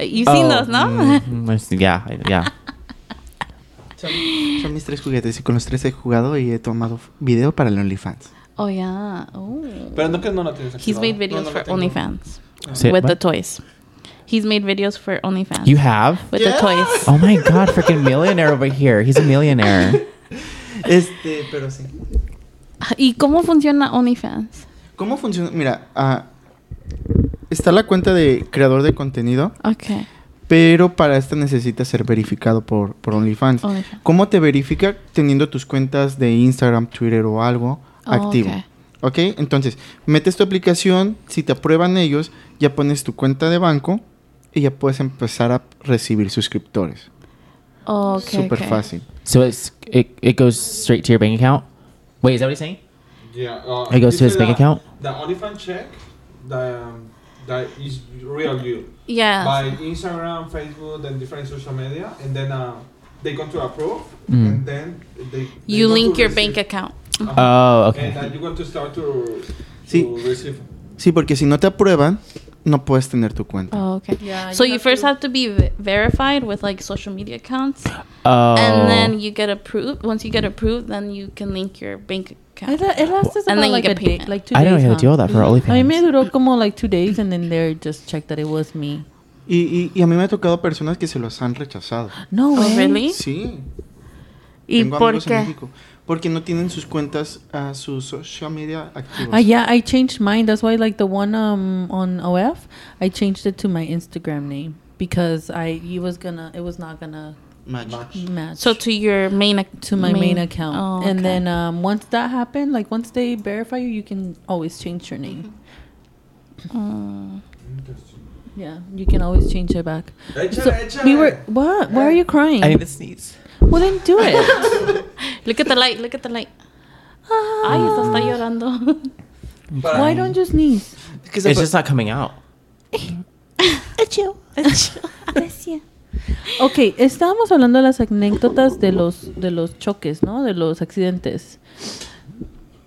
[SPEAKER 6] You've seen
[SPEAKER 5] Oh,
[SPEAKER 6] those, no?
[SPEAKER 5] mm, I've seen- yeah, I- yeah.
[SPEAKER 3] Son, son mis tres juguetes y con los tres he jugado y he tomado f- video para el OnlyFans.
[SPEAKER 6] Oh, yeah. Oh.
[SPEAKER 1] Pero no que no lo tienes
[SPEAKER 6] He's
[SPEAKER 1] activado.
[SPEAKER 6] made videos
[SPEAKER 3] no
[SPEAKER 6] for
[SPEAKER 3] lo tengo.
[SPEAKER 6] OnlyFans
[SPEAKER 5] Say it,
[SPEAKER 6] with the
[SPEAKER 5] what?
[SPEAKER 6] toys. He's made videos for OnlyFans
[SPEAKER 5] You have?
[SPEAKER 6] with the toys.
[SPEAKER 5] Oh my god, freaking millionaire over here. He's a millionaire.
[SPEAKER 3] Este, pero sí.
[SPEAKER 6] Ah, ¿Y cómo funciona OnlyFans?
[SPEAKER 3] ¿Cómo funciona? Mira, ah, está la cuenta de creador de contenido,
[SPEAKER 6] Okay.
[SPEAKER 3] pero para esta necesita ser verificado por, por OnlyFans.
[SPEAKER 6] OnlyFans.
[SPEAKER 3] ¿Cómo te verifica? Teniendo tus cuentas de Instagram, Twitter o algo
[SPEAKER 6] Oh,
[SPEAKER 3] activo.
[SPEAKER 6] ok.
[SPEAKER 3] ¿Ok? Entonces, metes tu aplicación, si te aprueban ellos, ya pones tu cuenta de banco y ya puedes empezar a recibir suscriptores.
[SPEAKER 6] Okay.
[SPEAKER 3] Súper
[SPEAKER 6] okay.
[SPEAKER 3] fácil.
[SPEAKER 5] so it's it, it goes straight to your bank account? Wait, is that what he's saying?
[SPEAKER 1] Yeah, uh,
[SPEAKER 5] It goes to
[SPEAKER 1] this
[SPEAKER 5] his
[SPEAKER 1] is
[SPEAKER 5] bank
[SPEAKER 1] a-
[SPEAKER 5] account?
[SPEAKER 1] The OnlyFans check, the, um, that is real you.
[SPEAKER 6] Yeah.
[SPEAKER 1] By Instagram, Facebook, and different social media, and then uh, they go to approve,
[SPEAKER 5] Mm.
[SPEAKER 1] and then they. they
[SPEAKER 6] You
[SPEAKER 1] go to
[SPEAKER 6] link your
[SPEAKER 1] receive.
[SPEAKER 6] bank account.
[SPEAKER 1] Uh-huh.
[SPEAKER 5] Oh,
[SPEAKER 1] And
[SPEAKER 5] okay.
[SPEAKER 1] then you going to start to,
[SPEAKER 3] Sí.
[SPEAKER 1] to receive.
[SPEAKER 3] Sí, porque si no te aprueban, no puedes tener tu cuenta.
[SPEAKER 6] Oh, okay.
[SPEAKER 2] Yeah,
[SPEAKER 6] so
[SPEAKER 2] you
[SPEAKER 6] you,
[SPEAKER 2] have
[SPEAKER 6] first
[SPEAKER 2] to-
[SPEAKER 6] have to be v- verified with like social media accounts,
[SPEAKER 5] Oh.
[SPEAKER 6] and then you get approved. Once you get approved, then you can link your bank
[SPEAKER 2] It,
[SPEAKER 6] account.
[SPEAKER 2] la- it lasted
[SPEAKER 6] And
[SPEAKER 2] about
[SPEAKER 6] then you
[SPEAKER 2] like a
[SPEAKER 6] get
[SPEAKER 2] day,
[SPEAKER 6] payment.
[SPEAKER 2] like two
[SPEAKER 5] I don't know
[SPEAKER 2] days.
[SPEAKER 5] how to deal with
[SPEAKER 2] huh? Mm-hmm.
[SPEAKER 5] that for OnlyFans.
[SPEAKER 2] A mí me duró como like two days and then they just checked that it was me.
[SPEAKER 3] Y, y- y a mí me ha tocado personas que se los han rechazado.
[SPEAKER 2] No
[SPEAKER 6] Oh,
[SPEAKER 2] way.
[SPEAKER 6] really?
[SPEAKER 3] Sí.
[SPEAKER 6] ¿Y
[SPEAKER 3] Tengo
[SPEAKER 6] por
[SPEAKER 3] amigos en
[SPEAKER 6] qué?
[SPEAKER 3] México. Porque no tienen sus cuentas, a su social media activos.
[SPEAKER 2] Ah, yeah, I changed mine. That's why, like the one um on OF, I changed it to my Instagram name because I it was gonna it was not gonna
[SPEAKER 3] Match.
[SPEAKER 2] match.
[SPEAKER 6] So to your main ac-
[SPEAKER 2] to my main, account,
[SPEAKER 6] Oh,
[SPEAKER 2] and
[SPEAKER 6] okay.
[SPEAKER 2] then um once that happened, like once they verify you, you can always change your name.
[SPEAKER 6] Mm-hmm. Mm.
[SPEAKER 2] Yeah, you can always change it back.
[SPEAKER 1] Échale,
[SPEAKER 2] So
[SPEAKER 1] échale.
[SPEAKER 2] we were what? Why are you crying?
[SPEAKER 5] I need to sneeze.
[SPEAKER 2] well, then do it.
[SPEAKER 6] Look at the light. Look at the light. Ay,
[SPEAKER 2] Ah,
[SPEAKER 6] esta está llorando.
[SPEAKER 2] why don't you sneeze?
[SPEAKER 3] Es que se
[SPEAKER 5] It's
[SPEAKER 3] pa-
[SPEAKER 5] just not coming out.
[SPEAKER 2] Ok, estábamos hablando de las anécdotas de los, de los choques, ¿no? De los accidentes.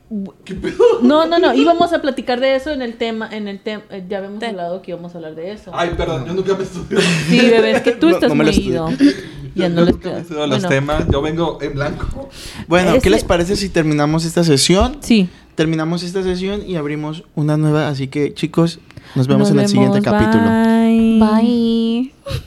[SPEAKER 2] No, no, no. Íbamos a platicar de eso en el tema, en el tema. eh, Ya habíamos
[SPEAKER 6] Te-
[SPEAKER 2] hablado que íbamos a hablar de eso.
[SPEAKER 1] Ay, perdón, yo nunca me estudio.
[SPEAKER 2] Sí, bebé, es que tú
[SPEAKER 3] No,
[SPEAKER 2] estás
[SPEAKER 3] no me lo
[SPEAKER 2] muy
[SPEAKER 3] estudié.
[SPEAKER 2] ido. Ya
[SPEAKER 1] Yo
[SPEAKER 2] no lo
[SPEAKER 1] nunca me
[SPEAKER 2] estudias.
[SPEAKER 1] estudio los
[SPEAKER 2] Bueno,
[SPEAKER 1] temas, yo vengo en blanco.
[SPEAKER 3] Bueno,
[SPEAKER 2] Ese-
[SPEAKER 3] ¿qué les parece si terminamos esta sesión?
[SPEAKER 2] Sí.
[SPEAKER 3] Terminamos esta sesión y abrimos una nueva. Así que, chicos, nos vemos en el
[SPEAKER 2] Nos
[SPEAKER 3] siguiente
[SPEAKER 2] vemos.
[SPEAKER 3] capítulo.
[SPEAKER 2] Bye.
[SPEAKER 6] Bye.